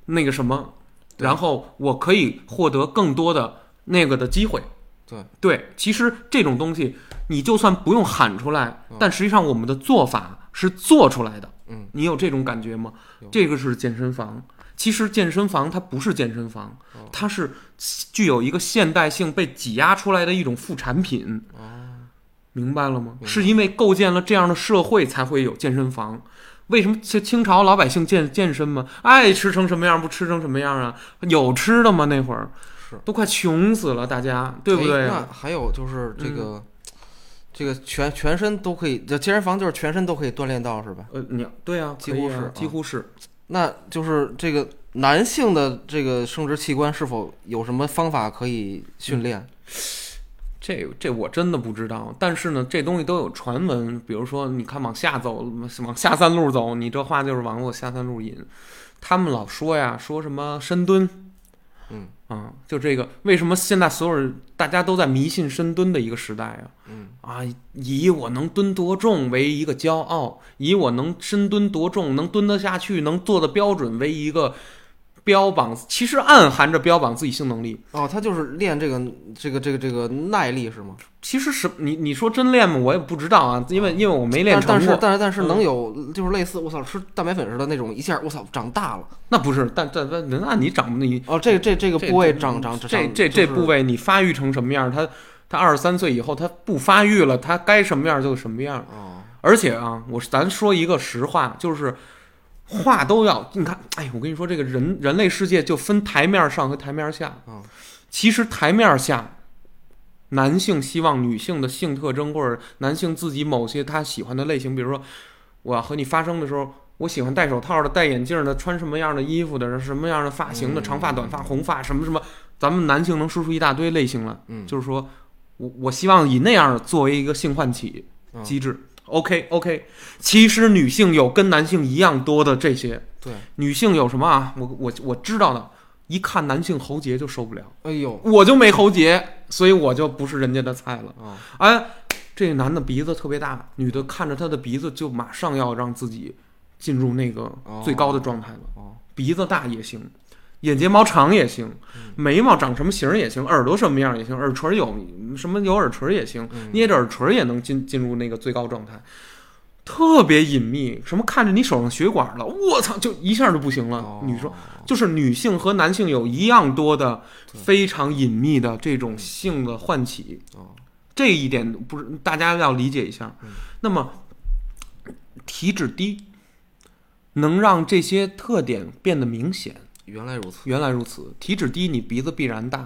[SPEAKER 1] 那个什么，
[SPEAKER 2] 对
[SPEAKER 1] 然后我可以获得更多的那个的机会。
[SPEAKER 2] 对
[SPEAKER 1] 对，其实这种东西，你就算不用喊出来，但实际上我们的做法是做出来的。
[SPEAKER 2] 嗯，
[SPEAKER 1] 你有这种感觉吗
[SPEAKER 2] 有？
[SPEAKER 1] 这个是健身房。其实健身房它不是健身房，
[SPEAKER 2] 哦
[SPEAKER 1] 它是具有一个现代性被挤压出来的一种副产品。
[SPEAKER 2] 哦，
[SPEAKER 1] 明白了吗？
[SPEAKER 2] 白
[SPEAKER 1] 是因为构建了这样的社会才会有健身房。为什么清清朝老百姓健健身吗？爱吃成什么样不吃成什么样啊？有吃的吗？那会儿
[SPEAKER 2] 是
[SPEAKER 1] 都快穷死了，大家对不对
[SPEAKER 2] 哎
[SPEAKER 1] 啊？
[SPEAKER 2] 嗯那还有就是这个，这个全全身都可以，这健身房就是全身都可以锻炼到是吧？
[SPEAKER 1] 呃，你对啊，
[SPEAKER 2] 几
[SPEAKER 1] 可以
[SPEAKER 2] 乎
[SPEAKER 1] 啊
[SPEAKER 2] 是
[SPEAKER 1] 几
[SPEAKER 2] 啊
[SPEAKER 1] 乎是，
[SPEAKER 2] 那就是这个男性的这个生殖器官是否有什么方法可以训练？
[SPEAKER 1] 这这我真的不知道，但是呢，这东西都有传闻，比如说你看往下走，往下三路走，你这话就是往我下三路引。他们老说呀，说什么深蹲，
[SPEAKER 2] 嗯
[SPEAKER 1] 啊，就这个，为什么现在所有人大家都在迷信深蹲的一个时代啊？
[SPEAKER 2] 嗯
[SPEAKER 1] 啊，以我能蹲多重为一个骄傲，以我能深蹲多重，能蹲得下去，能做的标准为一个标榜，其实暗含着标榜自己性能力。
[SPEAKER 2] 哦，他就是练这个这个这个这个耐力是吗？
[SPEAKER 1] 其实是你你说真练吗？我也不知道啊，因为因为我没练
[SPEAKER 2] 但但
[SPEAKER 1] 成
[SPEAKER 2] 是
[SPEAKER 1] 过。
[SPEAKER 2] 但是但是能有就是类似我操吃蛋白粉似的那种一下我操长大了
[SPEAKER 1] 那不是，但但但那你长你
[SPEAKER 2] 哦，这这这个
[SPEAKER 1] 这
[SPEAKER 2] 部位长长
[SPEAKER 1] 这这这部
[SPEAKER 2] 位
[SPEAKER 1] 位你发育成什么样，它它二十三岁以后它不发育了，它该什么样就什么样。
[SPEAKER 2] 哦，
[SPEAKER 1] 而且啊，我是咱说一个实话，就是话都要你看，哎，我跟你说，这个人人类世界就分台面上和台面下
[SPEAKER 2] 嗯。
[SPEAKER 1] 其实台面下，男性希望女性的性特征，或者男性自己某些他喜欢的类型，比如说我要和你发生的时候。我喜欢戴手套的、戴眼镜的、穿什么样的衣服的、什么样的发型的、
[SPEAKER 2] 嗯
[SPEAKER 1] 长发、短发、红发，什么什么，咱们男性能说出一大堆类型来。
[SPEAKER 2] 嗯
[SPEAKER 1] 就是说我我希望以那样作为一个性唤起
[SPEAKER 2] 嗯
[SPEAKER 1] 机制。OK OK，其实女性有跟男性一样多的这些，
[SPEAKER 2] 对，
[SPEAKER 1] 女性有什么啊？我我我知道的，一看男性喉结就受不了，
[SPEAKER 2] 哎呦
[SPEAKER 1] 我就没喉结，所以我就不是人家的菜了。
[SPEAKER 2] 啊
[SPEAKER 1] 哎，这男的鼻子特别大，女的看着他的鼻子就马上要让自己进入那个最高的状态了。
[SPEAKER 2] 哦
[SPEAKER 1] 鼻子大也行，眼睫毛长也行，眉毛长什么型儿也行，耳朵什么样儿也行，耳垂有什么有耳垂也行，
[SPEAKER 2] 嗯
[SPEAKER 1] 捏着耳垂也能进进入那个最高状态，特别隐秘。什么看着你手上血管了，我操，就一下就不行了
[SPEAKER 2] 哦。
[SPEAKER 1] 女生就是女性和男性有一样多的
[SPEAKER 2] 对
[SPEAKER 1] 非常隐秘的这种性的唤起，
[SPEAKER 2] 哦
[SPEAKER 1] 这一点不是大家要理解一下
[SPEAKER 2] 嗯。
[SPEAKER 1] 那么体脂低能让这些特点变得明显。
[SPEAKER 2] 原来如此
[SPEAKER 1] 原来如此，体脂低，你鼻子必然大；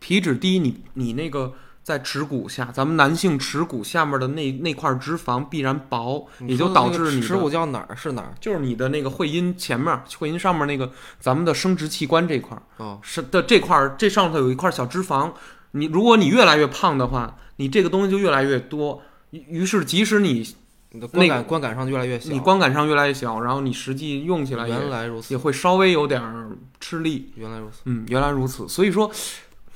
[SPEAKER 1] 体脂低你，你那个在耻骨下，咱们男性耻骨下面的那那块脂肪必然薄，也就导致你
[SPEAKER 2] 耻骨
[SPEAKER 1] 的
[SPEAKER 2] 叫哪儿是哪儿
[SPEAKER 1] 就是你的那个会阴前面，会阴上面那个咱们的生殖器官这块儿
[SPEAKER 2] 哦
[SPEAKER 1] 是的这块儿，这上头有一块小脂肪，你如果你越来越胖的话，你这个东西就越来越多。于于是，即使你
[SPEAKER 2] 你的
[SPEAKER 1] 那
[SPEAKER 2] 观
[SPEAKER 1] 个
[SPEAKER 2] 感观感上越来越小
[SPEAKER 1] 你观感上越来越小，然后你实际用起来也
[SPEAKER 2] 原来如
[SPEAKER 1] 也
[SPEAKER 2] 此
[SPEAKER 1] 会稍微有点儿吃力。
[SPEAKER 2] 原来如此
[SPEAKER 1] 嗯，原来如此。所以说，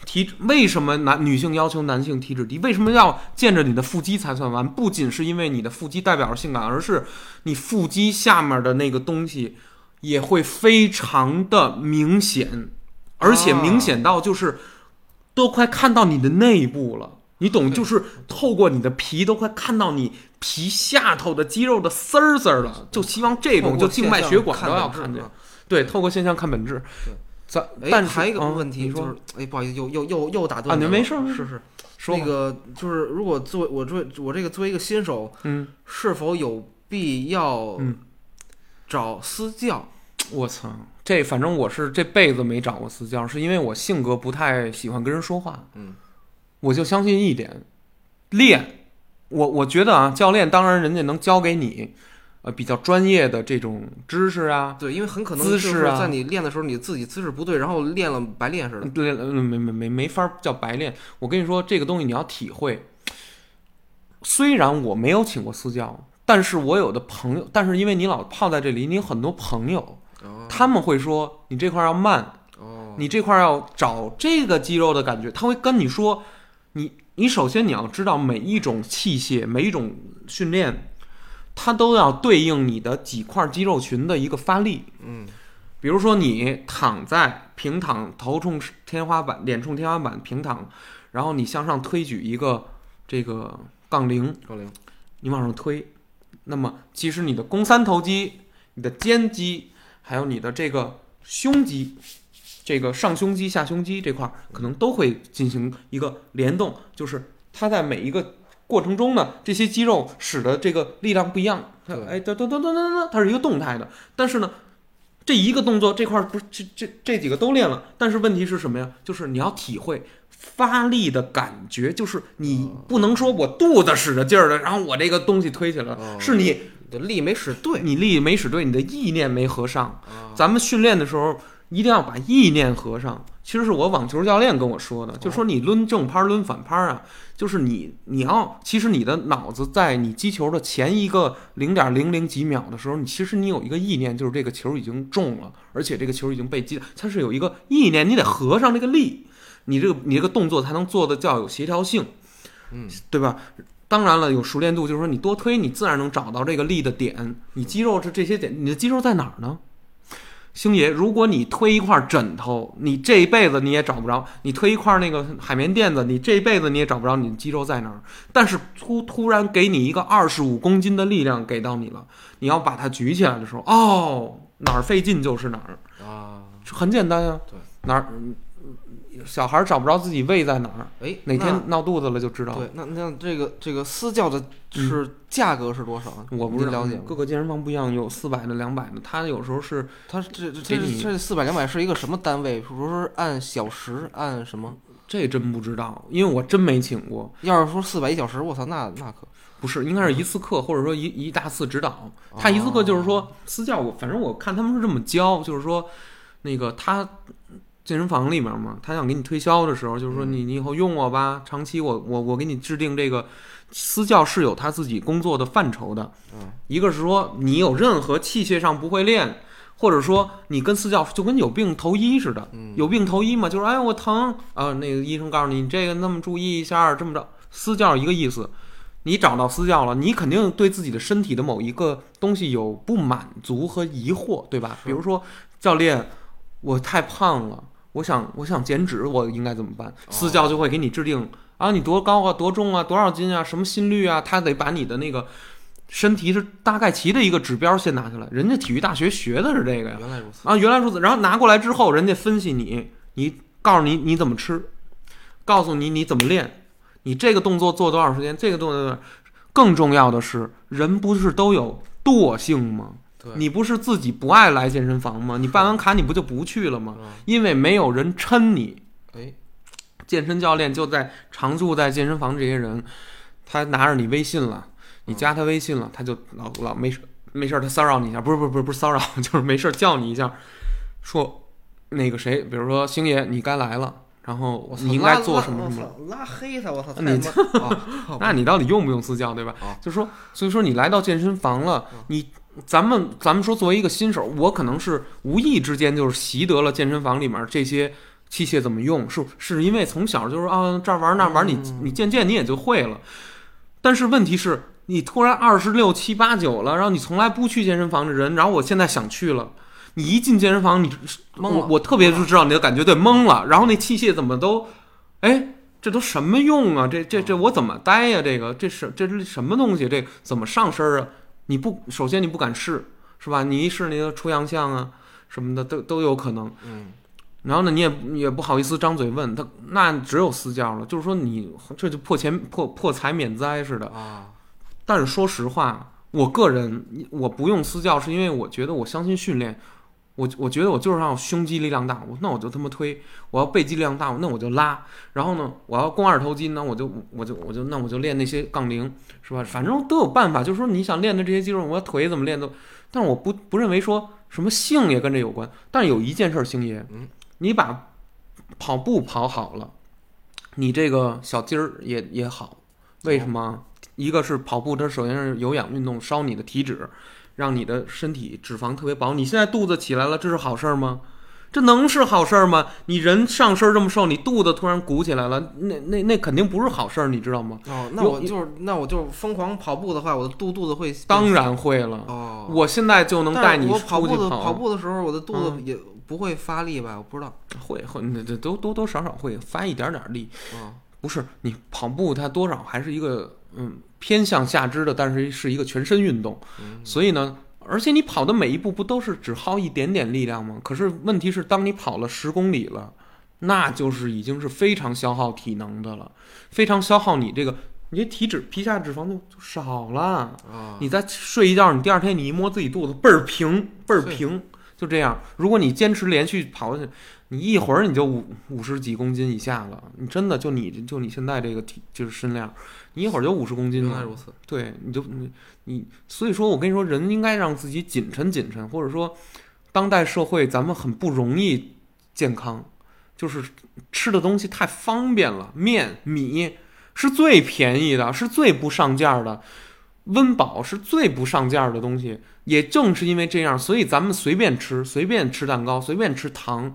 [SPEAKER 1] 体为什么男女性要求男性体脂低？为什么要见着你的腹肌才算完？不仅是因为你的腹肌代表着性感，而是你腹肌下面的那个东西也会非常的明显，而且
[SPEAKER 2] 啊
[SPEAKER 1] 明显到就是都快看到你的内部了。你懂，
[SPEAKER 2] 对
[SPEAKER 1] 就是透过你的皮都快看到你皮下头的肌肉的丝儿丝儿了，就希望这种就静脉血管都要看见
[SPEAKER 2] 见。。
[SPEAKER 1] 对，透过现象看本质
[SPEAKER 2] 对。
[SPEAKER 1] 咱
[SPEAKER 2] 哎，
[SPEAKER 1] 但是
[SPEAKER 2] 还有一个
[SPEAKER 1] 嗯
[SPEAKER 2] 问题
[SPEAKER 1] 你
[SPEAKER 2] 就
[SPEAKER 1] 说
[SPEAKER 2] 是，哎，不好意思，又又又又打断
[SPEAKER 1] 啊
[SPEAKER 2] 您
[SPEAKER 1] 您没
[SPEAKER 2] 了
[SPEAKER 1] 事儿没事
[SPEAKER 2] 是
[SPEAKER 1] 儿
[SPEAKER 2] 是，
[SPEAKER 1] 说
[SPEAKER 2] 那
[SPEAKER 1] 吧
[SPEAKER 2] 个就是，如果作为我作为我这个作为一个新手，
[SPEAKER 1] 嗯，
[SPEAKER 2] 是否有必要
[SPEAKER 1] 嗯
[SPEAKER 2] 找私教？
[SPEAKER 1] 我操，这反正我是这辈子没找过私教，是因为我性格不太喜欢跟人说话。
[SPEAKER 2] 嗯，
[SPEAKER 1] 我就相信一点，练，我我觉得啊，教练当然人家能教给你，呃，比较专业的这种知识啊，
[SPEAKER 2] 对，因为很可能
[SPEAKER 1] 姿
[SPEAKER 2] 就
[SPEAKER 1] 势
[SPEAKER 2] 是
[SPEAKER 1] 啊
[SPEAKER 2] 在你练的时候，你自己姿势不对，然后练了白练似的。
[SPEAKER 1] 对，呃没没没没法叫白练。我跟你说，这个东西你要体会。虽然我没有请过私教，但是我有的朋友，但是因为你老泡在这里，你有很多朋友，
[SPEAKER 2] 哦
[SPEAKER 1] 他们会说你这块儿要慢，
[SPEAKER 2] 哦，
[SPEAKER 1] 你这块儿要找这个肌肉的感觉，他会跟你说，你你首先你要知道每一种器械，每一种训练，它都要对应你的几块肌肉群的一个发力。
[SPEAKER 2] 嗯
[SPEAKER 1] 比如说你躺在平躺，头冲天花板，脸冲天花板平躺，然后你向上推举一个这个杠铃，
[SPEAKER 2] 高龄
[SPEAKER 1] 你往上推，那么其实你的肱三头肌、你的肩肌，还有你的这个胸肌，这个上胸肌、下胸肌这块儿，可能都会进行一个联动，就是它在每一个过程中呢，这些肌肉使得这个力量不一样，它
[SPEAKER 2] 对
[SPEAKER 1] 哎，噔噔噔噔噔噔，它是一个动态的，但是呢。这一个动作这块儿不是这这这几个都练了，但是问题是什么呀？就是你要体会发力的感觉，就是你不能说我肚子使着劲儿了，然后我这个东西推起来
[SPEAKER 2] 哦
[SPEAKER 1] 了，是你
[SPEAKER 2] 你的力没使对，
[SPEAKER 1] 你力没使对，你的意念没合上。
[SPEAKER 2] 啊
[SPEAKER 1] 咱们训练的时候一定要把意念合上。其实是我网球教练跟我说
[SPEAKER 2] 哦
[SPEAKER 1] 的，就说你抡正拍儿抡反拍儿啊，就是你你要其实你的脑子在你击球的前一个零点零零几秒的时候，你其实你有一个意念，就是这个球已经中了，而且这个球已经被击，它是有一个意念，你得合上这个力，你这个你这个动作才能做的较有协调性，
[SPEAKER 2] 嗯，
[SPEAKER 1] 对吧？当然了，有熟练度，就是说你多推，你自然能找到这个力的点。你肌肉这这些点，你的肌肉在哪儿呢？星爷，如果你推一块枕头，你这一辈子你也找不着；你推一块那个海绵垫子，你这一辈子你也找不着你的肌肉在哪儿。但是突突然给你一个二十五公斤的力量给到你了，你要把它举起来的时候，哦，哪儿费劲就是哪儿，
[SPEAKER 2] 啊，
[SPEAKER 1] 这很简单啊。
[SPEAKER 2] 对，
[SPEAKER 1] 哪儿嗯小孩找不着自己胃在哪儿，
[SPEAKER 2] 哎，
[SPEAKER 1] 哪
[SPEAKER 2] 那
[SPEAKER 1] 天闹肚子了就知道了。嗯
[SPEAKER 2] 对，那那这个这个私教的是价格是多少啊？
[SPEAKER 1] 我不是
[SPEAKER 2] 您了解吗
[SPEAKER 1] 各个健身房不一样，有四百的、两百的，他有时候是
[SPEAKER 2] 他这这
[SPEAKER 1] 给
[SPEAKER 2] 这
[SPEAKER 1] 你
[SPEAKER 2] 这四百两百是一个什么单位？是不是按小时按什么？
[SPEAKER 1] 这真不知道，因为我真没请过，
[SPEAKER 2] 要是说四百一小时，我操，那那可
[SPEAKER 1] 不是，应该是一次课，或者说一一大次指导。他一次课就是
[SPEAKER 2] 哦
[SPEAKER 1] 说私教，我反正我看他们是这么教，就是说那个他健身房里面嘛，他想给你推销的时候，就是说
[SPEAKER 2] 嗯
[SPEAKER 1] 你你以后用我吧，长期我我我给你制定这个私教是有他自己工作的范畴的，
[SPEAKER 2] 嗯，
[SPEAKER 1] 一个是说你有任何器械上不会练，或者说你跟私教就跟有病投医似的，
[SPEAKER 2] 嗯
[SPEAKER 1] 有病投医嘛，就是哎我疼啊，那个医生告诉你你这个那么注意一下，这么着，私教一个意思。你找到私教了，你肯定对自己的身体的某一个东西有不满足和疑惑，对吧？
[SPEAKER 2] 是
[SPEAKER 1] 比如说，教练，我太胖了，我想我想减脂，我应该怎么办？私教就会给你制定啊，你多高啊，多重啊，多少斤啊，什么心率啊，他得把你的那个身体是大概齐的一个指标先拿下来。人家体育大学学的是这个呀，
[SPEAKER 2] 原来如此，
[SPEAKER 1] 啊，原来如此。然后拿过来之后，人家分析你，你告诉你你怎么吃，告诉你你怎么练，你这个动作做多少时间，这个动作多少更重要的是，人不是都有惰性吗？
[SPEAKER 2] 对
[SPEAKER 1] 你不是自己不爱来健身房吗？你办完卡你不就不去了吗？
[SPEAKER 2] 嗯
[SPEAKER 1] 因为没有人抻你。
[SPEAKER 2] 哎，
[SPEAKER 1] 健身教练就在常住在健身房这些人，他拿着你微信了，
[SPEAKER 2] 嗯
[SPEAKER 1] 你加他微信了，他就老老没事没事儿，他骚扰你一下，不是不是不是不是骚扰， 就是没事儿叫你一下，说那个谁，比如说星爷你该来了，然后
[SPEAKER 2] 我操
[SPEAKER 1] 你应该做什么什么。
[SPEAKER 2] 么，拉黑他，我操，
[SPEAKER 1] 你
[SPEAKER 2] 太他妈啊
[SPEAKER 1] 那你到底用不用私教，对吧
[SPEAKER 2] 啊？
[SPEAKER 1] 就说，所以说你来到健身房了，你咱们咱们说作为一个新手，我可能是无意之间就是习得了健身房里面这些器械怎么用，是是因为从小就是啊这儿玩那儿玩，你你渐渐你也就会了。但是问题是，你突然二十六七八九了，然后你从来不去健身房的人，然后我现在想去了。你一进健身房，你我
[SPEAKER 2] 懵了嗯
[SPEAKER 1] 我特别就知道你的感觉，对，懵了。然后那器械怎么都，哎，这都什么用啊？这这这
[SPEAKER 2] 嗯
[SPEAKER 1] 我怎么待呀、这个这是这是什么东西？这怎么上身啊？你不首先你不敢试是吧？你一试你就出洋相啊什么的都都有可能。
[SPEAKER 2] 嗯，
[SPEAKER 1] 然后呢，你也也不好意思张嘴问他，那只有私教了。就是说你这就破钱破破财免灾似的。
[SPEAKER 2] 啊，
[SPEAKER 1] 但是说实话，我个人我不用私教，是因为我觉得我相信训练，我我觉得我就是要胸肌力量大，我那我就他妈推；我要背肌力量大，那我就拉。然后呢，我要肱二头肌，那我就我就我就那我就练那些杠铃，是吧？反正都有办法。就是说你想练的这些肌肉，我要腿怎么练都，但是我不不认为说什么性也跟这有关。但是有一件事儿，星爷，
[SPEAKER 2] 嗯
[SPEAKER 1] 你把跑步跑好了，你这个小鸡儿也也好，为什么？
[SPEAKER 2] 哦
[SPEAKER 1] 一个是跑步，它首先是有氧运动，烧你的体脂，让你的身体脂肪特别薄。你现在肚子起来了，这是好事儿吗？这能是好事儿吗？你人上身这么瘦，你肚子突然鼓起来了，那那那肯定不是好事儿，你知道吗？
[SPEAKER 2] 哦，那
[SPEAKER 1] 有
[SPEAKER 2] 我就是那我就是疯狂跑步的话，我的肚肚子会
[SPEAKER 1] 当然会了，
[SPEAKER 2] 哦，
[SPEAKER 1] 我现在就能带
[SPEAKER 2] 但
[SPEAKER 1] 你出
[SPEAKER 2] 是我
[SPEAKER 1] 去
[SPEAKER 2] 跑步的跑
[SPEAKER 1] 跑嗯
[SPEAKER 2] 步的时候，我的肚子也不会发力吧？我不知道，
[SPEAKER 1] 会会，你这都多多少少会发一点点力。
[SPEAKER 2] 嗯，
[SPEAKER 1] 不是你跑步，它多少还是一个嗯偏向下肢的，但是是一个全身运动，
[SPEAKER 2] 嗯
[SPEAKER 1] 所以呢，而且你跑的每一步不都是只耗一点点力量吗？可是问题是，当你跑了十公里了，那就是已经是非常消耗体能的了，非常消耗你这个你这体脂皮下脂肪就就少了。
[SPEAKER 2] 啊，
[SPEAKER 1] 你再睡一觉，你第二天你一摸自己肚子倍儿平，倍儿平，就这样。如果你坚持连续跑下去，你一会儿你就五五十几公斤以下了，你真的就你就你现在这个体就是身量，你一会儿就五十公斤
[SPEAKER 2] 原来
[SPEAKER 1] 了。
[SPEAKER 2] 如此，
[SPEAKER 1] 对，你就你你，所以说我跟你说，人应该让自己谨慎谨慎，或者说，当代社会咱们很不容易健康，就是吃的东西太方便了，面米是最便宜的，是最不上价儿的，温饱是最不上价儿的东西。也正是因为这样，所以咱们随便吃，随便吃蛋糕，随便吃糖，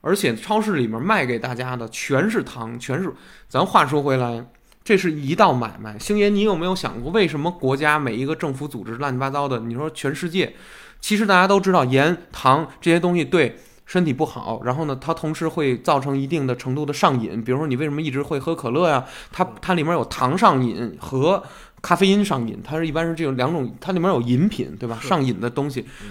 [SPEAKER 1] 而且超市里面卖给大家的全是糖，全是。咱话说回来。这是一道买卖。星爷，你有没有想过，为什么国家每一个政府组织乱七八糟的？你说全世界，其实大家都知道盐、糖这些东西对身体不好，然后呢，它同时会造成一定的程度的上瘾。比如说，你为什么一直会喝可乐呀、啊
[SPEAKER 2] 嗯
[SPEAKER 1] 它它里面有糖上瘾和咖啡因上瘾，它是一般是这种两种，它里面有饮品，对吧？
[SPEAKER 2] 是
[SPEAKER 1] 上瘾的东西
[SPEAKER 2] 嗯。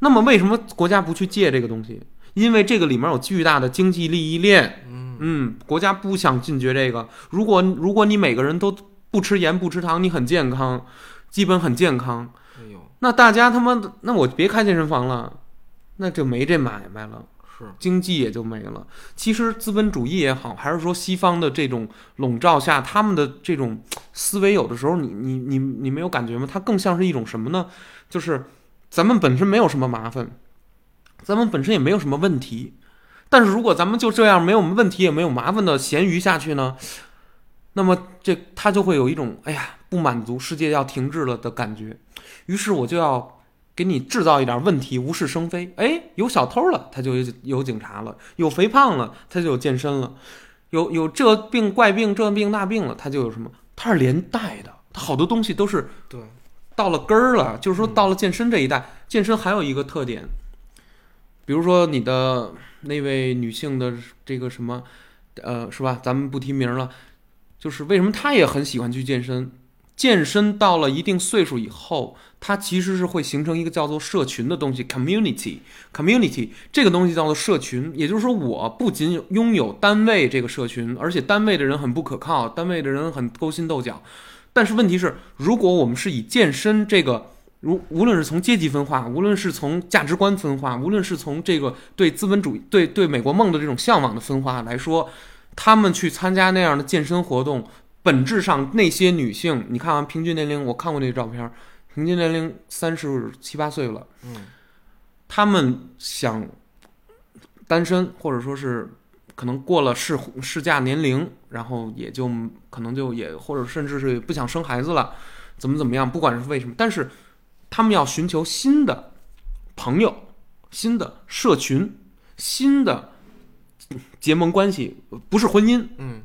[SPEAKER 1] 那么为什么国家不去戒这个东西？因为这个里面有巨大的经济利益链。
[SPEAKER 2] 嗯，
[SPEAKER 1] 嗯，国家不想禁绝这个。如果如果你每个人都不吃盐不吃糖，你很健康，基本很健康。
[SPEAKER 2] 哎呦，
[SPEAKER 1] 那大家他妈的，那我别开健身房了，那就没这买卖了，
[SPEAKER 2] 是，
[SPEAKER 1] 经济也就没了。其实资本主义也好，还是说西方的这种笼罩下，他们的这种思维，有的时候你你你你没有感觉吗？它更像是一种什么呢？就是咱们本身没有什么麻烦，咱们本身也没有什么问题，但是如果咱们就这样没有问题也没有麻烦的咸鱼下去呢，那么这他就会有一种哎呀不满足，世界要停滞了的感觉。于是我就要给你制造一点问题，无事生非。哎，有小偷了，他就有有警察了；有肥胖了，他就有健身了；有有这病怪病这病那病了，他就有什么？它是连带的，它好多东西都是
[SPEAKER 2] 对，
[SPEAKER 1] 到了根儿了，就是说
[SPEAKER 2] 嗯
[SPEAKER 1] 到了健身这一代，健身还有一个特点，比如说你的那位女性的这个什么，呃，是吧？咱们不提名了，就是为什么她也很喜欢去健身？健身到了一定岁数以后，它其实是会形成一个叫做社群的东西 （community）。community 这个东西叫做社群，也就是说，我不仅有拥有单位这个社群，而且单位的人很不可靠，单位的人很勾心斗角。但是问题是，如果我们是以健身这个，如无论是从阶级分化，无论是从价值观分化，无论是从这个对资本主义、对对美国梦的这种向往的分化来说，他们去参加那样的健身活动，本质上那些女性，你看啊，平均年龄，我看过那个照片，平均年龄三十七八岁了，
[SPEAKER 2] 嗯，
[SPEAKER 1] 他们想单身，或者说是可能过了适适嫁年龄，然后也就可能就也或者甚至是不想生孩子了，怎么怎么样，不管是为什么，但是他们要寻求新的朋友、新的社群、新的结盟关系，不是婚姻，
[SPEAKER 2] 嗯，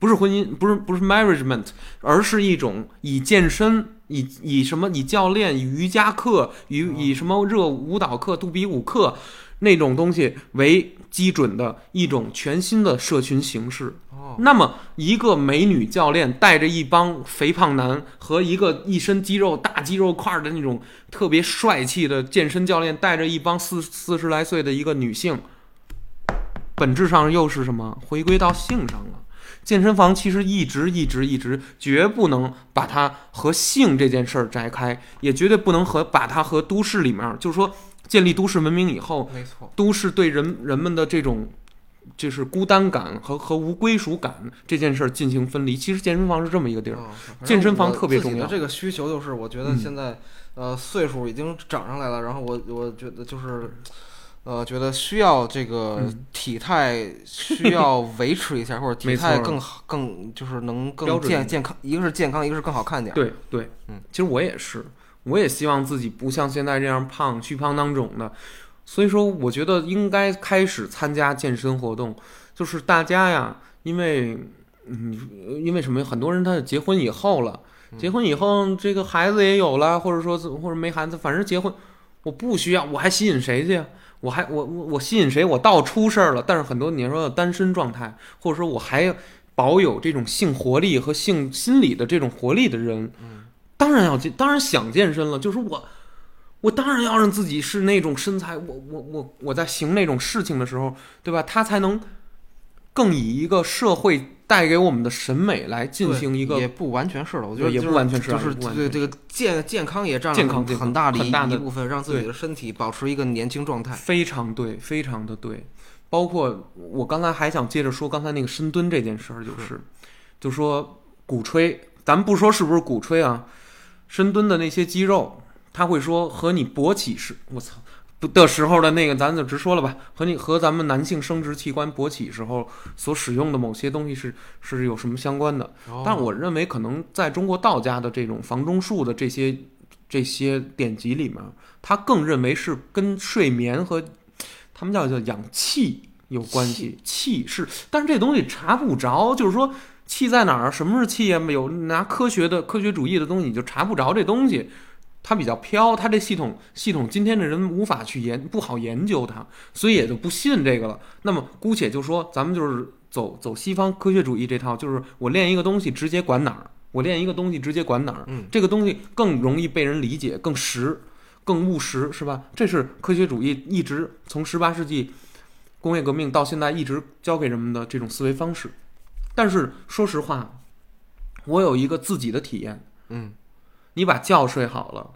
[SPEAKER 1] 不是婚姻，不是不是 marriagement，而是一种以健身、以以什么、以教练、以瑜伽课、以
[SPEAKER 2] 哦
[SPEAKER 1] 以什么热舞蹈课、肚皮舞课那种东西为基准的一种全新的社群形式。
[SPEAKER 2] 哦，
[SPEAKER 1] 那么，一个美女教练带着一帮肥胖男和一个一身肌肉、大肌肉块儿的那种特别帅气的健身教练，带着一帮四四十来岁的一个女性，本质上又是什么？回归到性上了。健身房其实一直一直一直绝不能把它和性这件事儿摘开，也绝对不能和把它和都市里面儿，就是说建立都市文明以后，
[SPEAKER 2] 没错，
[SPEAKER 1] 都市对人人们的这种就是孤单感和和无归属感这件事儿进行分离。其实健身房是这么一个地儿，
[SPEAKER 2] 哦反正
[SPEAKER 1] 健身房
[SPEAKER 2] 我
[SPEAKER 1] 特别
[SPEAKER 2] 自己
[SPEAKER 1] 重
[SPEAKER 2] 的
[SPEAKER 1] 要
[SPEAKER 2] 这个需求就是，我觉得
[SPEAKER 1] 嗯
[SPEAKER 2] 现在，呃，岁数已经长上来了，然后我我觉得就是。呃，觉得需要这个
[SPEAKER 1] 嗯
[SPEAKER 2] 体态需要维持一 下，或者体
[SPEAKER 1] 没错
[SPEAKER 2] 态更好，更就是能
[SPEAKER 1] 标
[SPEAKER 2] 更
[SPEAKER 1] 准一
[SPEAKER 2] 健
[SPEAKER 1] 点
[SPEAKER 2] 健康，一个是健康，一个是更好看点儿。
[SPEAKER 1] 对对，
[SPEAKER 2] 嗯，
[SPEAKER 1] 其实我也是，我也希望自己不像现在这样胖，虚胖当肿的。所以说，我觉得应该开始参加健身活动，就是大家呀，因为嗯，因为什么？很多人他结婚以后了，结婚以后这个孩子也有了，或者说是或者没孩子，反正结婚我不需要，我还吸引谁去呀？我还我我我吸引谁？我倒出事儿了。但是很多你说的单身状态，或者说我还保有这种性活力和性心理的这种活力的人，
[SPEAKER 2] 嗯
[SPEAKER 1] 当然要健，当然想健身了。就是我，我当然要让自己是那种身材，我我我我在行那种事情的时候，对吧？他才能更以一个社会带给我们的审美来进
[SPEAKER 2] 对
[SPEAKER 1] 行一个
[SPEAKER 2] 也不完全是了，我觉
[SPEAKER 1] 对
[SPEAKER 2] 得
[SPEAKER 1] 也
[SPEAKER 2] 就
[SPEAKER 1] 不完全是
[SPEAKER 2] 就
[SPEAKER 1] 啊
[SPEAKER 2] 是
[SPEAKER 1] 也不完全
[SPEAKER 2] 对这个健健康也占了
[SPEAKER 1] 健康健
[SPEAKER 2] 很
[SPEAKER 1] 康
[SPEAKER 2] 大的
[SPEAKER 1] 很
[SPEAKER 2] 一
[SPEAKER 1] 大的
[SPEAKER 2] 一部分，让自己
[SPEAKER 1] 对
[SPEAKER 2] 的身体保持一个年轻状态。
[SPEAKER 1] 非常对，非常的对。包括我刚才还想接着说刚才那个深蹲这件事儿，
[SPEAKER 2] 嗯
[SPEAKER 1] 就是，就说鼓吹，咱不说是不是鼓吹啊，深蹲的那些肌肉，他会说和你勃起时，我操。不的时候的那个，咱就直说了吧，和你和咱们男性生殖器官勃起时候所使用的某些东西是是有什么相关的？
[SPEAKER 2] 哦
[SPEAKER 1] 但我认为，可能在中国道家的这种房中术的这些这些典籍里面，他更认为是跟睡眠和他们叫叫养气有关系。气是，但是这东西查不着，就是说气在哪儿，什么是气呀？有拿科学的科学主义的东西，你就查不着这东西。它比较飘，它这系统系统今天的人无法去研不好研究它，所以也就不信这个了。那么姑且就说，咱们就是走走西方科学主义这套，就是我练一个东西直接管哪儿，我练一个东西直接管哪儿，
[SPEAKER 2] 嗯
[SPEAKER 1] 这个东西更容易被人理解，更实，更务实，是吧？这是科学主义一直从十八世纪工业革命到现在一直教给人们的这种思维方式。但是说实话，我有一个自己的体验，
[SPEAKER 2] 嗯，
[SPEAKER 1] 你把觉睡好了，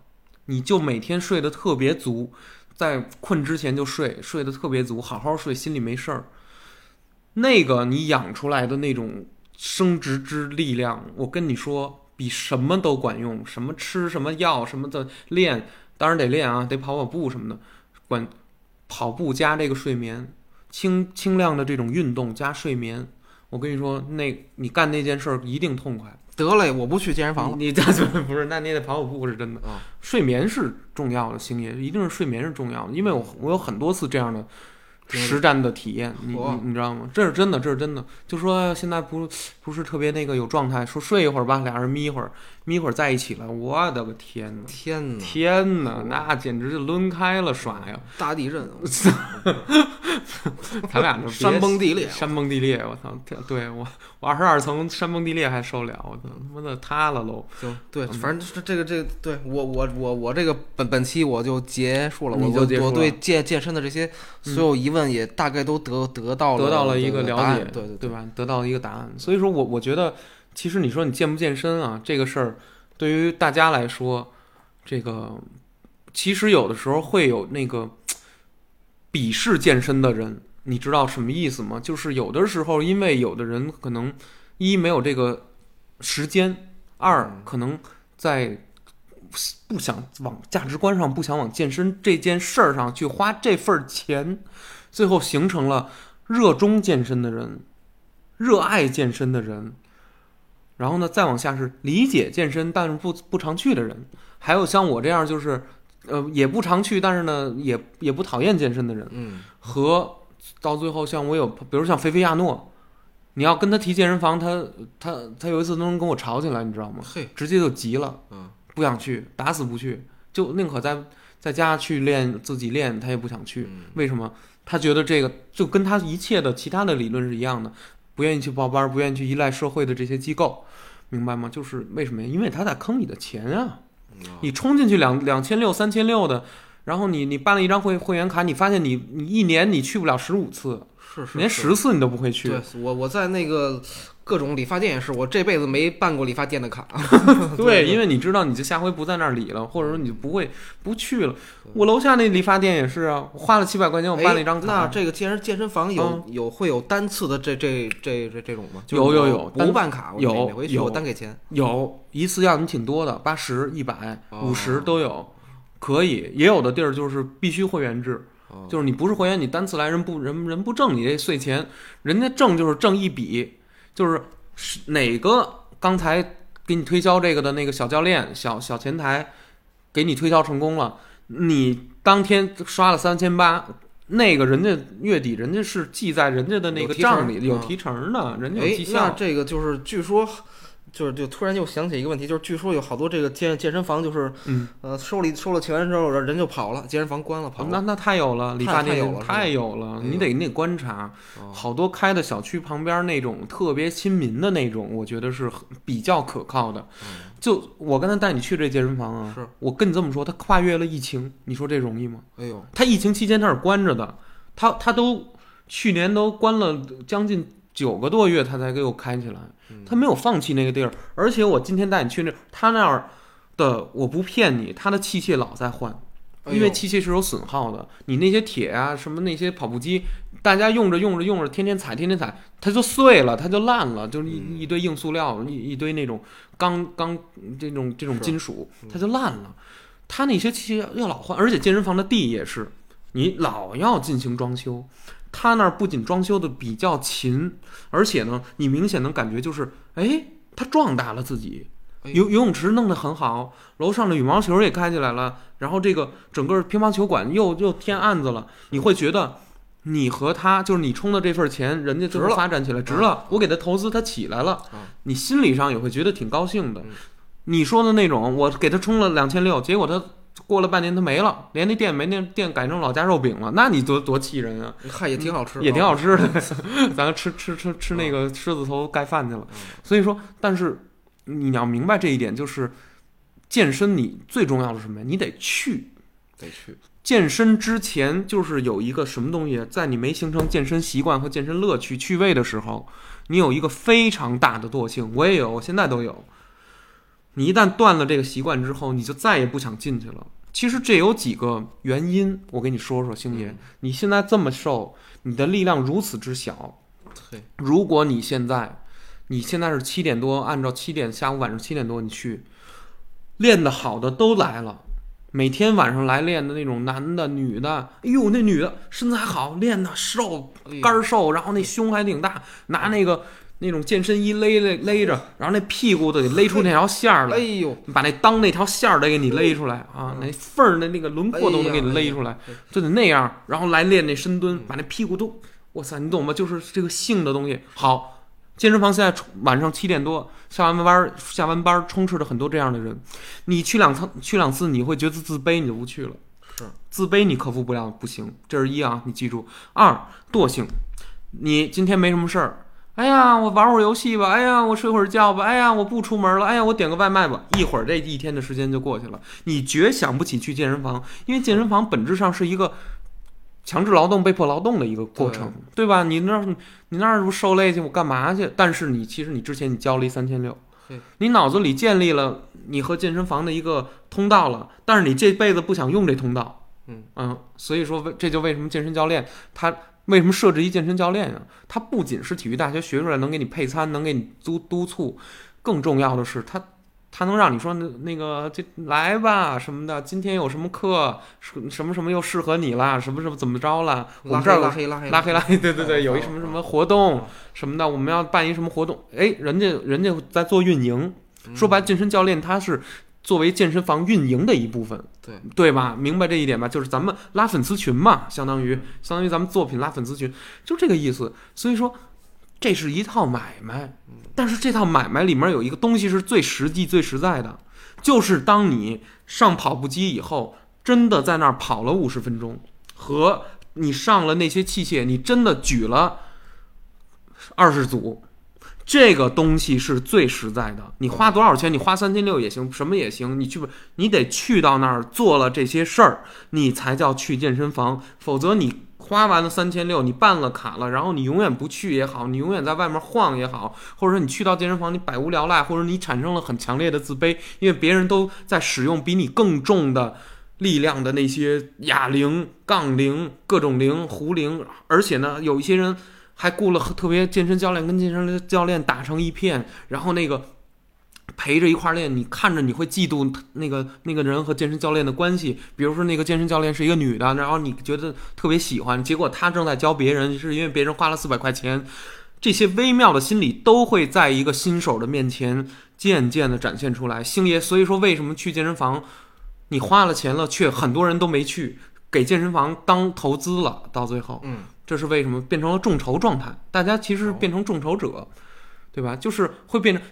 [SPEAKER 1] 你就每天睡得特别足，在困之前就睡，睡得特别足，好好睡，心里没事儿。那个你养出来的那种生殖之力量，我跟你说，比什么都管用，什么吃什么药什么的练，当然得练啊，得跑跑步什么的，管跑步加这个睡眠，轻轻量的这种运动加睡眠，我跟你说，那你干那件事儿一定痛快。
[SPEAKER 2] 得嘞，我不去健身房了。
[SPEAKER 1] 你你 这不是？那你也得跑跑步是真的。
[SPEAKER 2] 啊
[SPEAKER 1] 睡眠是重要的，星爷一定是睡眠是重要的，因为我
[SPEAKER 2] 嗯
[SPEAKER 1] 我有很多次这样的
[SPEAKER 2] 经历
[SPEAKER 1] 实战的体验，你
[SPEAKER 2] 哇
[SPEAKER 1] 你你知道吗？这是真的，这是真的。就说现在不不是特别那个有状态，说睡一会儿吧，俩人眯一会儿，眯一会儿在一起了，我的个天呐，
[SPEAKER 2] 天哪，
[SPEAKER 1] 天呐，那简直就抡开了耍 呀！
[SPEAKER 2] 大地震，啊
[SPEAKER 1] 咱俩就别
[SPEAKER 2] 山崩地裂，
[SPEAKER 1] 山崩地裂，我操！天对我我二十二层山崩地裂还受不了，我操他妈的塌了喽！
[SPEAKER 2] 行，对，
[SPEAKER 1] 嗯
[SPEAKER 2] 反正这这个这个，对我我我我这个本本期我就结束了，我
[SPEAKER 1] 你就
[SPEAKER 2] 我
[SPEAKER 1] 结束
[SPEAKER 2] 我
[SPEAKER 1] 了嗯
[SPEAKER 2] 对健健身的这些所有疑问也大概都得得到了
[SPEAKER 1] 得到了
[SPEAKER 2] 了
[SPEAKER 1] 一个了
[SPEAKER 2] 答案
[SPEAKER 1] 解，
[SPEAKER 2] 对对
[SPEAKER 1] 对吧？得到了一个答案。所以说我我觉得，其实你说你健不健身啊，这个事儿对于大家来说，这个其实有的时候会有那个鄙视健身的人，你知道什么意思吗？就是有的时候，因为有的人可能一没有这个时间，二
[SPEAKER 2] 嗯
[SPEAKER 1] 可能在。不想往价值观上，不想往健身这件事儿上去花这份儿钱，最后形成了热衷健身的人，热爱健身的人，然后呢，再往下是理解健身但是不不常去的人，还有像我这样就是，呃，也不常去，但是呢，也也不讨厌健身的人，
[SPEAKER 2] 嗯，
[SPEAKER 1] 和到最后像我有，比如像菲菲亚诺，你要跟他提健身房，他他他有一次都能跟我吵起来，你知道吗？
[SPEAKER 2] 嘿，
[SPEAKER 1] 直接就急了。
[SPEAKER 2] 嗯，
[SPEAKER 1] 不想去，打死不去，就宁可在在家去练自己练，他也不想去。
[SPEAKER 2] 嗯
[SPEAKER 1] 为什么？他觉得这个就跟他一切的其他的理论是一样的，不愿意去报班，不愿意去依赖社会的这些机构，明白吗？就是为什么？因为他在坑你的钱啊！
[SPEAKER 2] 嗯
[SPEAKER 1] 你冲进去两两千六、三千六的，然后你你办了一张会会员卡，你发现你你一年你去不了十五次，
[SPEAKER 2] 是是
[SPEAKER 1] 连
[SPEAKER 2] 是
[SPEAKER 1] 十次你都不会去。
[SPEAKER 2] 对我我在那个各种理发店也是，我这辈子没办过理发店的卡，
[SPEAKER 1] 对，因为你知道，你就下回不在那儿理了，或者说你就不会不去了。我楼下那理发店也是啊，我花了七百块钱，我办了一张
[SPEAKER 2] 哎那
[SPEAKER 1] 卡。嗯
[SPEAKER 2] 这个健身健身房有有会有单次的这这这这这种吗？就
[SPEAKER 1] 有
[SPEAKER 2] 是
[SPEAKER 1] 有
[SPEAKER 2] 我
[SPEAKER 1] 有单
[SPEAKER 2] 不办卡，我
[SPEAKER 1] 有
[SPEAKER 2] 每每回去
[SPEAKER 1] 有
[SPEAKER 2] 我单给钱。
[SPEAKER 1] 有一次要你挺多的，八十、一百、
[SPEAKER 2] 哦
[SPEAKER 1] 五十都有，可以。也有的地儿就是必须会员制，
[SPEAKER 2] 哦
[SPEAKER 1] 就是你不是会员，你单次来人不人人不挣你这碎钱，人家挣就是挣一笔，就是是哪个刚才给你推销这个的那个小教练、小小前台给你推销成功了，你当天刷了三千八。那个人家月底，人家是记在人家的那
[SPEAKER 2] 有
[SPEAKER 1] 个
[SPEAKER 2] 提成
[SPEAKER 1] 账里，有
[SPEAKER 2] 嗯
[SPEAKER 1] 提成的，人家有
[SPEAKER 2] 哎
[SPEAKER 1] 绩，效
[SPEAKER 2] 那。这个就是据说，就是就突然又想起一个问题，就是据说有好多这个健健身房就是，
[SPEAKER 1] 嗯
[SPEAKER 2] 呃，收了收了钱之后人就跑了，健身房关了跑
[SPEAKER 1] 那
[SPEAKER 2] 了。
[SPEAKER 1] 那太有了，理发
[SPEAKER 2] 太
[SPEAKER 1] 店
[SPEAKER 2] 有了是吧
[SPEAKER 1] 太有了，
[SPEAKER 2] 哎
[SPEAKER 1] 你
[SPEAKER 2] 呦
[SPEAKER 1] 得你得观察，
[SPEAKER 2] 哦
[SPEAKER 1] 好多开的小区旁边那种特别亲民的那种，我觉得是很比较可靠的。就我刚才带你去这健身房啊，
[SPEAKER 2] 嗯是
[SPEAKER 1] 我跟你这么说，它跨越了疫情，你说这容易吗？
[SPEAKER 2] 哎呦，
[SPEAKER 1] 它疫情期间它是关着的，它它都去年都关了将近九个多月，它才给我开起来
[SPEAKER 2] 嗯，
[SPEAKER 1] 它没有放弃那个地儿。而且我今天带你去那，它那儿的我不骗你，它的器械老在换，
[SPEAKER 2] 哎
[SPEAKER 1] 因为
[SPEAKER 2] 呦
[SPEAKER 1] 机器是有损耗的，你那些铁啊，什么那些跑步机，大家用着用着用着，天天踩，天天踩，它就碎了，它就烂了，就是
[SPEAKER 2] 嗯
[SPEAKER 1] 一一堆硬塑料，一一堆那种钢钢这种这种
[SPEAKER 2] 是
[SPEAKER 1] 金属
[SPEAKER 2] 嗯，
[SPEAKER 1] 它就烂了。它那些器械要老换，而且健身房的地也是，你老要进行装修。它那儿不仅装修的比较勤，而且呢，你明显能感觉就是，哎，它壮大了自己，
[SPEAKER 2] 哎
[SPEAKER 1] 游
[SPEAKER 2] 呦
[SPEAKER 1] 游泳池弄得很好，楼上的羽毛球也开起来了，然后这个整个乒乓球馆又又添案子了，你会觉得你和他就是你充的这份钱，人家最
[SPEAKER 2] 值
[SPEAKER 1] 后
[SPEAKER 2] 了啊
[SPEAKER 1] 发展起来值了，我给他投资，他起来了
[SPEAKER 2] 嗯，
[SPEAKER 1] 你心理上也会觉得挺高兴的
[SPEAKER 2] 嗯。
[SPEAKER 1] 你说的那种，我给他充了两千六，结果他过了半年他没了，连那店没那店改成老家肉饼了，那你多多气人啊！
[SPEAKER 2] 嗨，也挺好吃，
[SPEAKER 1] 也挺
[SPEAKER 2] 啊
[SPEAKER 1] 好吃的， 咱吃吃吃吃那个狮子头盖饭去了
[SPEAKER 2] 嗯。
[SPEAKER 1] 所以说，但是你要明白这一点，就是健身你最重要的是什么呀？你得去。
[SPEAKER 2] 得去。
[SPEAKER 1] 健身之前就是有一个什么东西，在你没形成健身习惯和健身乐趣趣味的时候，你有一个非常大的惰性，我也有，我现在都有。你一旦断了这个习惯之后，你就再也不想进去了。其实这有几个原因，我给你说说，星爷。
[SPEAKER 2] 嗯，
[SPEAKER 1] 你现在这么瘦，你的力量如此之小。
[SPEAKER 2] 对，
[SPEAKER 1] 如果你现在，你现在是七点多，按照七点下午晚上七点多你去，练得好的都来了，每天晚上来练的那种男的女的，哎呦那女的身材好，练的瘦
[SPEAKER 2] 哎呦
[SPEAKER 1] 杆儿瘦，然后那胸还挺大，拿那个那种健身衣勒勒勒着，然后那屁股都给勒出那条线儿来
[SPEAKER 2] 哎。呦，
[SPEAKER 1] 把那裆那条线儿得给你勒出来啊
[SPEAKER 2] 嗯，
[SPEAKER 1] 那缝儿的那个轮廓都能给你勒出来
[SPEAKER 2] 哎呀，
[SPEAKER 1] 就得那样，然后来练那深蹲
[SPEAKER 2] 嗯，
[SPEAKER 1] 把那屁股都，我操，你懂吗？就是这个性的东西。好，健身房现在充晚上七点多下完班儿下完班儿充斥着很多这样的人，你去两趟去两次你会觉得自卑，你就不去了。
[SPEAKER 2] 是
[SPEAKER 1] 自卑你克服不了，不行，这是一啊，你记住。二惰性，你今天没什么事儿。哎呀，我玩会儿游戏吧。哎呀，我睡会儿觉吧。哎呀，我不出门了。哎呀，我点个外卖吧。一会儿这一天的时间就过去了，你绝想不起去健身房，因为健身房本质上是一个强制劳动、被迫劳动的一个过程，对吧？你那儿你那儿不受累去，我干嘛去？但是你其实你之前你交了一三千六
[SPEAKER 2] 嘿，
[SPEAKER 1] 你脑子里建立了你和健身房的一个通道了，但是你这辈子不想用这通道。
[SPEAKER 2] 嗯
[SPEAKER 1] 所以说为这就为什么健身教练他为什么设置一健身教练呀、他不仅是体育大学学出来能给你配餐，能给你督督促，更重要的是他。他能让你说那那个这来吧什么的，今天有什么课，什什么什么又适合你啦，什么什么怎么着啦？我
[SPEAKER 2] 拉
[SPEAKER 1] 们这
[SPEAKER 2] 黑
[SPEAKER 1] 儿
[SPEAKER 2] 拉黑拉黑
[SPEAKER 1] 拉黑拉黑，对 对对，
[SPEAKER 2] 嗯
[SPEAKER 1] 有一
[SPEAKER 2] 好
[SPEAKER 1] 什么
[SPEAKER 2] 好
[SPEAKER 1] 什么活动
[SPEAKER 2] 好
[SPEAKER 1] 什么的，我们要办一什么活动，哎，人家人家在做运营，
[SPEAKER 2] 嗯
[SPEAKER 1] 说白，健身教练他是作为健身房运营的一部分，
[SPEAKER 2] 对
[SPEAKER 1] 对吧？明白这一点吧？就是咱们拉粉丝群嘛，相当于相当于咱们作品拉粉丝群，就这个意思。所以说，这是一套买卖，但是这套买卖里面有一个东西是最实际、最实在的，就是当你上跑步机以后，真的在那儿跑了五十分钟，和你上了那些器械，你真的举了二十组，这个东西是最实在的。你花多少钱，你花三千六也行，什么也行，你去不，你得去到那儿做了这些事儿，你才叫去健身房，否则你。花完了三千六，你办了卡了，然后你永远不去也好，你永远在外面晃也好，或者说你去到健身房你百无聊赖，或者你产生了很强烈的自卑，因为别人都在使用比你更重的力量的那些哑铃、杠铃、各种铃、壶铃，而且呢，有一些人还雇了特别健身教练跟健身教练打成一片，然后那个陪着一块儿练，你看着你会嫉妒那个那个人和健身教练的关系。比如说那个健身教练是一个女的，然后你觉得特别喜欢，结果她正在教别人，是因为别人花了四百块钱。这些微妙的心理都会在一个新手的面前渐渐的展现出来。星爷，所以说为什么去健身房你花了钱了，却很多人都没去，给健身房当投资了，到最后，
[SPEAKER 2] 嗯，
[SPEAKER 1] 这是为什么变成了众筹状态？大家其实
[SPEAKER 2] 哦
[SPEAKER 1] 变成众筹者，对吧？就是会变成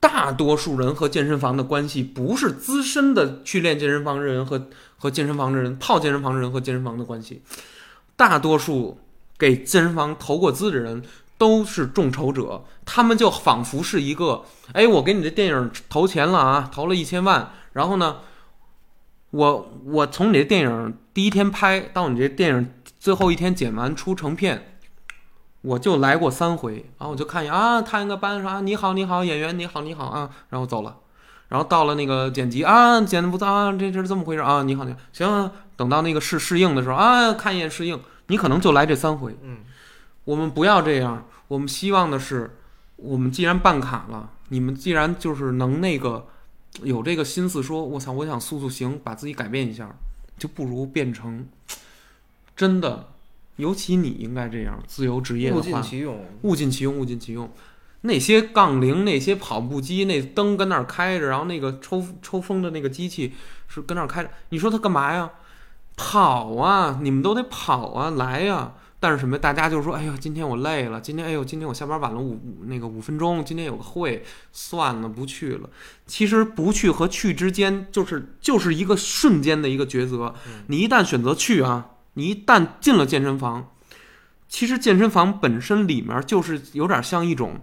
[SPEAKER 1] 大多数人和健身房的关系，不是资深的去练健身房的人和和健身房的人泡健身房的人和健身房的关系，大多数给健身房投过资的人。都是众筹者，他们就仿佛是一个，哎，我给你的电影投钱了啊，投了一千万，然后呢，我我从你这电影第一天拍到你这电影最后一天剪完出成片，我就来过三回，然后我就看一眼啊，探一个班说啊你好你好演员你好你好啊，然后走了，然后到了那个剪辑啊，剪的不错啊，这这是这么回事啊？你好，你好行。等到那个试试映的时候啊，看一眼试映，你可能就来这三回。
[SPEAKER 2] 嗯，
[SPEAKER 1] 我们不要这样，我们希望的是，我们既然办卡了，你们既然就是能那个有这个心思说，我操，我想塑塑形，把自己改变一下，就不如变成真的。尤其你应该这样，自由职业的
[SPEAKER 2] 物
[SPEAKER 1] 话，
[SPEAKER 2] 尽其用。
[SPEAKER 1] 物尽其用，物尽其用。那些杠铃，那些跑步机，那灯跟那儿开着，然后那个抽抽风的那个机器是跟那儿开着。你说它干嘛呀？跑啊！你们都得跑啊，来呀、但是什么？大家就说：“哎呦，今天我累了，今天哎呦，今天我下班晚了五那个五分钟，今天有个会，算了，不去了。”其实不去和去之间，就是就是一个瞬间的一个抉择
[SPEAKER 2] 嗯。
[SPEAKER 1] 你一旦选择去啊，你一旦进了健身房，其实健身房本身里面就是有点像一种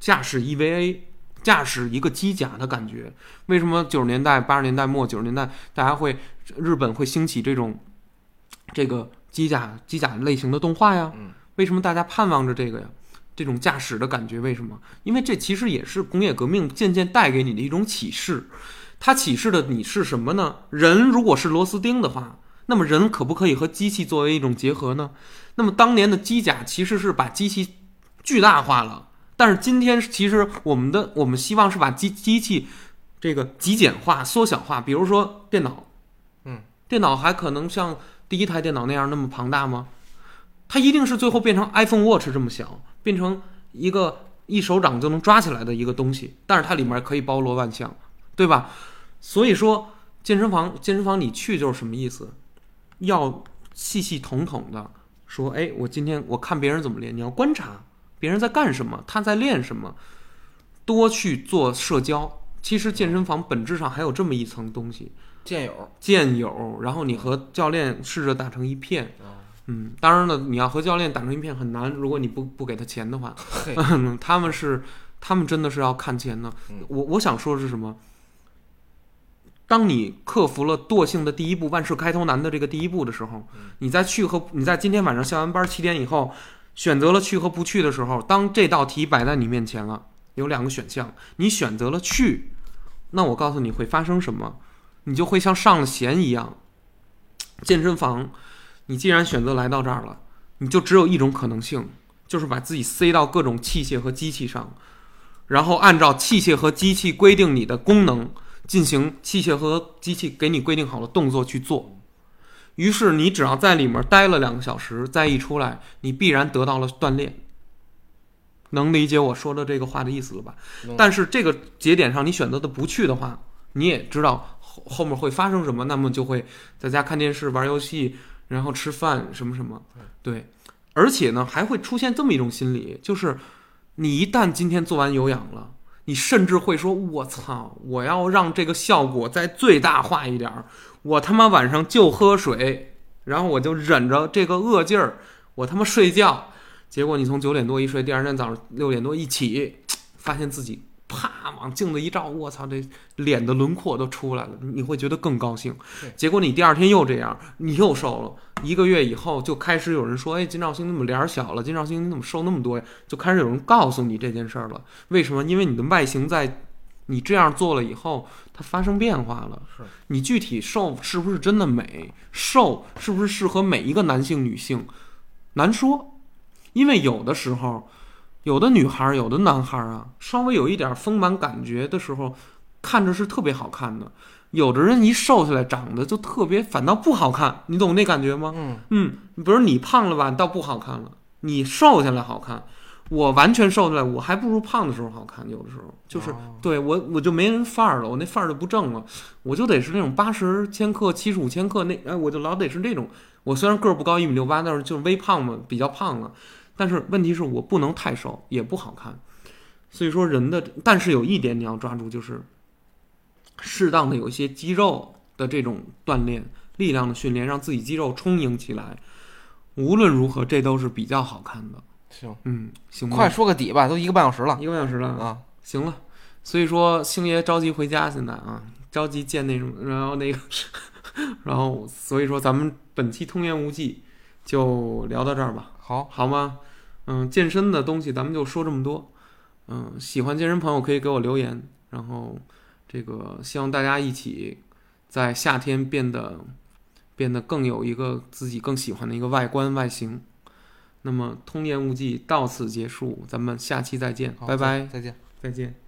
[SPEAKER 1] 驾驶 EVA、驾驶一个机甲的感觉。为什么九十年代、八十年代末、九十年代大家会日本会兴起这种这个机甲机甲类型的动画呀？
[SPEAKER 2] 嗯
[SPEAKER 1] 为什么大家盼望着这个呀？这种驾驶的感觉为什么？因为这其实也是工业革命渐渐带给你的一种启示。它启示的你是什么呢？人如果是螺丝钉的话，那么人可不可以和机器作为一种结合呢？那么当年的机甲其实是把机器巨大化了，但是今天其实我们的我们希望是把机机器这个极简化、缩小化，比如说电脑，
[SPEAKER 2] 嗯，
[SPEAKER 1] 电脑还可能像第一台电脑那样那么庞大吗？它一定是最后变成 iPhone Watch 这么小，变成一个一手掌就能抓起来的一个东西，但是它里面可以包罗万象，对吧？所以说健身房，健身房你去就是什么意思？要细细统统的说，哎，我今天我看别人怎么练，你要观察别人在干什么，他在练什么，多去做社交。其实健身房本质上还有这么一层东西，
[SPEAKER 2] 健友，
[SPEAKER 1] 见友，然后你和教练试着打成一片。嗯，当然了，你要和教练打成一片很难，如果你不不给他钱的话，
[SPEAKER 2] 嘿，
[SPEAKER 1] 他们是他们真的是要看钱的。
[SPEAKER 2] 嗯
[SPEAKER 1] 我我想说的是什么？当你克服了惰性的第一步，万事开头难的这个第一步的时候，你在去和你在今天晚上下完班七点以后，选择了去和不去的时候，当这道题摆在你面前了，有两个选项，你选择了去，那我告诉你会发生什么，你就会像上了弦一样。健身房，你既然选择来到这儿了，你就只有一种可能性，就是把自己塞到各种器械和机器上，然后按照器械和机器规定你的功能进行器械和机器给你规定好的动作去做。于是你只要在里面待了两个小时，再一出来，你必然得到了锻炼。能理解我说的这个话的意思了吧？
[SPEAKER 2] 能
[SPEAKER 1] 但是这个节点上你选择的不去的话，你也知道后后面会发生什么，那么就会在家看电视、玩游戏，然后吃饭什么什么。对，而且呢还会出现这么一种心理，就是你一旦今天做完有氧了，你甚至会说：“我操，我要让这个效果再最大化一点儿，我他妈晚上就喝水，然后我就忍着这个饿劲儿，我他妈睡觉。”结果你从九点多一睡，第二天早上六点多一起，发现自己啪往镜子一照，我操，这脸的轮廓都出来了，你会觉得更高兴
[SPEAKER 2] 对。
[SPEAKER 1] 结果你第二天又这样，你又瘦了。一个月以后就开始有人说：“哎，金兆星你怎么脸儿小了？金兆星你怎么瘦那么多呀？”就开始有人告诉你这件事儿了。为什么？因为你的外形在你这样做了以后，它发生变化了。
[SPEAKER 2] 是
[SPEAKER 1] 你具体瘦是不是真的美？瘦是不是适合每一个男性、女性？难说，因为有的时候，有的女孩儿、有的男孩儿啊，稍微有一点丰满感觉的时候，看着是特别好看的。有的人一瘦下来，长得就特别，反倒不好看，你懂那感觉吗？
[SPEAKER 2] 嗯，
[SPEAKER 1] 嗯，比如你胖了吧，倒不好看了；你瘦下来好看。我完全瘦下来，我还不如胖的时候好看。有的时候就是
[SPEAKER 2] 哦
[SPEAKER 1] 对我，我就没人范儿了，我那范儿就不正了，我就得是那种八十千克、七十五千克那，哎，我就老得是那种。我虽然个儿不高，一米六八，但是就是微胖嘛，比较胖了。但是问题是我不能太瘦，也不好看。所以说人的，但是有一点你要抓住，就是适当的有一些肌肉的这种锻炼、力量的训练，让自己肌肉充盈起来。无论如何，这都是比较好看的。
[SPEAKER 2] 行，
[SPEAKER 1] 嗯，行吧，
[SPEAKER 2] 快说个底吧，都一个半小时了
[SPEAKER 1] 一个半小时了啊。
[SPEAKER 2] 啊。
[SPEAKER 1] 行了，所以说星爷着急回家，现在啊，着急见那什么，然后那个， 然后所以说咱们本期通言无忌就聊到这儿吧，
[SPEAKER 2] 好，
[SPEAKER 1] 好吗？嗯，健身的东西咱们就说这么多。嗯，喜欢健身朋友可以给我留言，然后这个希望大家一起在夏天变得变得更有一个自己更喜欢的一个外观外形。那么，通言无忌到此结束，咱们下期再见，
[SPEAKER 2] 好
[SPEAKER 1] 拜拜，
[SPEAKER 2] 再见。
[SPEAKER 1] 再见。